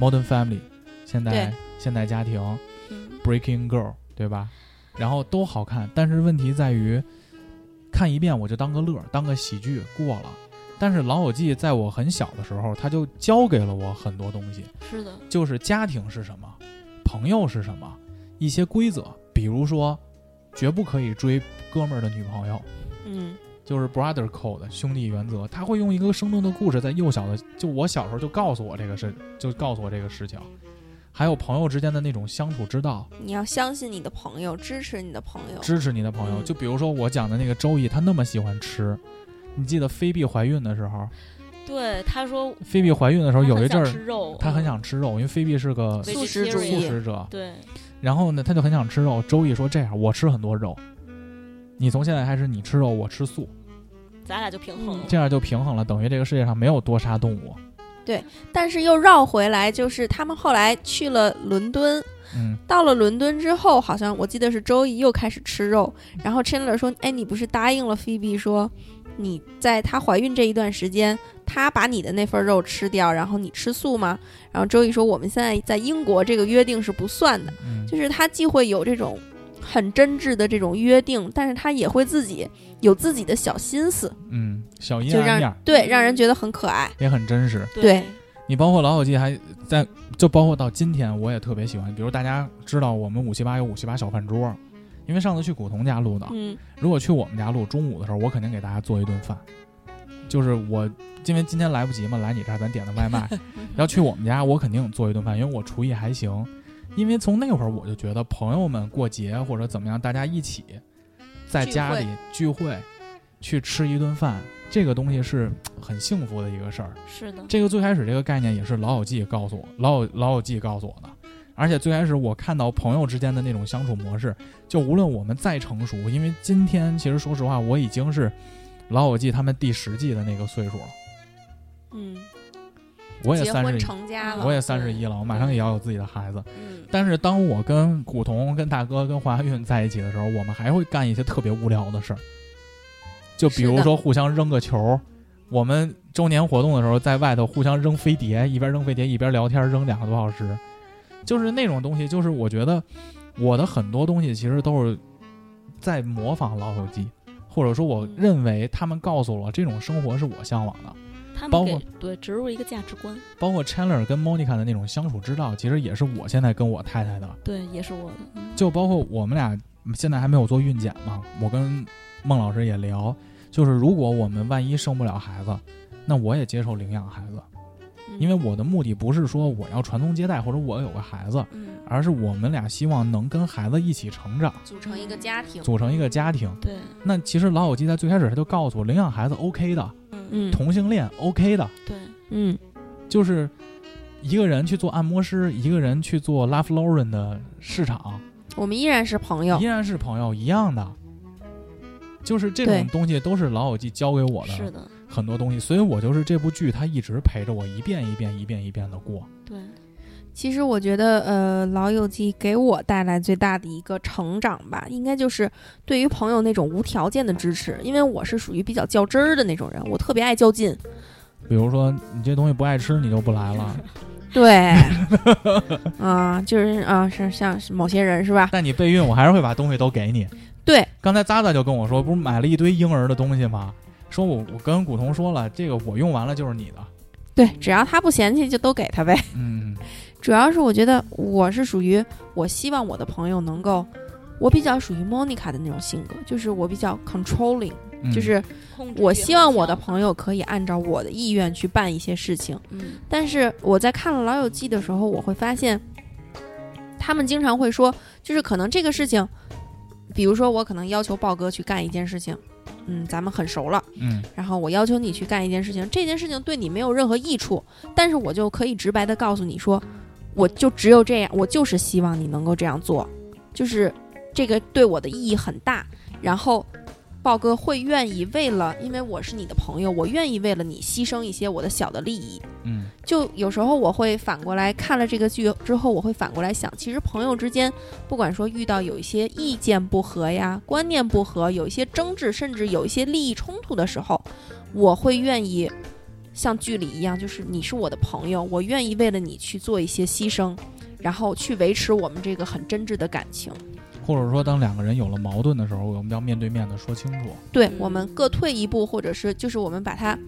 Speaker 3: 《Modern Family》现代
Speaker 2: 对
Speaker 3: 现代家庭，《
Speaker 4: 嗯
Speaker 3: Breaking Girl》对吧？然后都好看，但是问题在于，看一遍我就当个乐儿，当个喜剧过了。但是《老友记》在我很小的时候，它就教给了我很多东西。
Speaker 4: 是的，
Speaker 3: 就是家庭是什么，朋友是什么，一些规则，比如说，绝不可以追哥们儿的女朋友，
Speaker 2: 嗯，
Speaker 3: 就是 brother code 兄弟原则。他会用一个生动的故事，在幼小的，就我小时候就告诉我这个事，就告诉我这个事情。还有朋友之间的那种相处之道，
Speaker 2: 你要相信你的朋友，支持你的朋友。
Speaker 3: 支持你的朋友。
Speaker 2: 嗯
Speaker 3: 就比如说我讲的那个周易，他那么喜欢吃，你记得菲比怀孕的时候，
Speaker 4: 对，他说
Speaker 3: 菲比怀孕的时候
Speaker 4: 他
Speaker 3: 有一
Speaker 4: 很
Speaker 3: 阵
Speaker 4: 想
Speaker 3: 儿，
Speaker 4: 吃肉，
Speaker 3: 她很想吃肉，因为菲比是个
Speaker 4: 嗯
Speaker 2: 素食主
Speaker 4: vegetarian
Speaker 3: 素
Speaker 2: 义
Speaker 3: 食者，
Speaker 4: 对，
Speaker 3: 然后呢，他就很想吃肉。周易说：“这样，我吃很多肉，你从现在开始你吃肉，我吃素，
Speaker 4: 咱俩就平衡了
Speaker 3: 嗯这，样就平衡了，等于这个世界上没有多杀动物。
Speaker 2: 但是又绕回来，就是他们后来去了伦敦，”
Speaker 3: 嗯，
Speaker 2: 到了伦敦之后，好像我记得是周易又开始吃肉，然后 Chandler 说：“哎，你不是答应了菲比说，你在她怀孕这一段时间，她把你的那份肉吃掉，然后你吃素吗？”然后周易说：“我们现在在英国这个约定是不算的。”
Speaker 3: 嗯
Speaker 2: 就是他既会有这种很真挚的这种约定，但是他也会自己有自己的小心思，
Speaker 3: 嗯，小阴
Speaker 2: 就
Speaker 3: 暗
Speaker 2: 让
Speaker 3: 面儿
Speaker 2: 对让人觉得很可爱。
Speaker 3: 也很真实。
Speaker 2: 对
Speaker 3: 你包括老友记还在，就包括到今天我也特别喜欢。比如大家知道我们五七八有五七八小饭桌，因为上次去古潼家录的，
Speaker 2: 嗯，
Speaker 3: 如果去我们家录，中午的时候我肯定给大家做一顿饭，就是我因为今天来不及嘛，来你这儿咱点的外 卖，要去我们家我肯定做一顿饭，因为我厨艺还行。因为从那会儿我就觉得朋友们过节或者怎么样，大家一起在家里聚会，去吃一顿饭，这个东西是嘖很幸福的一个事儿。
Speaker 4: 是的，
Speaker 3: 这个最开始这个概念也是老友记告诉我，老友老友记告诉我的。而且最开始我看到朋友之间的那种相处模式，就无论我们再成熟，因为今天其实说实话，我已经是老友记他们第十季的那个岁数了，
Speaker 2: 嗯，
Speaker 3: 我也
Speaker 2: 结
Speaker 3: 三
Speaker 2: 婚
Speaker 3: 十一，
Speaker 2: 成家了，
Speaker 3: 我也三十一了，我马上也要有自己的孩子。
Speaker 4: 嗯，
Speaker 3: 但是当我跟古潼、跟大哥、跟华运在一起的时候，我们还会干一些特别无聊的事儿，就比如
Speaker 2: 是
Speaker 3: 说互相扔个球，我们周年活动的时候在外头互相扔飞碟，一边扔飞碟一边聊天，扔两个多小时，就是那种东西。就是我觉得我的很多东西其实都是在模仿老友记，或者说我认为他们告诉我这种生活是我向往的。
Speaker 4: 他
Speaker 3: 包
Speaker 4: 们
Speaker 3: 括
Speaker 4: 给对植入一个价值观，
Speaker 3: 包括 Chandler 跟 Monica 的那种相处之道，其实也是我现在跟我太太的。
Speaker 4: 对，也是我的。嗯
Speaker 3: 就包括我们俩现在还没有做孕检嘛，我跟孟老师也聊，就是如果我们万一生不了孩子，那我也接受领养孩子，
Speaker 4: 嗯
Speaker 3: 因为我的目的不是说我要传宗接代或者我有个孩子，
Speaker 4: 嗯，
Speaker 3: 而是我们俩希望能跟孩子一起成长，
Speaker 2: 组成一个家庭，
Speaker 3: 组成一个家庭。
Speaker 4: 对，
Speaker 3: 那其实老友记在最开始他就告诉我，领养孩子 OK 的，
Speaker 4: 嗯，
Speaker 5: 嗯
Speaker 3: 同性恋 OK 的，
Speaker 4: 对，
Speaker 5: 嗯，
Speaker 3: 就是一个人去做按摩师，一个人去做 Love Lauren 的市场，
Speaker 2: 我们依然是朋友
Speaker 3: 依。然是朋友一样的，就是这
Speaker 2: 对
Speaker 3: 种东西都是老友记教给我
Speaker 4: 是
Speaker 3: 的
Speaker 4: 的，
Speaker 3: 很多东西，所以我就是这部剧，它一直陪着我一遍一遍一遍一遍的过。
Speaker 4: 对，
Speaker 2: 其实我觉得，呃，《老友记》给我带来最大的一个成长吧，应该就是对于朋友那种无条件的支持。因为我是属于比较较真儿的那种人，我特别爱较 劲。
Speaker 3: 比如说你这东西不爱吃，你就不来 了，
Speaker 2: 对，啊、就是啊、是像是某些人是吧？
Speaker 3: 但你备孕，我还是会把东西都给你。
Speaker 2: 对，
Speaker 3: 刚才扎扎就跟我说，不是买了一堆婴儿的东西吗？说我我跟古潼说了，这个我用完了就是你的。
Speaker 2: 对，只要他不嫌弃，就都给他呗。
Speaker 3: 嗯，
Speaker 2: 主要是我觉得我是属于我希望我的朋友能够，我比较属于 Monica 的那种性格，就是我比较 controlling，、
Speaker 3: 嗯
Speaker 2: 就是
Speaker 4: 控制
Speaker 2: 我
Speaker 4: 欲
Speaker 2: 希
Speaker 4: 很
Speaker 2: 望我的
Speaker 4: 强，
Speaker 2: 朋友可以按照我的意愿去办一些事情。
Speaker 4: 嗯，
Speaker 2: 但是我在看了《老友记》的时候，我会发现，他们经常会说，就是可能这个事情，比如说我可能要求豹哥去干一件事情，嗯，咱们很熟了，
Speaker 3: 嗯，
Speaker 2: 然后我要求你去干一件事情，这件事情对你没有任何益处，但是我就可以直白的告诉你说，我就只有这样，我就是希望你能够这样做，就是这个对我的意义很大。然后，豹哥会愿意为了，因为我是你的朋友，我愿意为了你牺牲一些我的小的利益。
Speaker 3: 嗯，
Speaker 2: 就有时候我会反过来看了这个剧之后，我会反过来想，其实朋友之间，不管说遇到有一些意见不合呀、观念不合、有一些争执，甚至有一些利益冲突的时候，我会愿意像剧里一样，就是你是我的朋友，我愿意为了你去做一些牺牲，然后去维持我们这个很真挚的感情。
Speaker 3: 或者说当两个人有了矛盾的时候，我们要面对面的说清楚。
Speaker 2: 对
Speaker 4: 嗯
Speaker 2: 我们各退一步，或者是就是我们把它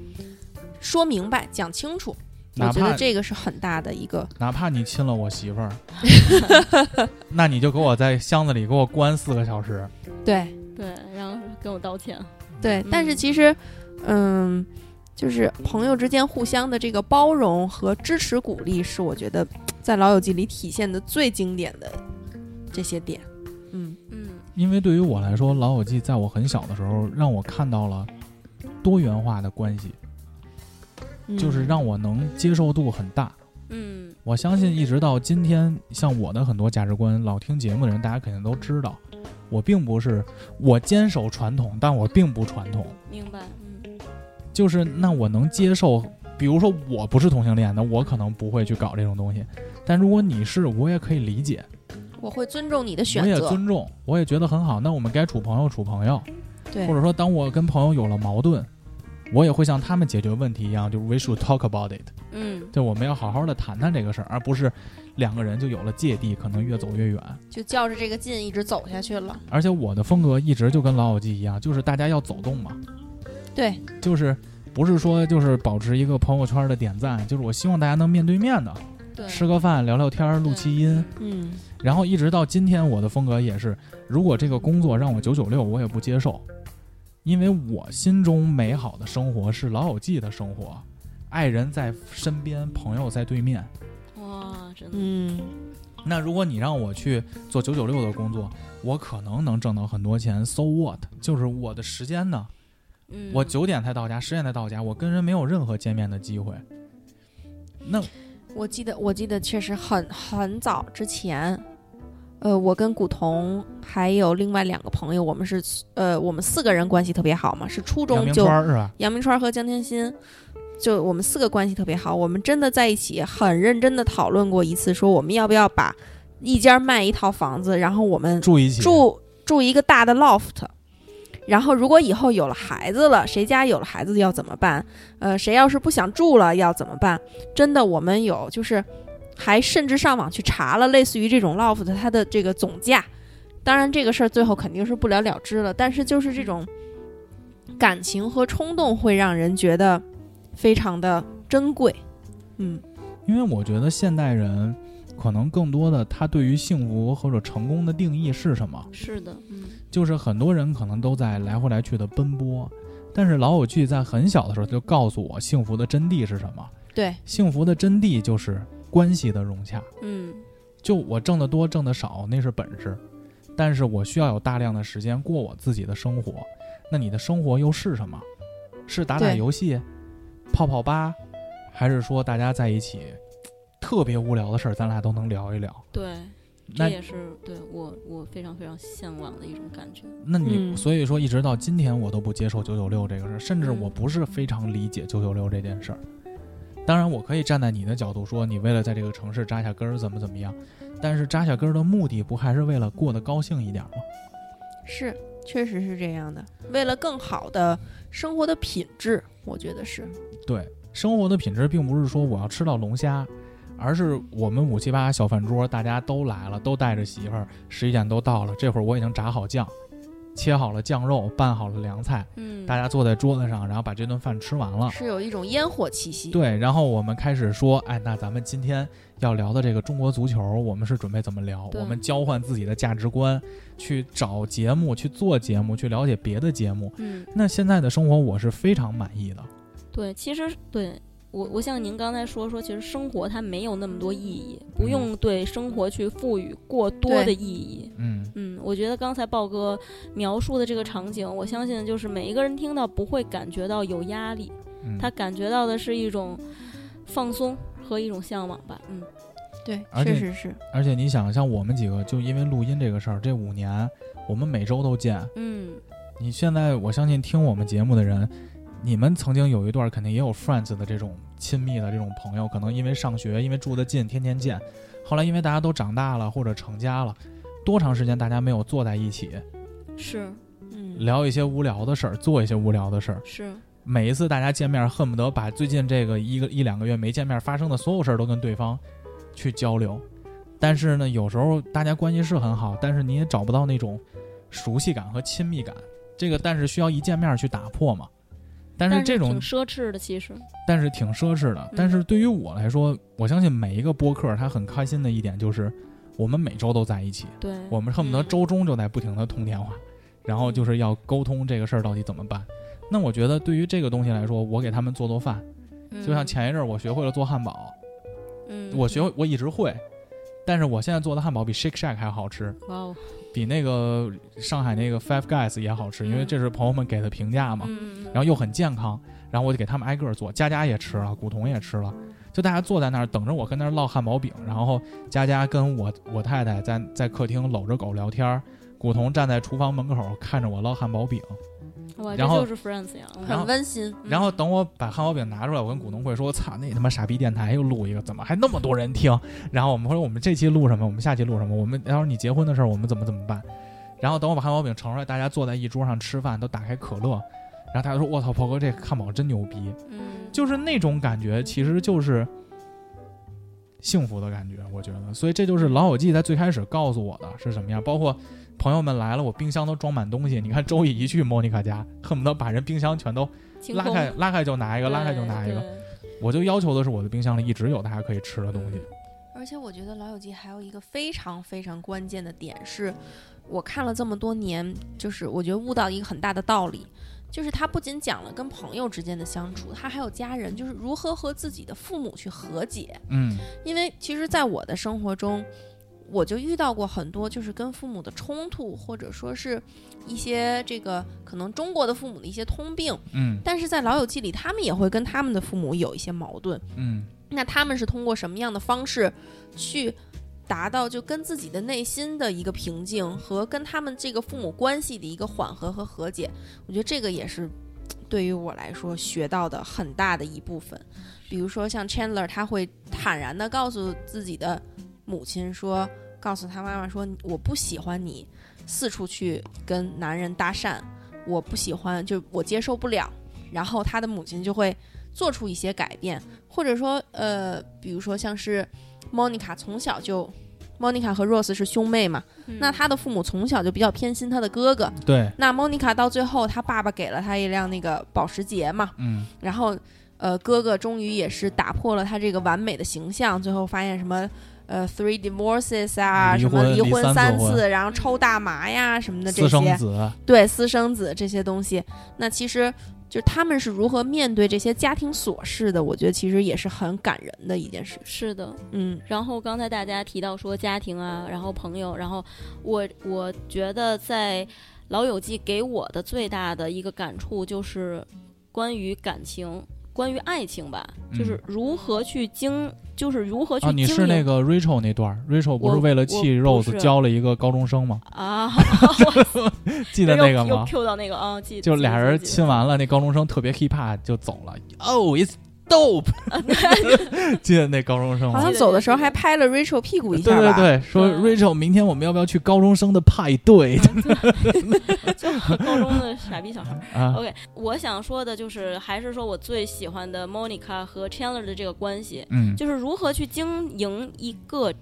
Speaker 2: 说明白、讲清楚，我
Speaker 3: 哪
Speaker 2: 觉
Speaker 3: 怕
Speaker 2: 得这个是很大的一个。
Speaker 3: 哪怕你亲了我媳妇儿，那你就给我在箱子里给我关四个小时。
Speaker 2: 对，
Speaker 4: 对，然后跟我道歉，
Speaker 2: 对，但是
Speaker 4: 嗯
Speaker 2: 其实，嗯，就是朋友之间互相的这个包容和支持鼓励，是我觉得在《老友记》里体现的最经典的这些点。嗯，
Speaker 4: 嗯，
Speaker 3: 因为对于我来说，《老友记》在我很小的时候，让我看到了多元化的关系，
Speaker 2: 嗯
Speaker 3: 就是让我能接受度很大。
Speaker 4: 嗯，
Speaker 3: 我相信一直到今天，像我的很多价值观，老听节目的人大家肯定都知道，我并不是我坚守传统，但我并不传统。
Speaker 4: 明白，嗯，
Speaker 3: 就是那我能接受，比如说我不是同性恋，那我可能不会去搞这种东西。但如果你是，我也可以理解。
Speaker 2: 我会尊重你的选
Speaker 3: 我也
Speaker 2: 择。
Speaker 3: 尊重，我也觉得很好。那我们该处朋友处朋友，
Speaker 2: 对
Speaker 3: 或者说当我跟朋友有了矛盾，我也会像他们解决问题一样，就是 we should talk about it，
Speaker 4: 嗯，
Speaker 3: 就我们要好好的谈谈这个事儿，而不是两个人就有了芥蒂，可能越走越远。
Speaker 2: 就较着这个劲一直走下去了。
Speaker 3: 而且我的风格一直就跟老友记一样，就是大家要走动嘛，
Speaker 2: 对，
Speaker 3: 就是不是说就是保持一个朋友圈的点赞，就是我希望大家能面对面的
Speaker 4: 对，
Speaker 3: 吃个饭聊聊天儿，录期音。
Speaker 2: 嗯，
Speaker 3: 然后一直到今天，我的风格也是，如果这个工作让我九九六，我也不接受，因为我心中美好的生活是老友记的生活，爱人在身边，朋友在对面。
Speaker 4: 哇，真的，
Speaker 2: 嗯，
Speaker 3: 那如果你让我去做九九六的工作，我可能能挣到很多钱，so what？就是我的时间呢？
Speaker 4: 嗯，
Speaker 3: 我九点才到家，十点才到家，我跟人没有任何见面的机会。那
Speaker 2: 我记得，我记得确实很很早之前。呃，我跟古潼还有另外两个朋友，我们是呃，我们四个人关系特别好嘛，是初
Speaker 3: 杨
Speaker 2: 中
Speaker 3: 明
Speaker 2: 就
Speaker 3: 川是吧？
Speaker 2: 杨明川和江天心，就我们四个关系特别好，我们真的在一起很认真的讨论过一次，说我们要不要把一家卖一套房子，然后我们
Speaker 3: 住一起，
Speaker 2: 住住一个大的 loft，
Speaker 5: 然后，如果以后有了孩子了，谁家有了孩子要怎么办？呃，谁要是不想住了要怎么办？真的，我们有就是还甚至上网去查了类似于这种 loft 的它的这个总价。当然，这个事儿最后肯定是不了了之了，但是就是这种感情和冲动会让人觉得非常的珍贵。嗯，
Speaker 3: 因为我觉得现代人可能更多的他对于幸福或者成功的定义是什么？
Speaker 4: 是的，嗯，
Speaker 3: 就是很多人可能都在来回来去的奔波，但是老友记在很小的时候就告诉我幸福的真谛是什么。
Speaker 5: 对，
Speaker 3: 幸福的真谛就是关系的融洽。
Speaker 4: 嗯，
Speaker 3: 就我挣得多挣得少那是本事，但是我需要有大量的时间过我自己的生活。那你的生活又是什么？是打打
Speaker 5: 对
Speaker 3: 游戏、泡泡吧，还是说大家在一起特别无聊的事儿，咱俩都能聊一聊？
Speaker 4: 对，
Speaker 3: 那
Speaker 4: 这也是对我我非常非常向往的一种感觉。
Speaker 3: 那你、
Speaker 5: 嗯
Speaker 3: 所以说一直到今天我都不接受九九六这个事儿，甚至
Speaker 4: 嗯
Speaker 3: 我不是非常理解九九六这件事儿。当然，我可以站在你的角度说，你为了在这个城市扎下根儿怎么怎么样，但是扎下根儿的目的不还是为了过得高兴一点吗？
Speaker 5: 是，确实是这样的。为了更好的生活的品质，我觉得是
Speaker 3: 对，生活的品质并不是说我要吃到龙虾，而是我们五七八小饭桌大家都来了，都带着媳妇儿，十一点都到了，这会儿我已经炸好酱，切好了酱肉，拌好了凉菜，
Speaker 4: 嗯，
Speaker 3: 大家坐在桌子上，然后把这顿饭吃完了。
Speaker 5: 是有一种烟火气息。
Speaker 3: 对，然后我们开始说，哎，那咱们今天要聊的这个中国足球，我们是准备怎么聊？
Speaker 4: 对
Speaker 3: 我们交换自己的价值观，去找节目，去做节目，去了解别的节目。
Speaker 4: 嗯，
Speaker 3: 那现在的生活我是非常满意的，
Speaker 4: 对，其实对我，我像您刚才说说，其实生活它没有那么多意义，
Speaker 3: 嗯
Speaker 4: 不用对生活去赋予过多的
Speaker 5: 对
Speaker 4: 意义。
Speaker 3: 嗯，
Speaker 4: 嗯，我觉得刚才豹哥描述的这个场景，我相信就是每一个人听到不会感觉到有压力，
Speaker 3: 嗯
Speaker 4: 他感觉到的是一种放松和一种向往吧。嗯，
Speaker 5: 对，
Speaker 3: 而
Speaker 5: 确
Speaker 3: 且
Speaker 5: 实是。
Speaker 3: 而且你想，像我们几个就因为录音这个事儿，这五年我们每周都见。
Speaker 4: 嗯，
Speaker 3: 你现在我相信听我们节目的人，你们曾经有一段肯定也有 friends 的这种亲密的这种朋友，可能因为上学，因为住得近，天天见。后来因为大家都长大了或者成家了，多长时间大家没有坐在一起
Speaker 4: 是
Speaker 5: 嗯，
Speaker 3: 聊一些无聊的事儿，做一些无聊的事儿？
Speaker 4: 是，
Speaker 3: 每一次大家见面，恨不得把最近这个一个一两个月没见面发生的所有事儿都跟对方去交流。但是呢，有时候大家关系是很好，但是你也找不到那种熟悉感和亲密感。这个但是需要一见面去打破嘛。但是嗯
Speaker 4: 但
Speaker 3: 这种
Speaker 4: 挺奢侈的，其实
Speaker 3: 但是挺奢侈的。但是对于我来说，我相信每一个播客他很开心的一点就是，我们每周都在一起，
Speaker 4: 对，
Speaker 3: 我们恨不得周中就在不停的通电话，然后就是要沟通这个事儿到底怎么办。那我觉得对于这个东西来说，我给他们做做饭，就像前一阵儿我学会了做汉堡，
Speaker 4: 嗯，嗯，
Speaker 3: 我学会我一直会，但是我现在做的汉堡比 Shake Shack 还好吃，
Speaker 4: 哇哦，
Speaker 3: 比那个上海那个 Five Guys 也好吃，因为
Speaker 4: 嗯
Speaker 3: 这是朋友们给的评价嘛，
Speaker 4: 嗯，
Speaker 3: 然后又很健康，然后我就给他们挨个儿做，佳佳也吃了，古潼也吃了。就大家坐在那儿等着我跟那儿烙汉堡饼，然后佳佳跟我我太太在在客厅搂着狗聊天儿，古潼站在厨房门口看着我烙汉堡饼，
Speaker 4: 后哇，
Speaker 3: 然后
Speaker 4: 这就是 Friends 呀，嗯
Speaker 3: 然后
Speaker 2: 很温馨。
Speaker 3: 然后等我把汉堡饼拿出来，我跟股东会说：“操，那他妈傻逼电台又录一个，怎么还那么多人听？”然后我们会说：“我们这期录什么？我们下期录什么？我们然后你结婚的事儿，我们怎么怎么办？”然后等我把汉堡饼盛出来，大家坐在一桌上吃饭，都打开可乐，然后大家说：“我操，炮哥这汉堡真牛逼！”
Speaker 4: 嗯，
Speaker 3: 就是那种感觉，其实就是幸福的感觉，我觉得。所以这就是《老友记》在最开始告诉我的是什么样，包括朋友们来了，我冰箱都装满东西。你看周易一去莫妮卡家，恨不得把人冰箱全都
Speaker 4: 清
Speaker 3: 拉
Speaker 4: 空
Speaker 3: 开， 拉开就拿一个，拉开就拿一个。，我就要求的是我的冰箱里一直有大家可以吃的东西。
Speaker 2: 而且我觉得《老友记》还有一个非常非常关键的点是，我看了这么多年，就是我觉得悟到一个很大的道理，就是他不仅讲了跟朋友之间的相处，他还有家人，就是如何和自己的父母去和解。
Speaker 3: 嗯
Speaker 2: 因为其实，在我的生活中，我就遇到过很多就是跟父母的冲突，或者说是一些这个可能中国的父母的一些通病。
Speaker 3: 嗯
Speaker 2: 但是在《老友记》里，他们也会跟他们的父母有一些矛盾。
Speaker 3: 嗯
Speaker 2: 那他们是通过什么样的方式去达到就跟自己的内心的一个平静和跟他们这个父母关系的一个缓和和和解？我觉得这个也是对于我来说学到的很大的一部分。比如说像 Chandler，他会坦然的告诉自己的母亲说，告诉他妈妈说我不喜欢你四处去跟男人搭讪。我不喜欢，就我接受不了，然后他的母亲就会做出一些改变，或者说呃，比如说像是 Monica 从小就。Monica 和 Rose 是兄妹嘛？
Speaker 4: 嗯
Speaker 2: 那她的父母从小就比较偏心她的哥哥。
Speaker 3: 对，
Speaker 2: 那 Monica 到最后，她爸爸给了她一辆那个保时捷嘛，
Speaker 3: 嗯，
Speaker 2: 然后呃，哥哥终于也是打破了他这个完美的形象，最后发现什么呃 three divorces 啊，
Speaker 3: 离
Speaker 2: 什么
Speaker 3: 婚
Speaker 2: 离
Speaker 3: 离
Speaker 2: 婚
Speaker 3: 三次
Speaker 2: 三
Speaker 3: 婚
Speaker 2: 次，然后抽大麻呀什么的这
Speaker 3: 私生
Speaker 2: 些，
Speaker 3: 子，
Speaker 2: 对私生子这些东西，那其实。就他们是如何面对这些家庭琐事的，我觉得其实也是很感人的一件事。
Speaker 4: 是的，
Speaker 2: 嗯，
Speaker 4: 然后刚才大家提到说家庭啊，然后朋友，然后我我觉得在《老友记》给我的最大的一个感触就是关于感情，关于爱情吧，
Speaker 3: 嗯
Speaker 4: 就是如何去经，就是如何去
Speaker 3: 啊，
Speaker 4: 经营。
Speaker 3: 你是那个 Rachel 那段儿，Rachel 不
Speaker 4: 我
Speaker 3: 是为了
Speaker 4: 我
Speaker 3: 气
Speaker 4: 不
Speaker 3: Rose
Speaker 4: 是
Speaker 3: 教了一个高中生吗？
Speaker 4: 啊，
Speaker 3: 记得那个
Speaker 4: 又又
Speaker 3: 吗？
Speaker 4: Q 到那个啊，记
Speaker 3: 就俩人
Speaker 4: 亲
Speaker 3: 亲完了，那高中生特别 hip hop 就走了。Oh, it's dope！记得那高中生
Speaker 2: 好
Speaker 3: 吗？
Speaker 2: 像走的时候还拍了 Rachel 屁股
Speaker 3: 哦对
Speaker 2: 一下
Speaker 3: 对
Speaker 2: 吧？
Speaker 3: 对，说
Speaker 4: 嗯
Speaker 3: Rachel，明天我们要不要去高中生的派对
Speaker 4: 就高中的傻逼小孩。
Speaker 3: 啊？
Speaker 4: OK，我想说的就是，还是说我最喜欢的 Monica 和 Chandler 的这个关系，
Speaker 3: 嗯，
Speaker 4: 就是如何去经营一个，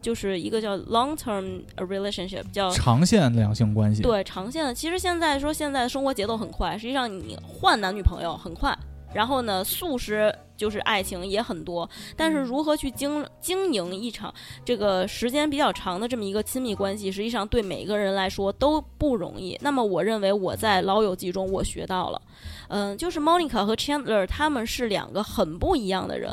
Speaker 4: 就是一个叫 long term relationship，叫
Speaker 3: 长线两性关系。
Speaker 4: 对长线的。其实现在说现在生活节奏很快，实际上你换男女朋友很快，然后呢，速食就是爱情也很多，但是如何去经经营一场这个时间比较长的这么一个亲密关系，实际上对每个人来说都不容易。那么我认为我在《老友记》中我学到了，嗯，就是 Monica 和 Chandler 他们是两个很不一样的人。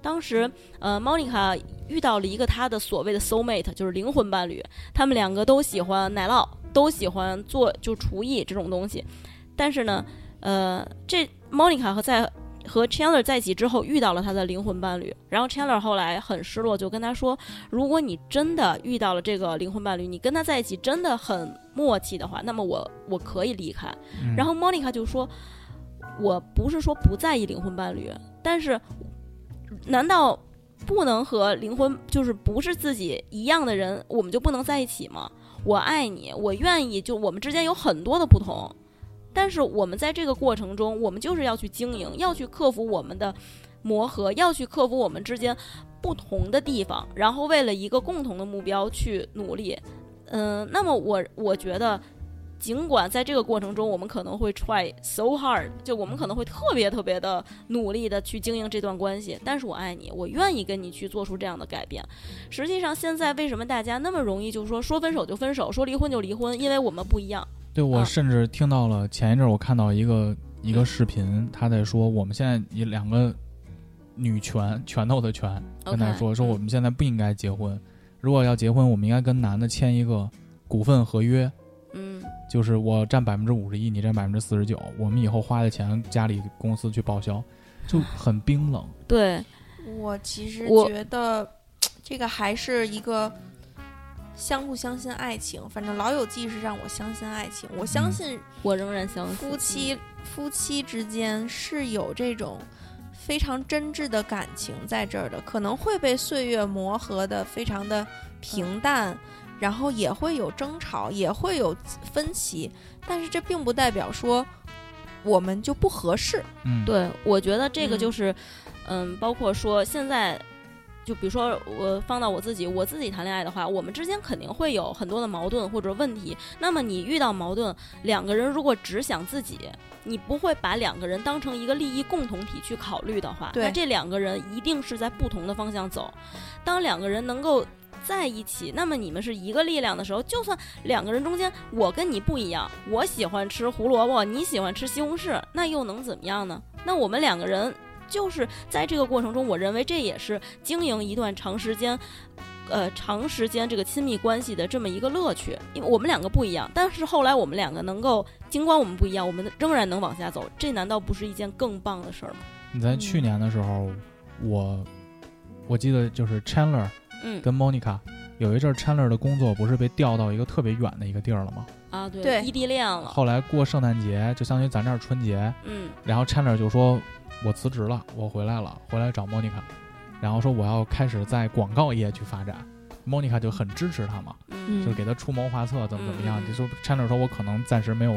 Speaker 4: 当时，呃，Monica 遇到了一个她的所谓的 soul mate，就是灵魂伴侣。他们两个都喜欢奶酪，都喜欢做就厨艺这种东西。但是呢，呃，这 Monica 和在和 Chandler 在一起之后，遇到了他的灵魂伴侣。然后 Chandler 后来很失落，就跟他说：“如果你真的遇到了这个灵魂伴侣，你跟他在一起真的很默契的话，那么我我可以离开。”
Speaker 3: 嗯
Speaker 4: 然后 Monica 就说：“我不是说不在意灵魂伴侣，但是难道不能和灵魂就是不是自己一样的人，我们就不能在一起吗？我爱你，我愿意，就我们之间有很多的不同，但是我们在这个过程中，我们就是要去经营，要去克服我们的磨合，要去克服我们之间不同的地方，然后为了一个共同的目标去努力。嗯、那么我我觉得。尽管在这个过程中，我们可能会 try so hard，就我们可能会特别特别的努力的去经营这段关系，但是我爱你，我愿意跟你去做出这样的改变。实际上，现在为什么大家那么容易就说说分手就分手，说离婚就离婚，因为我们不一样。
Speaker 3: 对我
Speaker 4: 啊
Speaker 3: 甚至听到了前一阵儿我看到一个一个视频，他在说我们现在以两个女拳拳头的拳跟他
Speaker 4: OK，
Speaker 3: 说说
Speaker 4: 嗯
Speaker 3: 我们现在不应该结婚，如果要结婚，我们应该跟男的签一个股份合约，
Speaker 4: 嗯，
Speaker 3: 就是我占百分之五十一，你占百分之四十九，我们以后花的钱家里公司去报销，就很冰冷。
Speaker 4: 对，
Speaker 2: 我其实
Speaker 4: 我
Speaker 2: 觉得这个还是一个相不相信爱情，反正《老友记》是让我相信爱情，我相
Speaker 3: 嗯
Speaker 2: 信
Speaker 4: 我仍然相信
Speaker 2: 夫妻、夫妻之间是有这种。非常真挚的感情在这儿的，可能会被岁月磨合的非常的平淡，然后也会有争吵，也会有分歧，但是这并不代表说我们就不合适。
Speaker 3: 嗯，，
Speaker 4: 对，我觉得这个
Speaker 2: 嗯
Speaker 4: 就是，嗯包括说现在，就比如说我放到我自己，我自己谈恋爱的话，我们之间肯定会有很多的矛盾或者问题。那么你遇到矛盾，两个人如果只想自己。你不会把两个人当成一个利益共同体去考虑的话，
Speaker 2: 对
Speaker 4: 那这两个人一定是在不同的方向走。当两个人能够在一起，那么你们是一个力量的时候，就算两个人中间我跟你不一样，我喜欢吃胡萝卜，你喜欢吃西红柿，那又能怎么样呢？那我们两个人就是在这个过程中，我认为这也是经营一段长时间。呃，长时间这个亲密关系的这么一个乐趣，因为我们两个不一样，但是后来我们两个能够，尽管我们不一样，我们仍然能往下走，这难道不是一件更棒的事儿吗？
Speaker 3: 你在去年的时候，我我记得就是 Chandler
Speaker 4: 嗯，
Speaker 3: 跟 Monica 有一阵儿 Chandler 的工作不是被调到一个特别远的一个地儿了吗？
Speaker 4: 啊，对，
Speaker 2: 对
Speaker 4: 异地恋了，
Speaker 3: 后来过圣诞节，就相当于咱这儿春节，
Speaker 4: 嗯
Speaker 3: 然后 Chandler 就说：“我辞职了，我回来了，回来找 Monica，然后说我要开始在广告业去发展。”Monica 就很支持他嘛，
Speaker 4: 嗯
Speaker 3: 就是给他出谋划策，怎么怎么样。
Speaker 4: 嗯嗯
Speaker 3: 就说 Chandler 说：“我可能暂时没有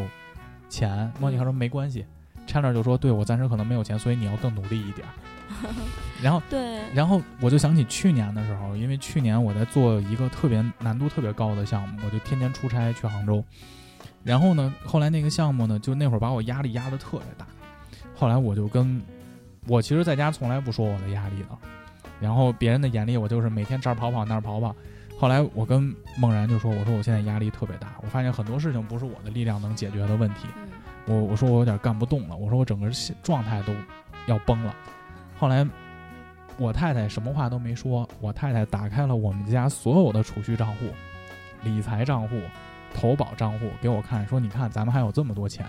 Speaker 3: 钱。莫
Speaker 4: 嗯
Speaker 3: 妮卡说没关系，Chandler 就说对我暂时可能没有钱，所以你要更努力一 点儿。然后
Speaker 4: 对，
Speaker 3: 然后我就想起去年的时候，因为去年我在做一个特别难度特别高的项目，我就天天出差去杭州。然后呢，后来那个项目呢，就那会儿把我压力压得特别大。后来我就跟我其实在家从来不说我的压力的，然后别人的眼里我就是每天这儿跑跑那儿跑跑。后来我跟梦然就说：“我说我现在压力特别大，我发现很多事情不是我的力量能解决的问题。
Speaker 2: 嗯
Speaker 3: 我我说我有点干不动了，我说我整个心状态都要崩了。后来我太太什么话都没说，我太太打开了我们家所有的储蓄账户、理财账户、投保账户给我看，说你看咱们还有这么多钱，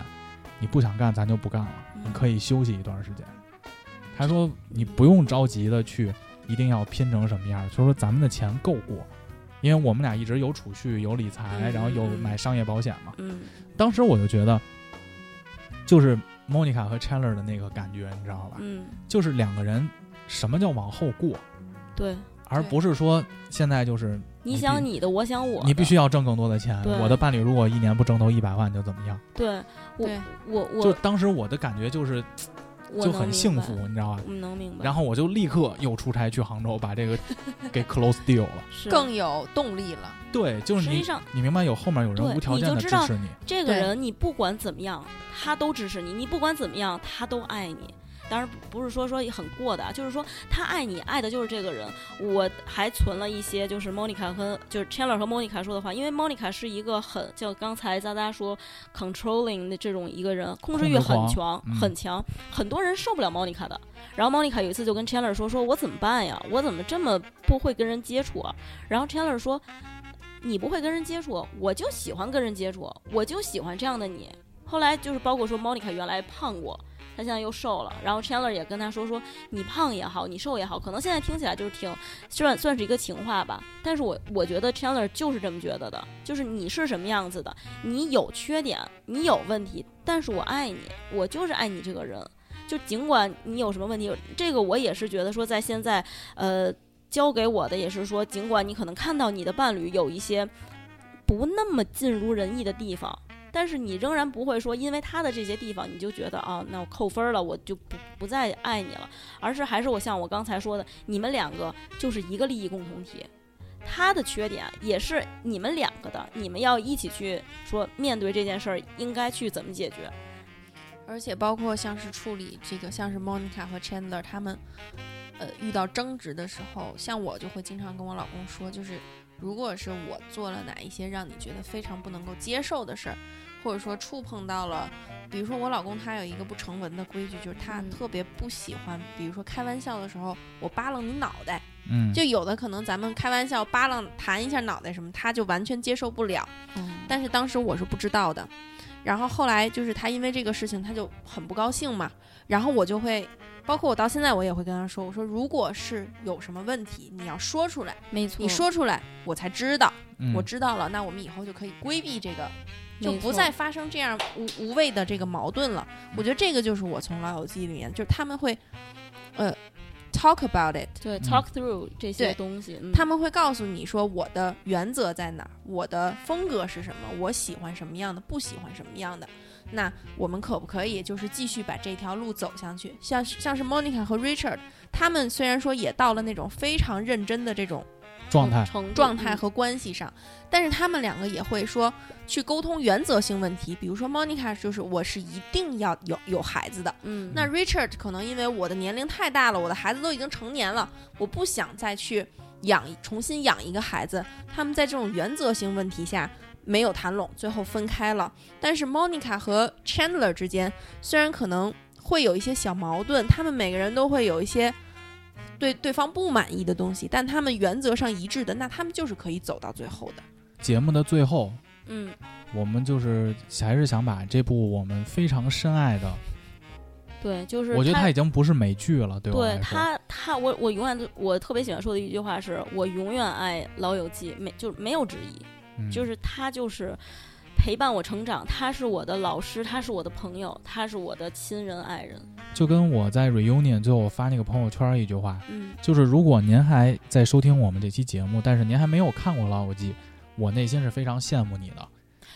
Speaker 3: 你不想干咱就不干了，你可以休息一段时间。她说你不用着急的去一定要拼成什么样，就说咱们的钱够过，因为我们俩一直有储蓄、有理财，
Speaker 2: 嗯
Speaker 3: 然后有
Speaker 2: 嗯嗯
Speaker 3: 买商业保险嘛。
Speaker 2: 嗯，
Speaker 3: 当时我就觉得，就是 Monica 和 Chandler 的那个感觉，你知道吧？
Speaker 4: 嗯，
Speaker 3: 就是两个人什么叫往后过，
Speaker 4: 对，
Speaker 3: 而不是说现在就是
Speaker 4: 你
Speaker 3: 必
Speaker 4: 想你的，我想我的，
Speaker 3: 你必须要挣更多的钱。
Speaker 4: 对
Speaker 3: 我的伴侣如果一年不挣头一百万就怎么样？
Speaker 4: 对我
Speaker 2: 对
Speaker 4: 我
Speaker 3: 就
Speaker 4: 我
Speaker 3: 当时我的感觉就是
Speaker 4: 我
Speaker 3: 就
Speaker 4: 能
Speaker 3: 很
Speaker 4: 明
Speaker 3: 幸
Speaker 4: 白
Speaker 3: 福，，你知道吧？
Speaker 4: 我能明白，
Speaker 3: 然后我就立刻又出差去杭州，把 这个给 close deal 了。
Speaker 4: 是
Speaker 2: 更有动力了。
Speaker 3: 对，就是
Speaker 4: 实际
Speaker 3: 你，
Speaker 4: 上
Speaker 3: 你明白有后面有
Speaker 4: 对
Speaker 3: 人无条
Speaker 4: 你
Speaker 3: 件
Speaker 4: 就
Speaker 3: 的
Speaker 4: 知
Speaker 3: 支
Speaker 4: 道
Speaker 3: 持你，
Speaker 4: 这个
Speaker 2: 对
Speaker 4: 人你不管怎么样，他都支持你；你不管怎么样，他都爱你。当然不不是说说很过的啊，就是说他爱你，爱的就是这个人。我还存了一些，就是 Monica 和就是 Chandler 和 Monica 说的话，因为 Monica 是一个很就刚才渣渣说 controlling 的这种一个人，控制欲很
Speaker 3: 控制
Speaker 4: 强、
Speaker 3: 嗯
Speaker 4: 很强，很多人受不了 Monica 的。然后 Monica 有一次就跟 Chandler 说：“说我怎么办呀？我怎么这么不会跟人接触啊？”然后 Chandler 说：“你不会跟人接触，我就喜欢跟人接触，我就喜欢这样的你。后来就是包括说 Monica 原来胖过，她现在又瘦了，然后 Chandler 也跟她说说你胖也好，你瘦也好，可能现在听起来就是挺算算是一个情话吧，但是我我觉得 Chandler 就是这么觉得的，就是你是什么样子的，你有缺点，你有问题，但是我爱你，我就是爱你这个人。就尽管你有什么问题，这个我也是觉得说在现在，呃，教给我的也是说，尽管你可能看到你的伴侣有一些不那么尽如人意的地方，但是你仍然不会说因为他的这些地方你就觉得啊，那我扣分了，我就不不再爱你了，而是还是我像我刚才说的，你们两个就是一个利益共同体。他的缺点也是你们两个的，你们要一起去说面对这件事儿应该去怎么解决。
Speaker 2: 而且包括像是处理这个，像是 Monica 和 Chandler 他们，呃，遇到争执的时候，像我就会经常跟我老公说，就是如果是我做了哪一些让你觉得非常不能够接受的事儿，或者说触碰到了，比如说我老公他有一个不成文的规矩，就是他
Speaker 4: 嗯
Speaker 2: 特别不喜欢，比如说开玩笑的时候我扒楞你脑袋，
Speaker 3: 嗯，
Speaker 2: 就有的可能咱们开玩笑扒拉弹一下脑袋什么，他就完全接受不了。
Speaker 4: 嗯
Speaker 2: 但是当时我是不知道的。然后后来就是他因为这个事情他就很不高兴嘛，然后我就会，包括我到现在我也会跟他说，我说如果是有什么问题，你要说出来，
Speaker 4: 没错
Speaker 2: 你说出来我才知道，
Speaker 3: 嗯
Speaker 2: 我知道了，那我们以后就可以规避这个，就
Speaker 4: 没
Speaker 2: 不
Speaker 4: 错
Speaker 2: 再发生这样无无谓的这个矛盾了。我觉得这个就是我从老友记里面，就是他们会，呃，talk about it，
Speaker 4: 对
Speaker 3: 嗯
Speaker 4: talk through 这些
Speaker 2: 对
Speaker 4: 东西，嗯
Speaker 2: 他们会告诉你说我的原则在哪儿，我的风格是什么，我喜欢什么样的，不喜欢什么样的。那我们可不可以就是继续把这条路走下去？像是像是 Monica 和 Richard，他们虽然说也到了那种非常认真的这种
Speaker 3: 状态，
Speaker 4: 程度
Speaker 2: 状态
Speaker 4: 嗯
Speaker 2: 和关系上，但是他们两个也会说去沟通原则性问题。比如说 Monica 就是我是一定要有有孩子的，
Speaker 4: 嗯
Speaker 2: 那 Richard 可能因为我的年龄太大了，我的孩子都已经成年了，我不想再去养重新养一个孩子。他们在这种原则性问题下没有谈拢，最后分开了。但是 Monica 和 Chandler 之间虽然可能会有一些小矛盾，他们每个人都会有一些对对方不满意的东西，但他们原则上一致的，那他们就是可以走到最后的。
Speaker 3: 节目的最后，
Speaker 4: 嗯
Speaker 3: 我们就是还是想把这部我们非常深爱的，
Speaker 4: 对，就是
Speaker 3: 我觉得
Speaker 4: 他
Speaker 3: 它已经不是美剧了，对我
Speaker 4: 对
Speaker 3: 来说，
Speaker 4: 他，他我我永远都我特别喜欢说的一句话是，我永远爱《老友记》，没就是没有之一，
Speaker 3: 嗯
Speaker 4: 就是他就是陪伴我成长，他是我的老师，他是我的朋友，他是我的亲人爱人。
Speaker 3: 就跟我在 reunion 最后发那个朋友圈一句话，
Speaker 4: 嗯，
Speaker 3: 就是如果您还在收听我们这期节目，但是您还没有看过《老友记》，我内心是非常羡慕你的。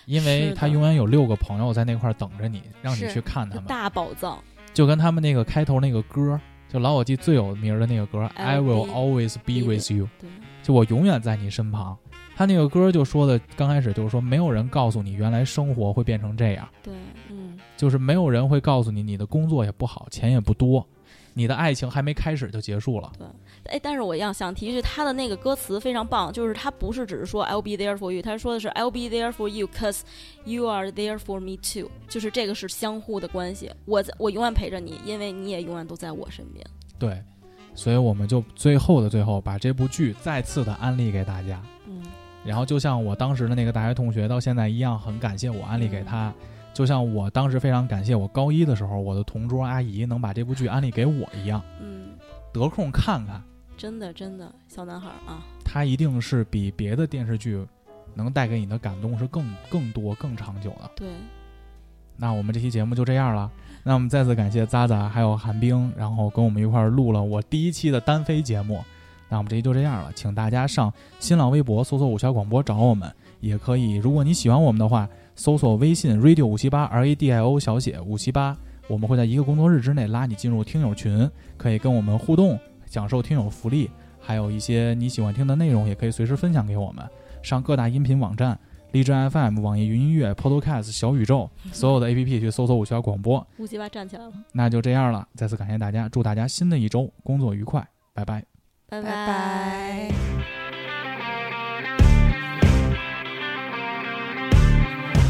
Speaker 3: 因为
Speaker 5: 是
Speaker 3: 他
Speaker 5: 的
Speaker 3: 永远有六个朋友在那块儿等着你，让你
Speaker 2: 是
Speaker 3: 去看他们。
Speaker 4: 大宝藏，
Speaker 3: 就跟他们那个开头那个歌，就老友记最有名儿的那个歌
Speaker 4: I
Speaker 3: ，I
Speaker 4: will
Speaker 3: will always be
Speaker 4: be
Speaker 3: with you，
Speaker 4: 对，
Speaker 3: 就我永远在你身旁。他那个歌就说的，刚开始就是说，没有人告诉你原来生活会变成这样，
Speaker 4: 对，
Speaker 2: 嗯，
Speaker 3: 就是没有人会告诉你你的工作也不好，钱也不多，你的爱情还没开始就结束了。
Speaker 4: 哎，但是我要想提一句，他的那个歌词非常棒，就是他不是只是说 I'll be there for you，他说的是 I'll be there for you cause you are there for me too，就是这个是相互的关系，我在我永远陪着你，因为你也永远都在我身边。
Speaker 3: 对，所以我们就最后的最后把这部剧再次的安利给大家。
Speaker 4: 嗯，
Speaker 3: 然后就像我当时的那个大学同学到现在一样，很感谢我安利给他。就像我当时非常感谢我高一的时候，我的同桌阿姨能把这部剧安利给我一样，
Speaker 4: 嗯，
Speaker 3: 得空看看，
Speaker 4: 真的真的，小男孩儿啊，
Speaker 3: 它一定是比别的电视剧能带给你的感动是更更多、更长久的。
Speaker 4: 对，
Speaker 3: 那我们这期节目就这样了。那我们再次感谢渣渣还有韩冰，然后跟我们一块儿录了我第一期的单飞节目。那我们这期就这样了，请大家上新浪微博搜索“五七八广播”找我们，也可以，如果你喜欢我们的话，搜索微信 radio 五七八 r a d i o 小写五七八，我们会在一个工作日之内拉你进入听友群，可以跟我们互动，享受听友福利，还有一些你喜欢听的内容，也可以随时分享给我们。上各大音频网站、荔枝 FM、网易云音乐、Podcast、小宇宙所有的 APP 去搜索“五七八广播
Speaker 4: 乌鸡巴站起来了，”。
Speaker 3: 那就这样了，再次感谢大家，祝大家新的一周工作愉快，拜拜。
Speaker 4: 拜
Speaker 2: 拜拜。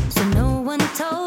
Speaker 6: So no one told